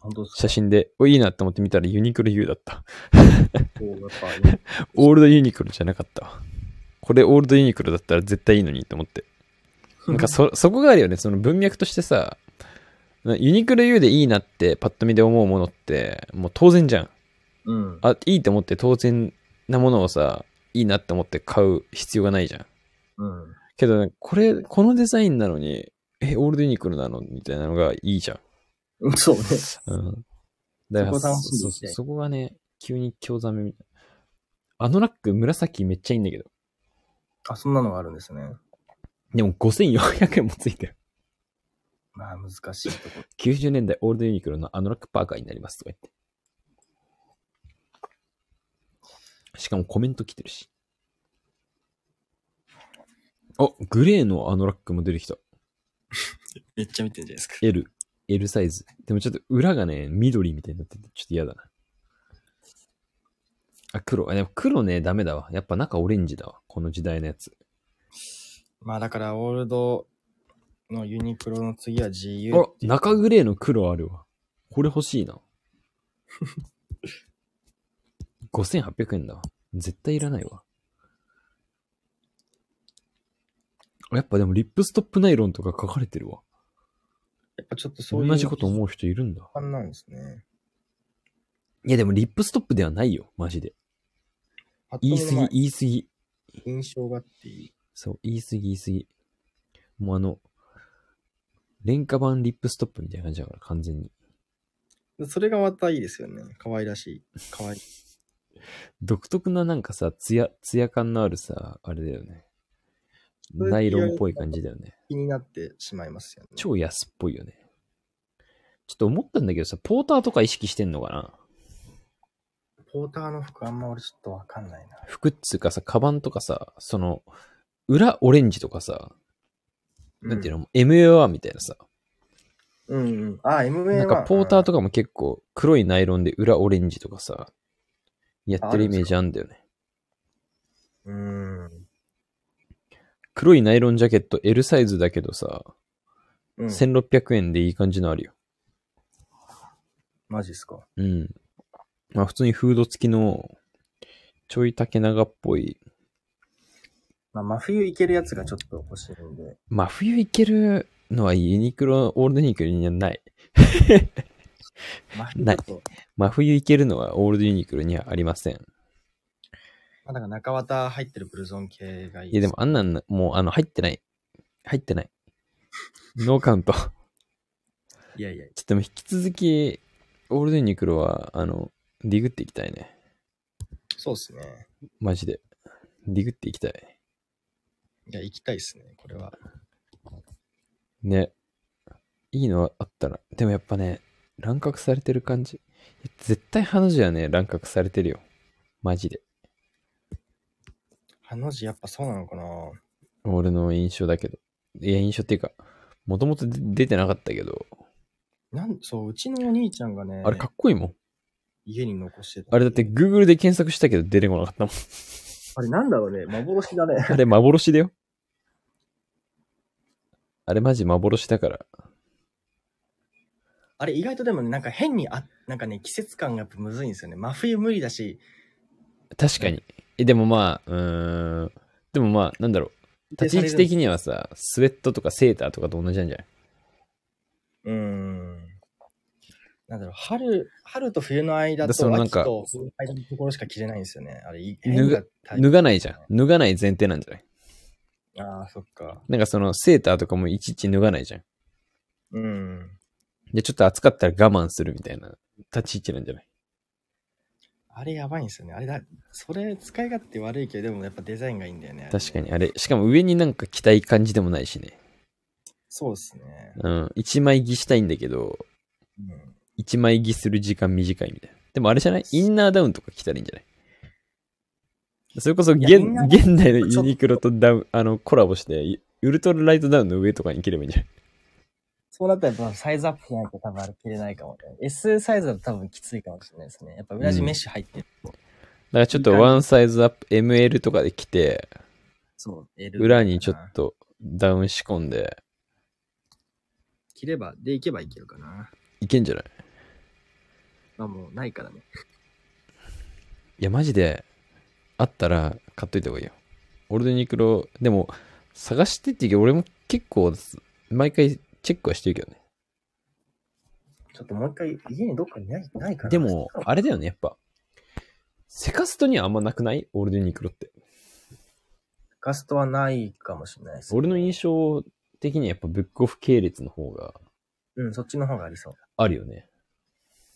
S2: 本当です
S1: 写
S2: か
S1: 真で、お、いいなって思って見たらユニクロ U だった。
S2: こうやっぱ、ね、
S1: オールドユニクロじゃなかったわ。これオールドユニクロだったら絶対いいのにって思って。なんかそ、そこがあるよね。その文脈としてさ、なユニクロ U でいいなってパッと見で思うものって、もう当然じゃん。
S2: うん。
S1: あ、いいって思って当然なものをさ、いいなって思って買う必要がないじゃん。
S2: うん。
S1: けど、ね、これ、このデザインなのに、え、オールドユニクロなのみたいなのがいいじゃん。
S2: うんそうね。
S1: うん。だから、
S2: そこ楽しみ
S1: そ
S2: に
S1: そ
S2: して
S1: そこがね、急に興ざめみたいな。あのラック紫めっちゃいいんだけど。
S2: あ、そんなのがあるんですね。
S1: でも5400円もついてる。
S2: まあ、難しいところ。
S1: 90年代オールドユニクロのあのラックパーカーになりますとか言って。しかもコメント来てるし。あ、グレーのあのラックも出てきた。
S2: めっちゃ見てるじゃないですか。
S1: L。L サイズ。でもちょっと裏がね、緑みたいになってて、ちょっと嫌だな。あ、黒。あ、でも黒ね、ダメだわ。やっぱ中オレンジだわ。この時代のやつ。
S2: まあ、だから、オールドのユニクロの次は GU。
S1: あ、中グレーの黒あるわ。これ欲しいな。5800円だわ。絶対いらないわ。やっぱでもリップストップナイロンとか書かれてるわ。
S2: やっぱちょっとそういう。
S1: 同じこと思う人いるんだ。
S2: う。なんですね。
S1: いやでもリップストップではないよ。マジで。
S2: パッと
S1: 言
S2: 見
S1: い過ぎ、言い過ぎ。
S2: まあ印象がってい
S1: そう、言い過ぎ言い過ぎ。もうあの、廉価版リップストップみたいな感じだから、完全に。
S2: い。それがまたいいですよね。可愛らしい。可愛い。
S1: 独特ななんかさ、ツヤ、ツヤ感のあるさ、あれだよね。
S2: それ
S1: ナイロンっぽい感じだよね。
S2: 気になってしまいますよね。
S1: 超安っぽいよね。ちょっと思ったんだけどさ、ポーターとか意識してんのかな
S2: ポーターの服あんま俺ちょっとわかんないな。
S1: 服っつうかさ、カバンとかさ、その、裏オレンジとかさ、なんていうの、MAR みたいなさ、
S2: うんうん。あ、MA は
S1: なんかポーターとかも結構黒いナイロンで裏オレンジとかさ、やってるイメージあんだよね。
S2: うん。
S1: 黒いナイロンジャケット L サイズだけどさ、
S2: うん。
S1: 1600円でいい感じのあるよ。
S2: マジっすか。
S1: うん。まあ普通にフード付きの、ちょい竹長っぽい。
S2: まあ、真冬いけるやつがちょっと欲しいんで。
S1: まあ冬いけるのはユニクロ、オールドユニクロにはない。
S2: 真冬だと、
S1: 真冬いけるのはオールドユニクロにはありません。
S2: まあ、だから中綿入ってるブルゾン系がいい。
S1: いやでも。あんなんな、もうあの入ってない。入ってない。ノーカウント。
S2: いやいや、
S1: ちょっともう引き続き、オールドユニクロは、あの、ディグっていきたいね。
S2: そうっすね。
S1: マジで。ディグっていきたい。
S2: いや、行きたいっすね、これは。
S1: ね。いいのあったら。でもやっぱね、乱獲されてる感じ。いや絶対ハの字はね、乱獲されてるよ。マジで。
S2: ハの字やっぱそうなのかな
S1: 俺の印象だけど。いや、印象っていうか、もともと出てなかったけど、
S2: なん、そう、うちのお兄ちゃんがね、
S1: あれかっこいいもん。
S2: 家に残してた。
S1: あれだって Google で検索したけど出てこなかった もん。
S2: あれなんだろうね、幻だね。
S1: あれ幻だよ。あれマジ幻だから。
S2: あれ意外とでもね、なんか変にあ、なんかね、季節感がやっぱむずいんですよね。真冬無理だし、
S1: 確かに。え、でもまあ、うーん。でもまあ、なんだろう。立ち位置的にはさ、スウェットとかセーターとかと同じなんじゃないう
S2: ーん。なんだろう、春、春と冬の間
S1: だその
S2: と
S1: なん
S2: 秋
S1: か
S2: と冬の間のところしか着れないんですよね。あれ、い
S1: 脱が
S2: 変なタイプ
S1: 脱がないじゃん。脱がない前提なんじゃない
S2: ああ、そっか。
S1: なんかそのセーターとかもいちいち脱がないじゃん。
S2: うん。
S1: で、ちょっと暑かったら我慢するみたいな立ち位置なんじゃない
S2: あれやばいんですよね。あれだ、それ使い勝手悪いけど、でもやっぱデザインがいいんだよね。
S1: 確かにあれ。しかも上になんか着たい感じでもないしね。
S2: そうですね。
S1: うん。一枚着したいんだけど、
S2: うん。
S1: 一枚着する時間短いみたいな。でもあれじゃないインナーダウンとか着たらいいんじゃないそれこそ
S2: いや
S1: 現
S2: インナーダウ
S1: 現代のユニクロとダウン、あの、コラボして、ウルトラライトダウンの上とかに着ればいいんじゃない
S2: そうなったらやっぱサイズアップしないと多分あれ着れないかもね。S サイズだと多分きついかもしれないですね。やっぱ裏地メッシュ入ってる。
S1: だからちょっとワンサイズアップ ML とかで着て、
S2: そう、L
S1: 裏にちょっ。とダウン仕込んで、
S2: 着れば、でいけばいけるかな。
S1: いけんじゃない
S2: まあもうないからね。
S1: いや、マジで、あったら買っといた方がいいよ。俺とユニクロ、でも、探してって言うけど、俺も結構、毎回チェックはしてるけどね。
S2: ちょっともう一回、家にどっかにないないかな。
S1: でも、あれだよね、やっぱ。セカストにはあんまなくないオールデニクロって。
S2: ガストはないかもしれないです。
S1: 俺の印象的にはやっぱブックオフ系列の方が
S2: うん、そっちの方がありそう。
S1: あるよね。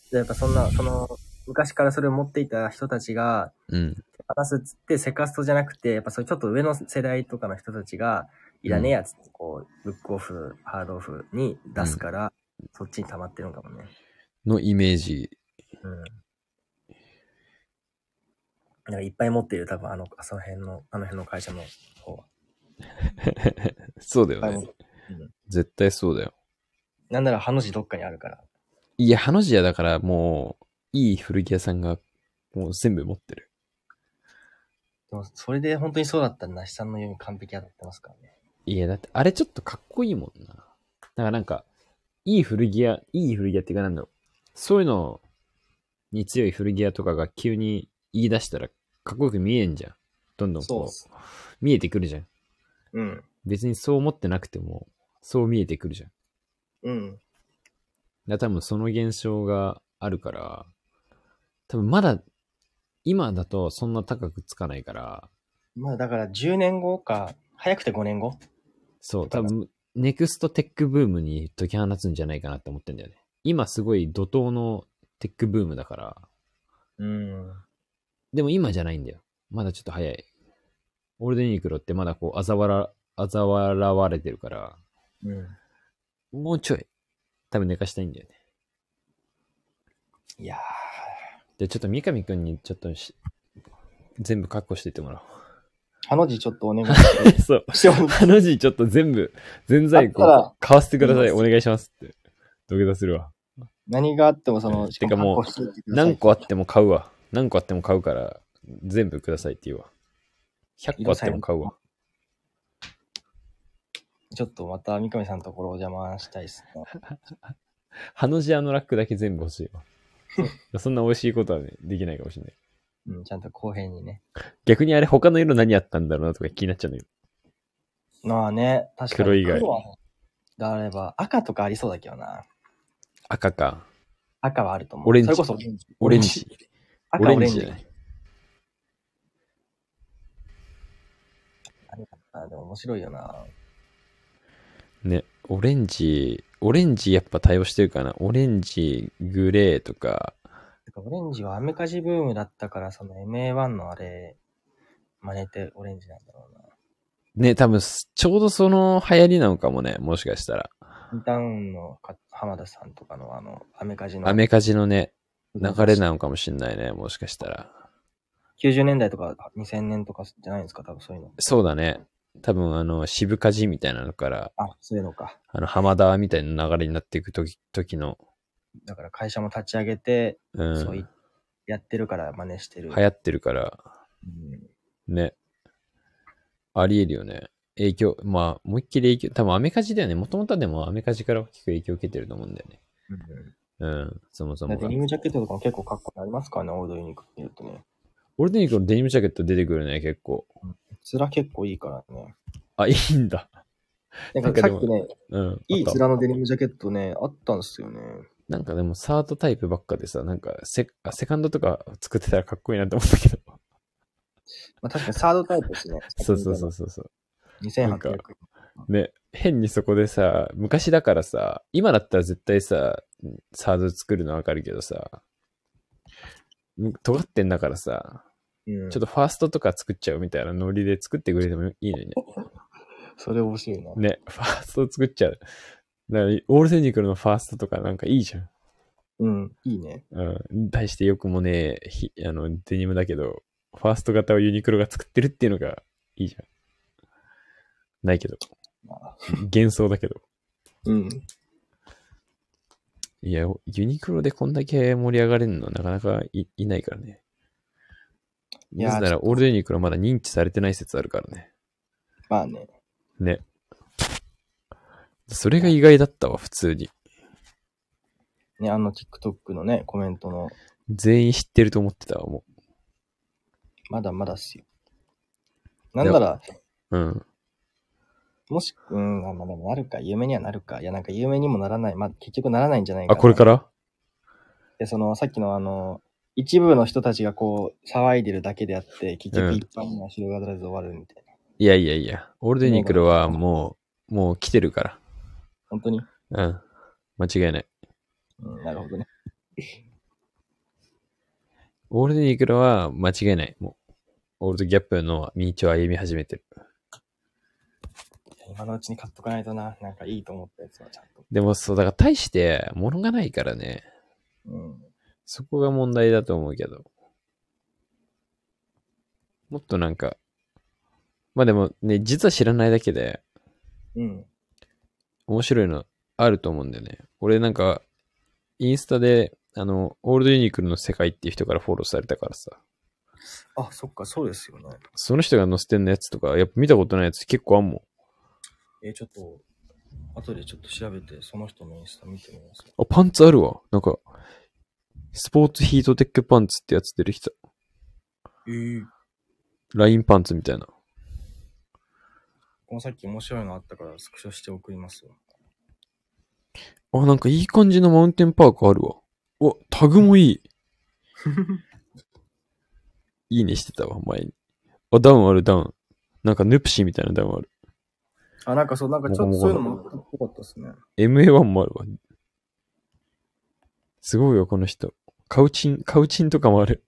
S2: でやっぱそんな、その、昔からそれを持っていた人たちが、
S1: うん。
S2: 話すっつって、セカストじゃなくて、やっぱそういうちょっと上の世代とかの人たちが、いらねえやつって、こう、ブックオフ、ハードオフに出すから、そっちに溜まってるのかもね。
S1: のイメージ。
S2: うん。なんかいっぱい持ってる、多分あの、その辺の、あの辺の会社の方は。
S1: そうだ
S2: いっぱ
S1: よ
S2: い持っ
S1: ね
S2: て。るうん
S1: 絶対そうだよ。
S2: なんなら、ハの字どっかにあるから。
S1: いや、ハの字屋だからもう、いい古着屋さんがもう全部持ってる。
S2: でも、それで本当にそうだったら、なしさんのように完璧当たってますからね。
S1: いや、だってあれちょっとかっこいいもんな。だからなんか、いい古着屋、いい古着屋っていうかなんだろう。そういうのに強い古着屋とかが急に言い出したらかっこよく見えんじゃん。どんどん
S2: そうっ
S1: こ
S2: す
S1: う、見えてくるじゃん。
S2: うん。
S1: 別にそう思ってなくても、そう見えてくるじゃん。
S2: うん。
S1: だから多分その現象があるから、多分まだ、今だとそんな高くつかないから、
S2: まあ、だから、10年後か、早くて5年後
S1: そう、
S2: だ
S1: 多
S2: から
S1: 分、ネクストテックブームに解き放つんじゃないかなって思ってんだよね。今すごい怒涛のテックブームだから、
S2: うん。
S1: でも今じゃないんだよ。まだちょっと早い。オールデンニクロってまだこう、あざわら、あざ笑われてるから、
S2: うん。
S1: もうちょい、多分寝かしたいんだよね。
S2: いや
S1: で、ちょっと三上くんにちょっとし、全部確保していってもら
S2: ー、ハの字ちょっとお願いし
S1: おう。そう。
S2: ます。 しても
S1: ハの字ちょっと全部、全在庫
S2: あったら、
S1: 買わせてください。
S2: う
S1: お
S2: ん
S1: 願いしますって。土下座するわ。
S2: 何があっても、そ
S1: うん
S2: の、
S1: てかもう
S2: しか発行してください
S1: 何個あっても買うわ。何個あっても買うから、全部くださいって言うわ。100個あっても買うわ。
S2: ちょっとまた三上さんのところお邪魔したいですね。
S1: ハの字屋のラックだけ全部欲しいわ。 そんな美味しいことはね、できないかもしれない。
S2: うん、ちゃんと公平にね。
S1: 逆にあれ他の色何あったんだろうなとか気になっちゃうんだけど。
S2: まあね、確かに。
S1: 黒以外
S2: 黒はがあれば、赤とかありそうだけどな。
S1: 赤か。
S2: 赤はあると思う。
S1: オレンジ
S2: それこそオレンジ。
S1: オレンジ。
S2: 赤
S1: オ
S2: オ
S1: レ
S2: レン
S1: ン
S2: ジ
S1: ジじゃない。
S2: あでも面白いよな。
S1: ね、オレンジ、オレンジやっぱ対応してるかな。オレンジ、グレーとか、
S2: てかオレンジはアメカジブームだったから、その MA1 のあれ、真似てオレンジなんだろうな。
S1: ね、多分す、ちょうどその流行りなのかもね、もしかしたら。
S2: インタウンのか浜田さんとかのあの、アメカジの。
S1: アメカジのね、流れなのかもしんないね、もしかしたら。
S2: 90年代とか2000年とかじゃないんですか、多分そういうの。
S1: そうだね。多分、あの、渋カジみたいなのから、
S2: あ、そういうのか。
S1: あの、浜田みたいな流れになっていくとき、時の、
S2: だから会社も立ち上げて、
S1: う
S2: そうい
S1: ん、
S2: やってるから真似してる。
S1: 流行ってるから、
S2: うん
S1: ね。ありえるよね。影響、まあ、思いっきり影響、多分アメカジだよね。もともとはでもアメカジから大きく影響を受けてると思うんだよね。うん、そもそ
S2: だ
S1: も
S2: って
S1: が
S2: デニ。ムジャケットとかも結構かっこいいのありますからね、オールドユニークって言うとね。
S1: 俺的にこのデニムジャケット出てくるね、結構。
S2: 面結構いいからね。
S1: あ、いいんだ。な
S2: なんん
S1: か
S2: か
S1: で
S2: さ
S1: も
S2: っきね、
S1: うん。
S2: いい
S1: あった
S2: 面のデニムジャケットね、あったんですよね。
S1: なんかでもサードタイプばっかでさ、なんかセあセカンドとか作ってたらかっこいいなと思ったけど。
S2: まあ確かにサードタイプですね
S1: 。そうそうそうそうそう。なん
S2: 2800
S1: か
S2: 円。
S1: ね、変にそこでさ、昔だからさ、今だったら絶対さ、サード作るのわかるけどさ、む尖ってんだからさ、
S2: うん、
S1: ちょっとファーストとか作っちゃうみたいなノリで作ってくれてもいいのにね。
S2: それ面白いな。
S1: ね、ファースト作っちゃう。だから、オールセニクルのファーストとかなんかいいじゃん。
S2: うん、いいね。
S1: うん。対してよくもねえ、ひあの、デニムだけど、ファースト型をユニクロが作ってるっていうのがいいじゃん。ないけど。
S2: まあ
S1: 幻想だけど。
S2: うん。
S1: いや、ユニクロでこんだけ盛り上がれるのなかなかいいないからね。
S2: いや
S1: なぜなら、オールドユニクロまだ認知されてない説あるからね。
S2: まあね。
S1: ね。それが意外だったわ、普通に。
S2: ね、あの TikTok のね、コメントの、
S1: 全員知ってると思ってたわ、も
S2: まだまだっすよ。なんなら、
S1: う。うん。
S2: もし、うん、まあまあでもなるか、有名にはなるか。いや、なんか有名にもならない。まあ、結局ならないんじゃないか
S1: あ、
S2: な。
S1: これから
S2: で、その、さっきのあの、一部の人たちがこう、騒いでるだけであって、結
S1: う
S2: 局
S1: ん
S2: 一般には広がらず終わるみたいな。
S1: いやいやいや、オールドユニクロはもう、もう来てるか
S2: 本当に
S1: ら。うん。間違いない。
S2: うん、なるほどね。
S1: オールドユニクロは間違いない。もう、オールドギャップの道を歩み始めてる。
S2: 今のうちに買っとかないとな、なんかいいと思ったやつはちゃんと。
S1: でも、そう、だから、大して物がないからね。
S2: うん。
S1: そこが問題だと思うけど。もっとなんか、まあでもね、実は知らないだけで
S2: うん。
S1: 面白いのあると思うんだよね。俺なんか、インスタで、あの、オールドユニクルの世界っていう人からフォローされたからさ、
S2: あ、そっか、そうですよね。
S1: その人が載せてんのやつとか、やっぱ見たことないやつ結構あんもん。
S2: えーちょっと、後でちょっと調べて、その人のインスタ見てみます。
S1: あ、パンツあるわ。なんか、スポーツヒートテックパンツってやつ出てきた。
S2: えー、
S1: ラインパンツみたいな。
S2: このさっき面白いのあったから、スクショして送りますよ。
S1: あ、なんかいい感じのマウンテンパークあるわ。うわ、タグもいい。いいねしてたわ、前に。あ、ダウンある、ダウン。なんかヌプシーみたいなダウンある。
S2: あ、なんかそう、なんかちょっとそういうのもあったっぽかったですね。
S1: MA1 もあるわ。すごいよ、この人。カウチン、カウチンとかもある。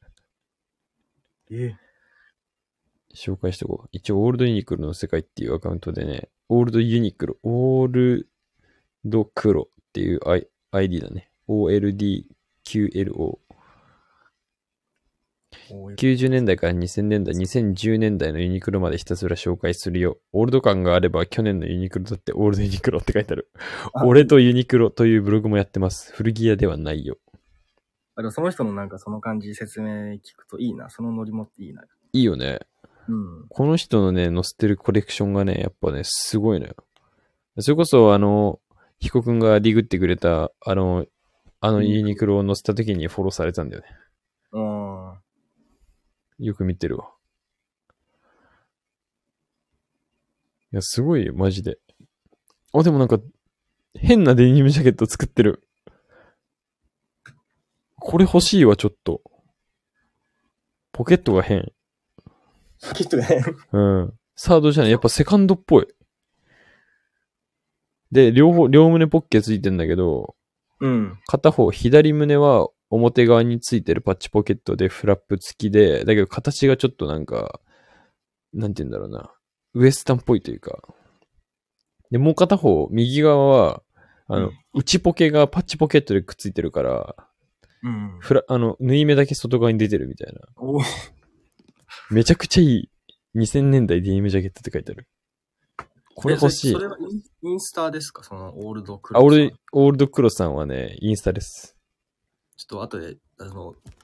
S2: え
S1: 紹介してこう。一応、オールドユニクロの世界っていうアカウントでね、オールドユニクロ、オールドクロっていう I- ID だね。OLDQLO。
S2: おー
S1: 90年代から2000年代、2010年代のユニクロまでひたすら紹介するよ。オールド感があれば去年のユニクロだってオールドユニクロって書いてある。
S2: あ
S1: 俺とユニクロというブログもやってます。古着屋ではないよ。
S2: あ、でもその人のなんかその感じ説明聞くといいな。そのノリもっていいな。
S1: いいよね。
S2: うん。
S1: この人のね、載せてるコレクションがね、やっぱね、すごいのよ。それこそ、あの、ヒコくんがディグってくれた、あの、あのユニクロを載せた時にフォローされたんだよね。
S2: うん。
S1: よく見てるわ。いや、すごいよ、マジで。あ、でもなんか、変なデニムジャケット作ってる。これ欲しいわ、ちょっと。ポケットが変。
S2: きっとね。
S1: うん。サードじゃない、やっぱセカンドっぽい。で、両方、両胸ポッケついてんだけど、
S2: うん。
S1: 片方、左胸は表側についてるパッチポケットでフラップ付きで、だけど形がちょっとなんか、なんて言うんだろうな。ウエスタンっぽいというか。で、もう片方、右側は、あの、
S2: うん
S1: 内ポケがパッチポケットでくっついてるから、
S2: うん。
S1: フラ、あの、縫い目だけ外側に出てるみたいな。
S2: お
S1: めちゃくちゃいい。2000年代 DM ジャケットって書いてある。これ欲しい
S2: そ。れはインインスタですかそのオールドク
S1: あ、
S2: ロスさん
S1: 俺、オールドクロさんはね、インスタです。
S2: ちょっと後で、あの、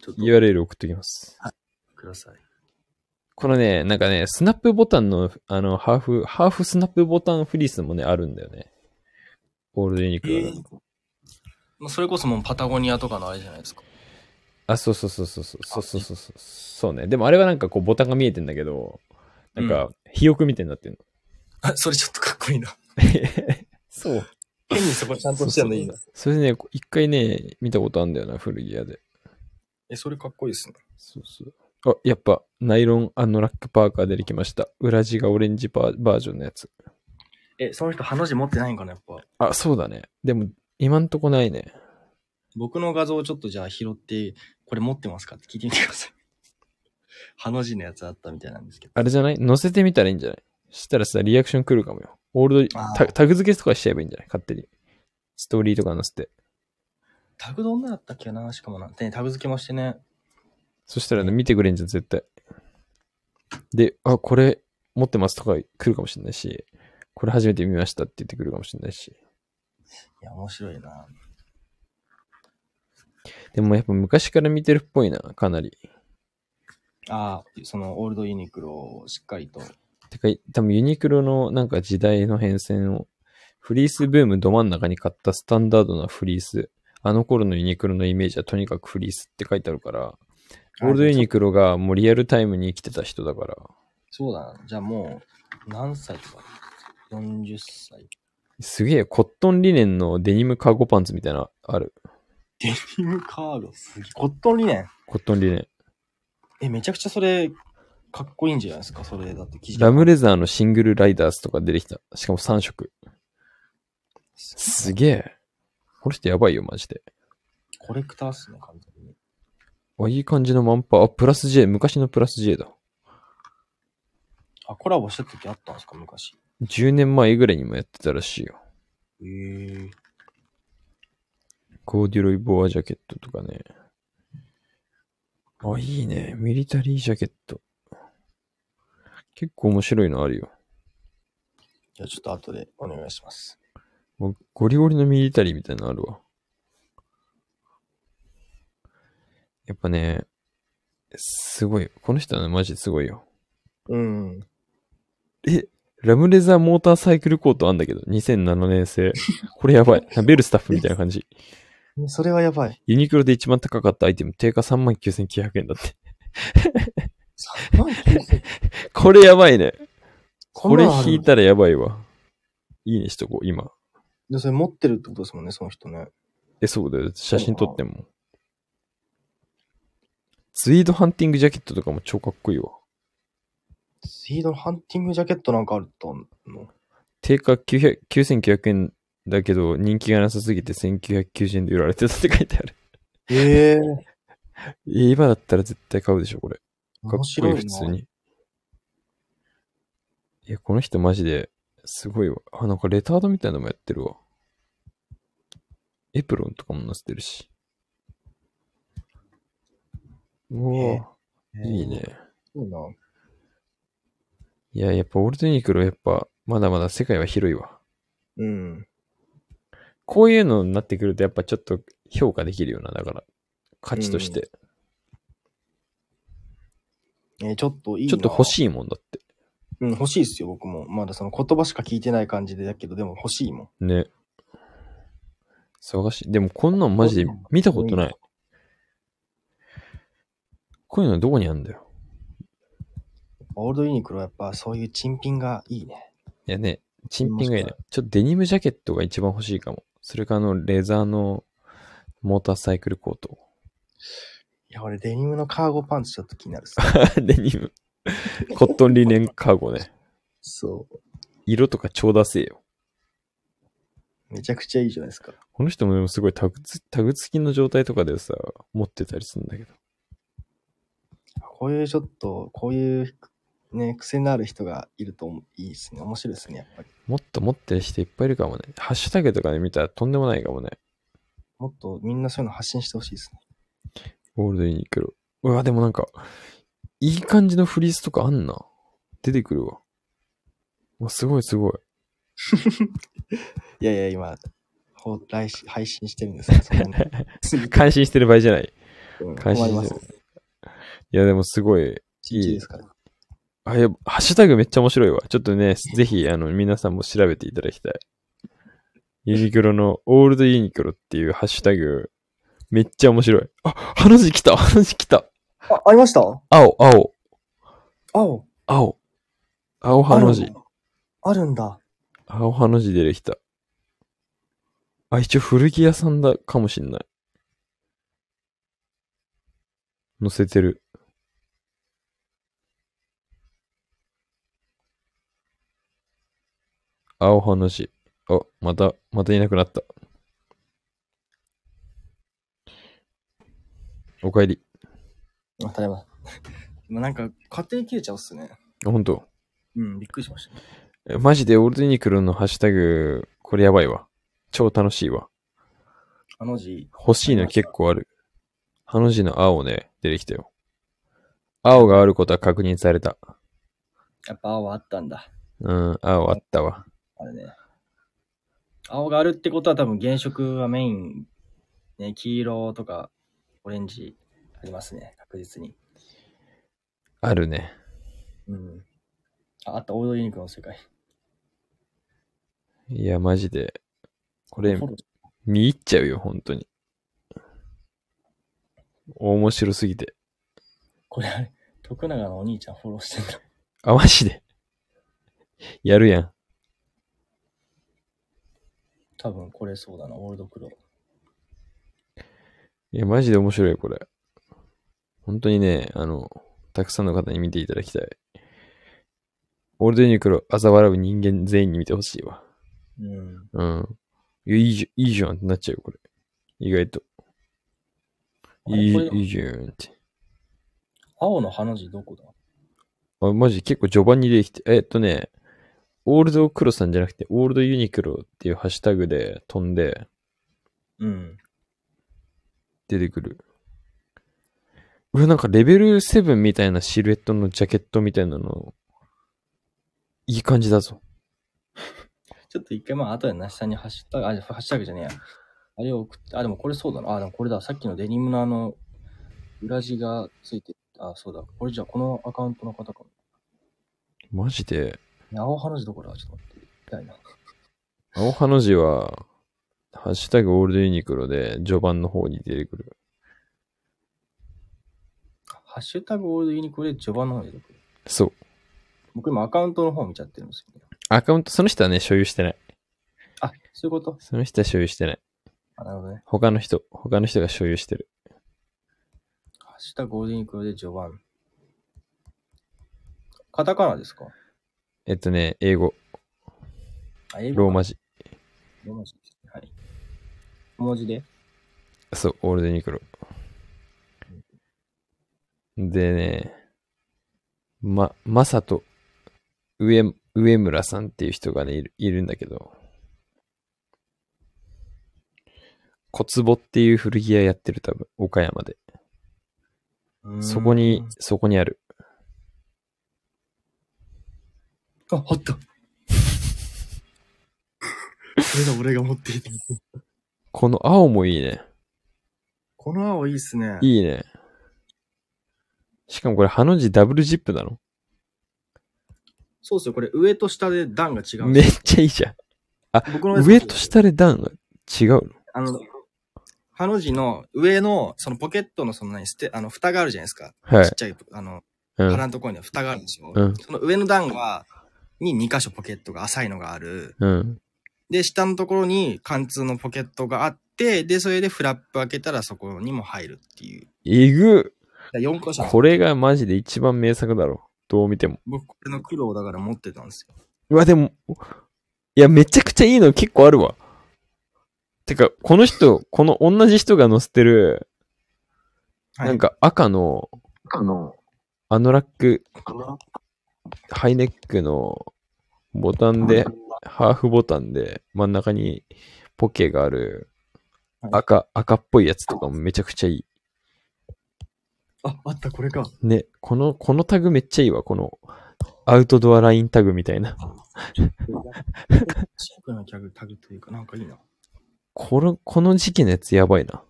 S2: ちょっと、
S1: URL 送っておきます。
S2: ください。
S1: このね、なんかね、スナップボタンの、あの、ハーフ、ハーフスナップボタンフリースもね、あるんだよね。オールドユニクロの、
S2: まあ、それこそもうパタゴニアとかのあれじゃないですか。
S1: あ、そうそうそうそうそう、そうそうそうそう、そうね。でもあれはなんかこうボタンが見えてんだけど、なんか、肥沃みたいになって る
S2: あ、それちょっとかっこいいな。
S1: の。そう。
S2: 変にそこちゃんとしてるのいいな。
S1: それでね、一回ね、見たことあるんだよな、古着屋で。
S2: え、それかっこいいですね。
S1: そうそう。あ、やっぱ、ナイロンアンノラックパーカー出てきました。裏地がオレンジバーバージョンのやつ。
S2: え、その人、ハの字持ってないんかな、やっぱ。
S1: あ、そうだね。でも、今んとこないね。
S2: 僕の画像をちょっとじゃあ拾って、これ持ってますかって聞いてみてください。 ハの字のやつあったみたいなんですけど。
S1: あれじゃない載せてみたらいいんじゃないそしたらさ、リアクション来るかもよ。オールド
S2: あー
S1: タ、タグ付けとかしちゃえばいいんじゃない勝手に。ストーリーとか載せて。
S2: タグどんなだったっけなしかもな。でタグ付けもしてね。
S1: そしたらね、見てくれんじゃん、絶対。で、あ、これ持ってますとか来るかもしれないし、これ初めて見ましたって言ってくるかもしれないし。
S2: いや、面白いな。
S1: でもやっぱ昔から見てるっぽいな、かなり。
S2: ああ、そのオールドユニクロをしっかりと。
S1: てか、多分ユニクロのなんか時代の変遷を、フリースブームど真ん中に買ったスタンダードなフリース。あの頃のユニクロのイメージはとにかくフリースって書いてあるから、オールドユニクロがもうリアルタイムに生きてた人だから、
S2: そうだな。じゃあもう、何歳とか。40歳。
S1: すげえコットンリネンのデニムカーゴパンツみたいな、ある。
S2: ティムカード、すげえ。コットンリネン。
S1: コットンリネン。
S2: え、めちゃくちゃそれ、かっこいいんじゃないですかそれだって記事。
S1: ラムレザーのシングルライダースとか出てきた。しかも3色。すげえ。この人やばいよ、マジで。
S2: コレクターっすね、完全に。
S1: あ、いい感じのマンパ。あ、プラス J。昔のプラス J だ。
S2: あ、コラボした時あったんですか昔。
S1: 10年前ぐらいにもやってたらしいよ。
S2: へえ。
S1: コーデュロイボアジャケットとかね。あ、いいね。ミリタリージャケット。結構面白いのあるよ。
S2: じゃあちょっと後でお願いします。
S1: もうゴリゴリのミリタリーみたいなのあるわ。やっぱね、すごいよ。この人はね、マジですごいよ。
S2: うん。
S1: え、ラムレザーモーターサイクルコートあんだけど、2007年製。これやばい。ベルスタッフみたいな感じ。
S2: それはやば い。
S1: ユニクロで一番高かったアイテム、定価39,900円だって。
S2: 3万9000
S1: これやばいね。こ
S2: こ
S1: れ
S2: んなのある
S1: 引いたらやばいわ。いいねしとこう、今。
S2: で、それ持ってるってことですもんね、その人ね。
S1: え、そうだよ。写真撮っても。ツイードハンティングジャケットとかも超かっこいいわ。
S2: スイードのハンティングジャケットなんかあるとの。
S1: 定価900 9900円だけど、人気がなさすぎて1990円で売られてたって書いてある。え
S2: ええ
S1: 今だったら絶対買うでしょ、これ。かっ
S2: 面
S1: こ
S2: 白
S1: い
S2: い
S1: い、
S2: な
S1: 普通に。いや、この人マジで、すごいわ。あ、なんかレタードみたいなのもやってるわ。エプロンとかも載せてるし。う
S2: え
S1: わぁ、いい。ね。
S2: いいな。
S1: いや、やっぱオールドユニクロ、やっぱ、まだまだ世界は広いわ。
S2: うん。
S1: こういうのになってくると、やっぱちょっと評価できるよな、だから。価値として。
S2: えーちょっといいな。
S1: ちょっと欲
S2: い。
S1: しいもんだって。
S2: うん、欲しいですよ、僕も。まだその言葉しか聞いてない感じで、だけど、でも欲しいもん。
S1: ね。探しい。でもこんなんマジで見たことない。こういうのどこにあるんだよ。
S2: オールドユニクロはやっぱそういう珍品がいいね。
S1: いやね、新品がいい
S2: 面白
S1: ね。ちょっとデニムジャケットが一番欲しいかも。それかあの、レザーのモーターサイクルコート。
S2: いや、俺デニムのカーゴパンツちょっと気になるっす。
S1: デニム。コットンリネンカーゴね。
S2: そ
S1: 色とか超出せよ。
S2: う。めちゃくちゃいいじゃないですか。
S1: この人もでもすごいタグつタグ付きの状態とかでさ、持ってたりするんだけど。
S2: こういうちょっと、こういうね、癖のある人がいるといいですね。面白いですね、やっぱり。
S1: もっと持ってる人いっぱいいるかもね。ハッシュタグとかで見たらとんでもないかもね。
S2: もっとみんなそういうの発信してほしいですね。
S1: ゴールドユニクロ。うわ、でもなんか、いい感じのフリースとかあんな。出てくるわ。うわ、すごいすごい。
S2: いやいや、今、ほ来し配信してるんですけど、その
S1: 感心してる場合じゃない。
S2: うん
S1: 感心
S2: 困りま
S1: して
S2: す
S1: る。。いや、でもすごい。
S2: 地域ですから。
S1: あ、いや、ハッシュタグめっちゃ面白いわ。ちょっとね、ぜひ、あの、皆さんも調べていただきたい。ユニクロの、オールドユニクロっていうハッシュタグ、めっちゃ面白い。あ、鼻血来た鼻血来た
S2: あ、ありました
S1: 青、青、
S2: 青。
S1: 青。青ハの字。
S2: あるんだ。
S1: 青葉の字出てきた。あ、一応古着屋さんだかもしんない。載せてる。青の字。お、また、またいなくなった。おかえり。
S2: あ、ただいま。 今なんか、勝手に切れちゃうっすね。
S1: あほんと。
S2: うん、びっくりしました。
S1: えマジでオールデニクロのハッシュタグ、これやばいわ。超楽しいわ。
S2: あの字、
S1: 欲しいの結構ある。ハの字の青ね、出てきたよ。青があることは確認された。
S2: やっぱ青はあったんだ。
S1: うん、青あったわ。
S2: あれね。青があるってことは多分原色はメイン、ね、黄色とかオレンジありますね、確実に。
S1: あるね。
S2: うん。ああった、オールドユニクロの世界。
S1: いや、マジで。これ
S2: フォ、ロー
S1: 見入っちゃうよ、本当に。面白すぎて。
S2: これあれ、徳永のお兄ちゃんフォローしてんだ。
S1: あ、マジで。やるやん。
S2: 多分これそうだな、オールドクロ。
S1: いや、マジで面白い、これ。本当にね、あの、たくさんの方に見ていただきたい。オールデンユニクロ、嘲笑う人間全員に見てほしいわ。
S2: うん。
S1: うん。いや、いいじゃん、いいじゃんってなっちゃうよ、これ。意外と。い
S2: あれこ
S1: い、
S2: れ
S1: いいじゃんって。
S2: 青のハの字どこだ
S1: あ、マジ結構序盤に出てきて、えっとね、オールドクロさんじゃなくて、オールドユニクロっていうハッシュタグで飛んで
S2: うん。
S1: 出てくる。うわ、なんかレベル7みたいなシルエットのジャケットみたいなの、いい感じだぞ。
S2: ちょっと一回まあ後でなしさんにハッシュタグ、あ、じゃあハッシュタグじゃねえや。あれを送って、あ、でもこれそうだな。あ、でもこれだ。さっきのデニムのあの、裏地がついて、あ、そうだ。これじゃあこのアカウントの方かも。
S1: マジで、
S2: ね青ハの字どこだちょっと待って。みたいな。
S1: 青葉の字は、ハッシュタグオールドユニクロで序盤の方に出てくる。
S2: ハッシュタグオールドユニクロで序盤の方でどこ
S1: そう。
S2: 僕今アカウントの方見ちゃってるんですよね。
S1: アカウント、その人はね、所有してない。
S2: あ、そういうこと
S1: その人は所有してない。
S2: あ、なるほどね。
S1: 他の人、他の人が所有してる。
S2: ハッシュタグオールドユニクロで序盤。カタカナですか
S1: えっとね、英語、
S2: あ、英語
S1: ロー
S2: か
S1: マ字。
S2: ローマ字ですね。はい。小文字で
S1: そう、オールデンユニクロ。でね、ま、まさと、上、上村さんっていう人がね、いるいるんだけど、小坪っていう古着屋やってる多分、岡山で。そこに、そこにある。
S2: あ、あった。これだ、俺が持っていた。
S1: この青もいいね。
S2: この青いいっすね。
S1: いいね。しかもこれ、ハの字ダブルジップなの
S2: そうっすよ、これ上と下で段が違うん
S1: め
S2: で
S1: っ
S2: すよ。
S1: ちゃいいじゃん。
S2: 僕のやつ
S1: 上と下で段が違うの
S2: あの、ハの字の上の、そのポケットのその何、捨て、あの、蓋があるじゃないですか。
S1: は
S2: ち
S1: い
S2: っ。ちゃい、あの、
S1: うん
S2: 腹のところには蓋があるんですよ。
S1: うん
S2: その上の段が、に2箇所ポケットが浅いのがある。
S1: うん。
S2: で、下のところに貫通のポケットがあって、で、それでフラップ開けたらそこにも入るっていう。
S1: えぐ
S2: 4個所
S1: これがマジで一番名作だろ。どう見ても。
S2: 僕、これの苦労だから持ってたんですよ。
S1: うわ、でも、いや、めちゃくちゃいいの結構あるわ。てか、この人、この同じ人が載せてる、
S2: はい
S1: なんか赤の、
S2: あの、
S1: アノラック、
S2: かな
S1: ハイネックのボタンで、ハーフボタンで、真ん中にポケがある、
S2: はい
S1: 赤、赤っぽいやつとかもめちゃくちゃいい。
S2: あ、あった、これか。
S1: ね、この、このタグめっちゃいいわ、この、アウトドアラインタグみたいな。
S2: シンプルなギャグタグというか、なんかいいな。
S1: この、この時期のやつやばいな。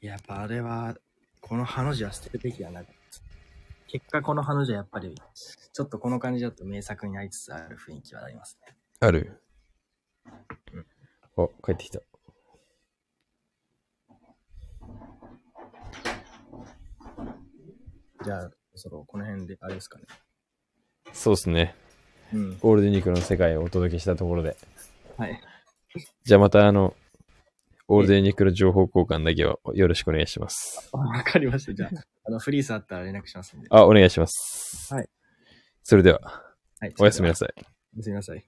S2: いややっぱあれは、このハの字は捨てるべきじゃなかった。結果、このハの字はやっぱり、ちょっとこの感じだと名作になりつつある雰囲気はありますね。
S1: ある。あ、帰ってきた。
S2: じゃあ、そろそろこの辺で、あれですかね。
S1: そうっすね。
S2: うん。
S1: オールデンニクロの世界をお届けしたところで。
S2: はい。
S1: じゃあまたあの、オールデンニクロ情報交換だけはよろしくお願いします。
S2: あわかりました。じゃあ、あの、フリースあったら連絡しますんで。
S1: あ、お願いします。
S2: はい。
S1: それでは。
S2: はい。
S1: おやすみなさい。
S2: おやすみなさい。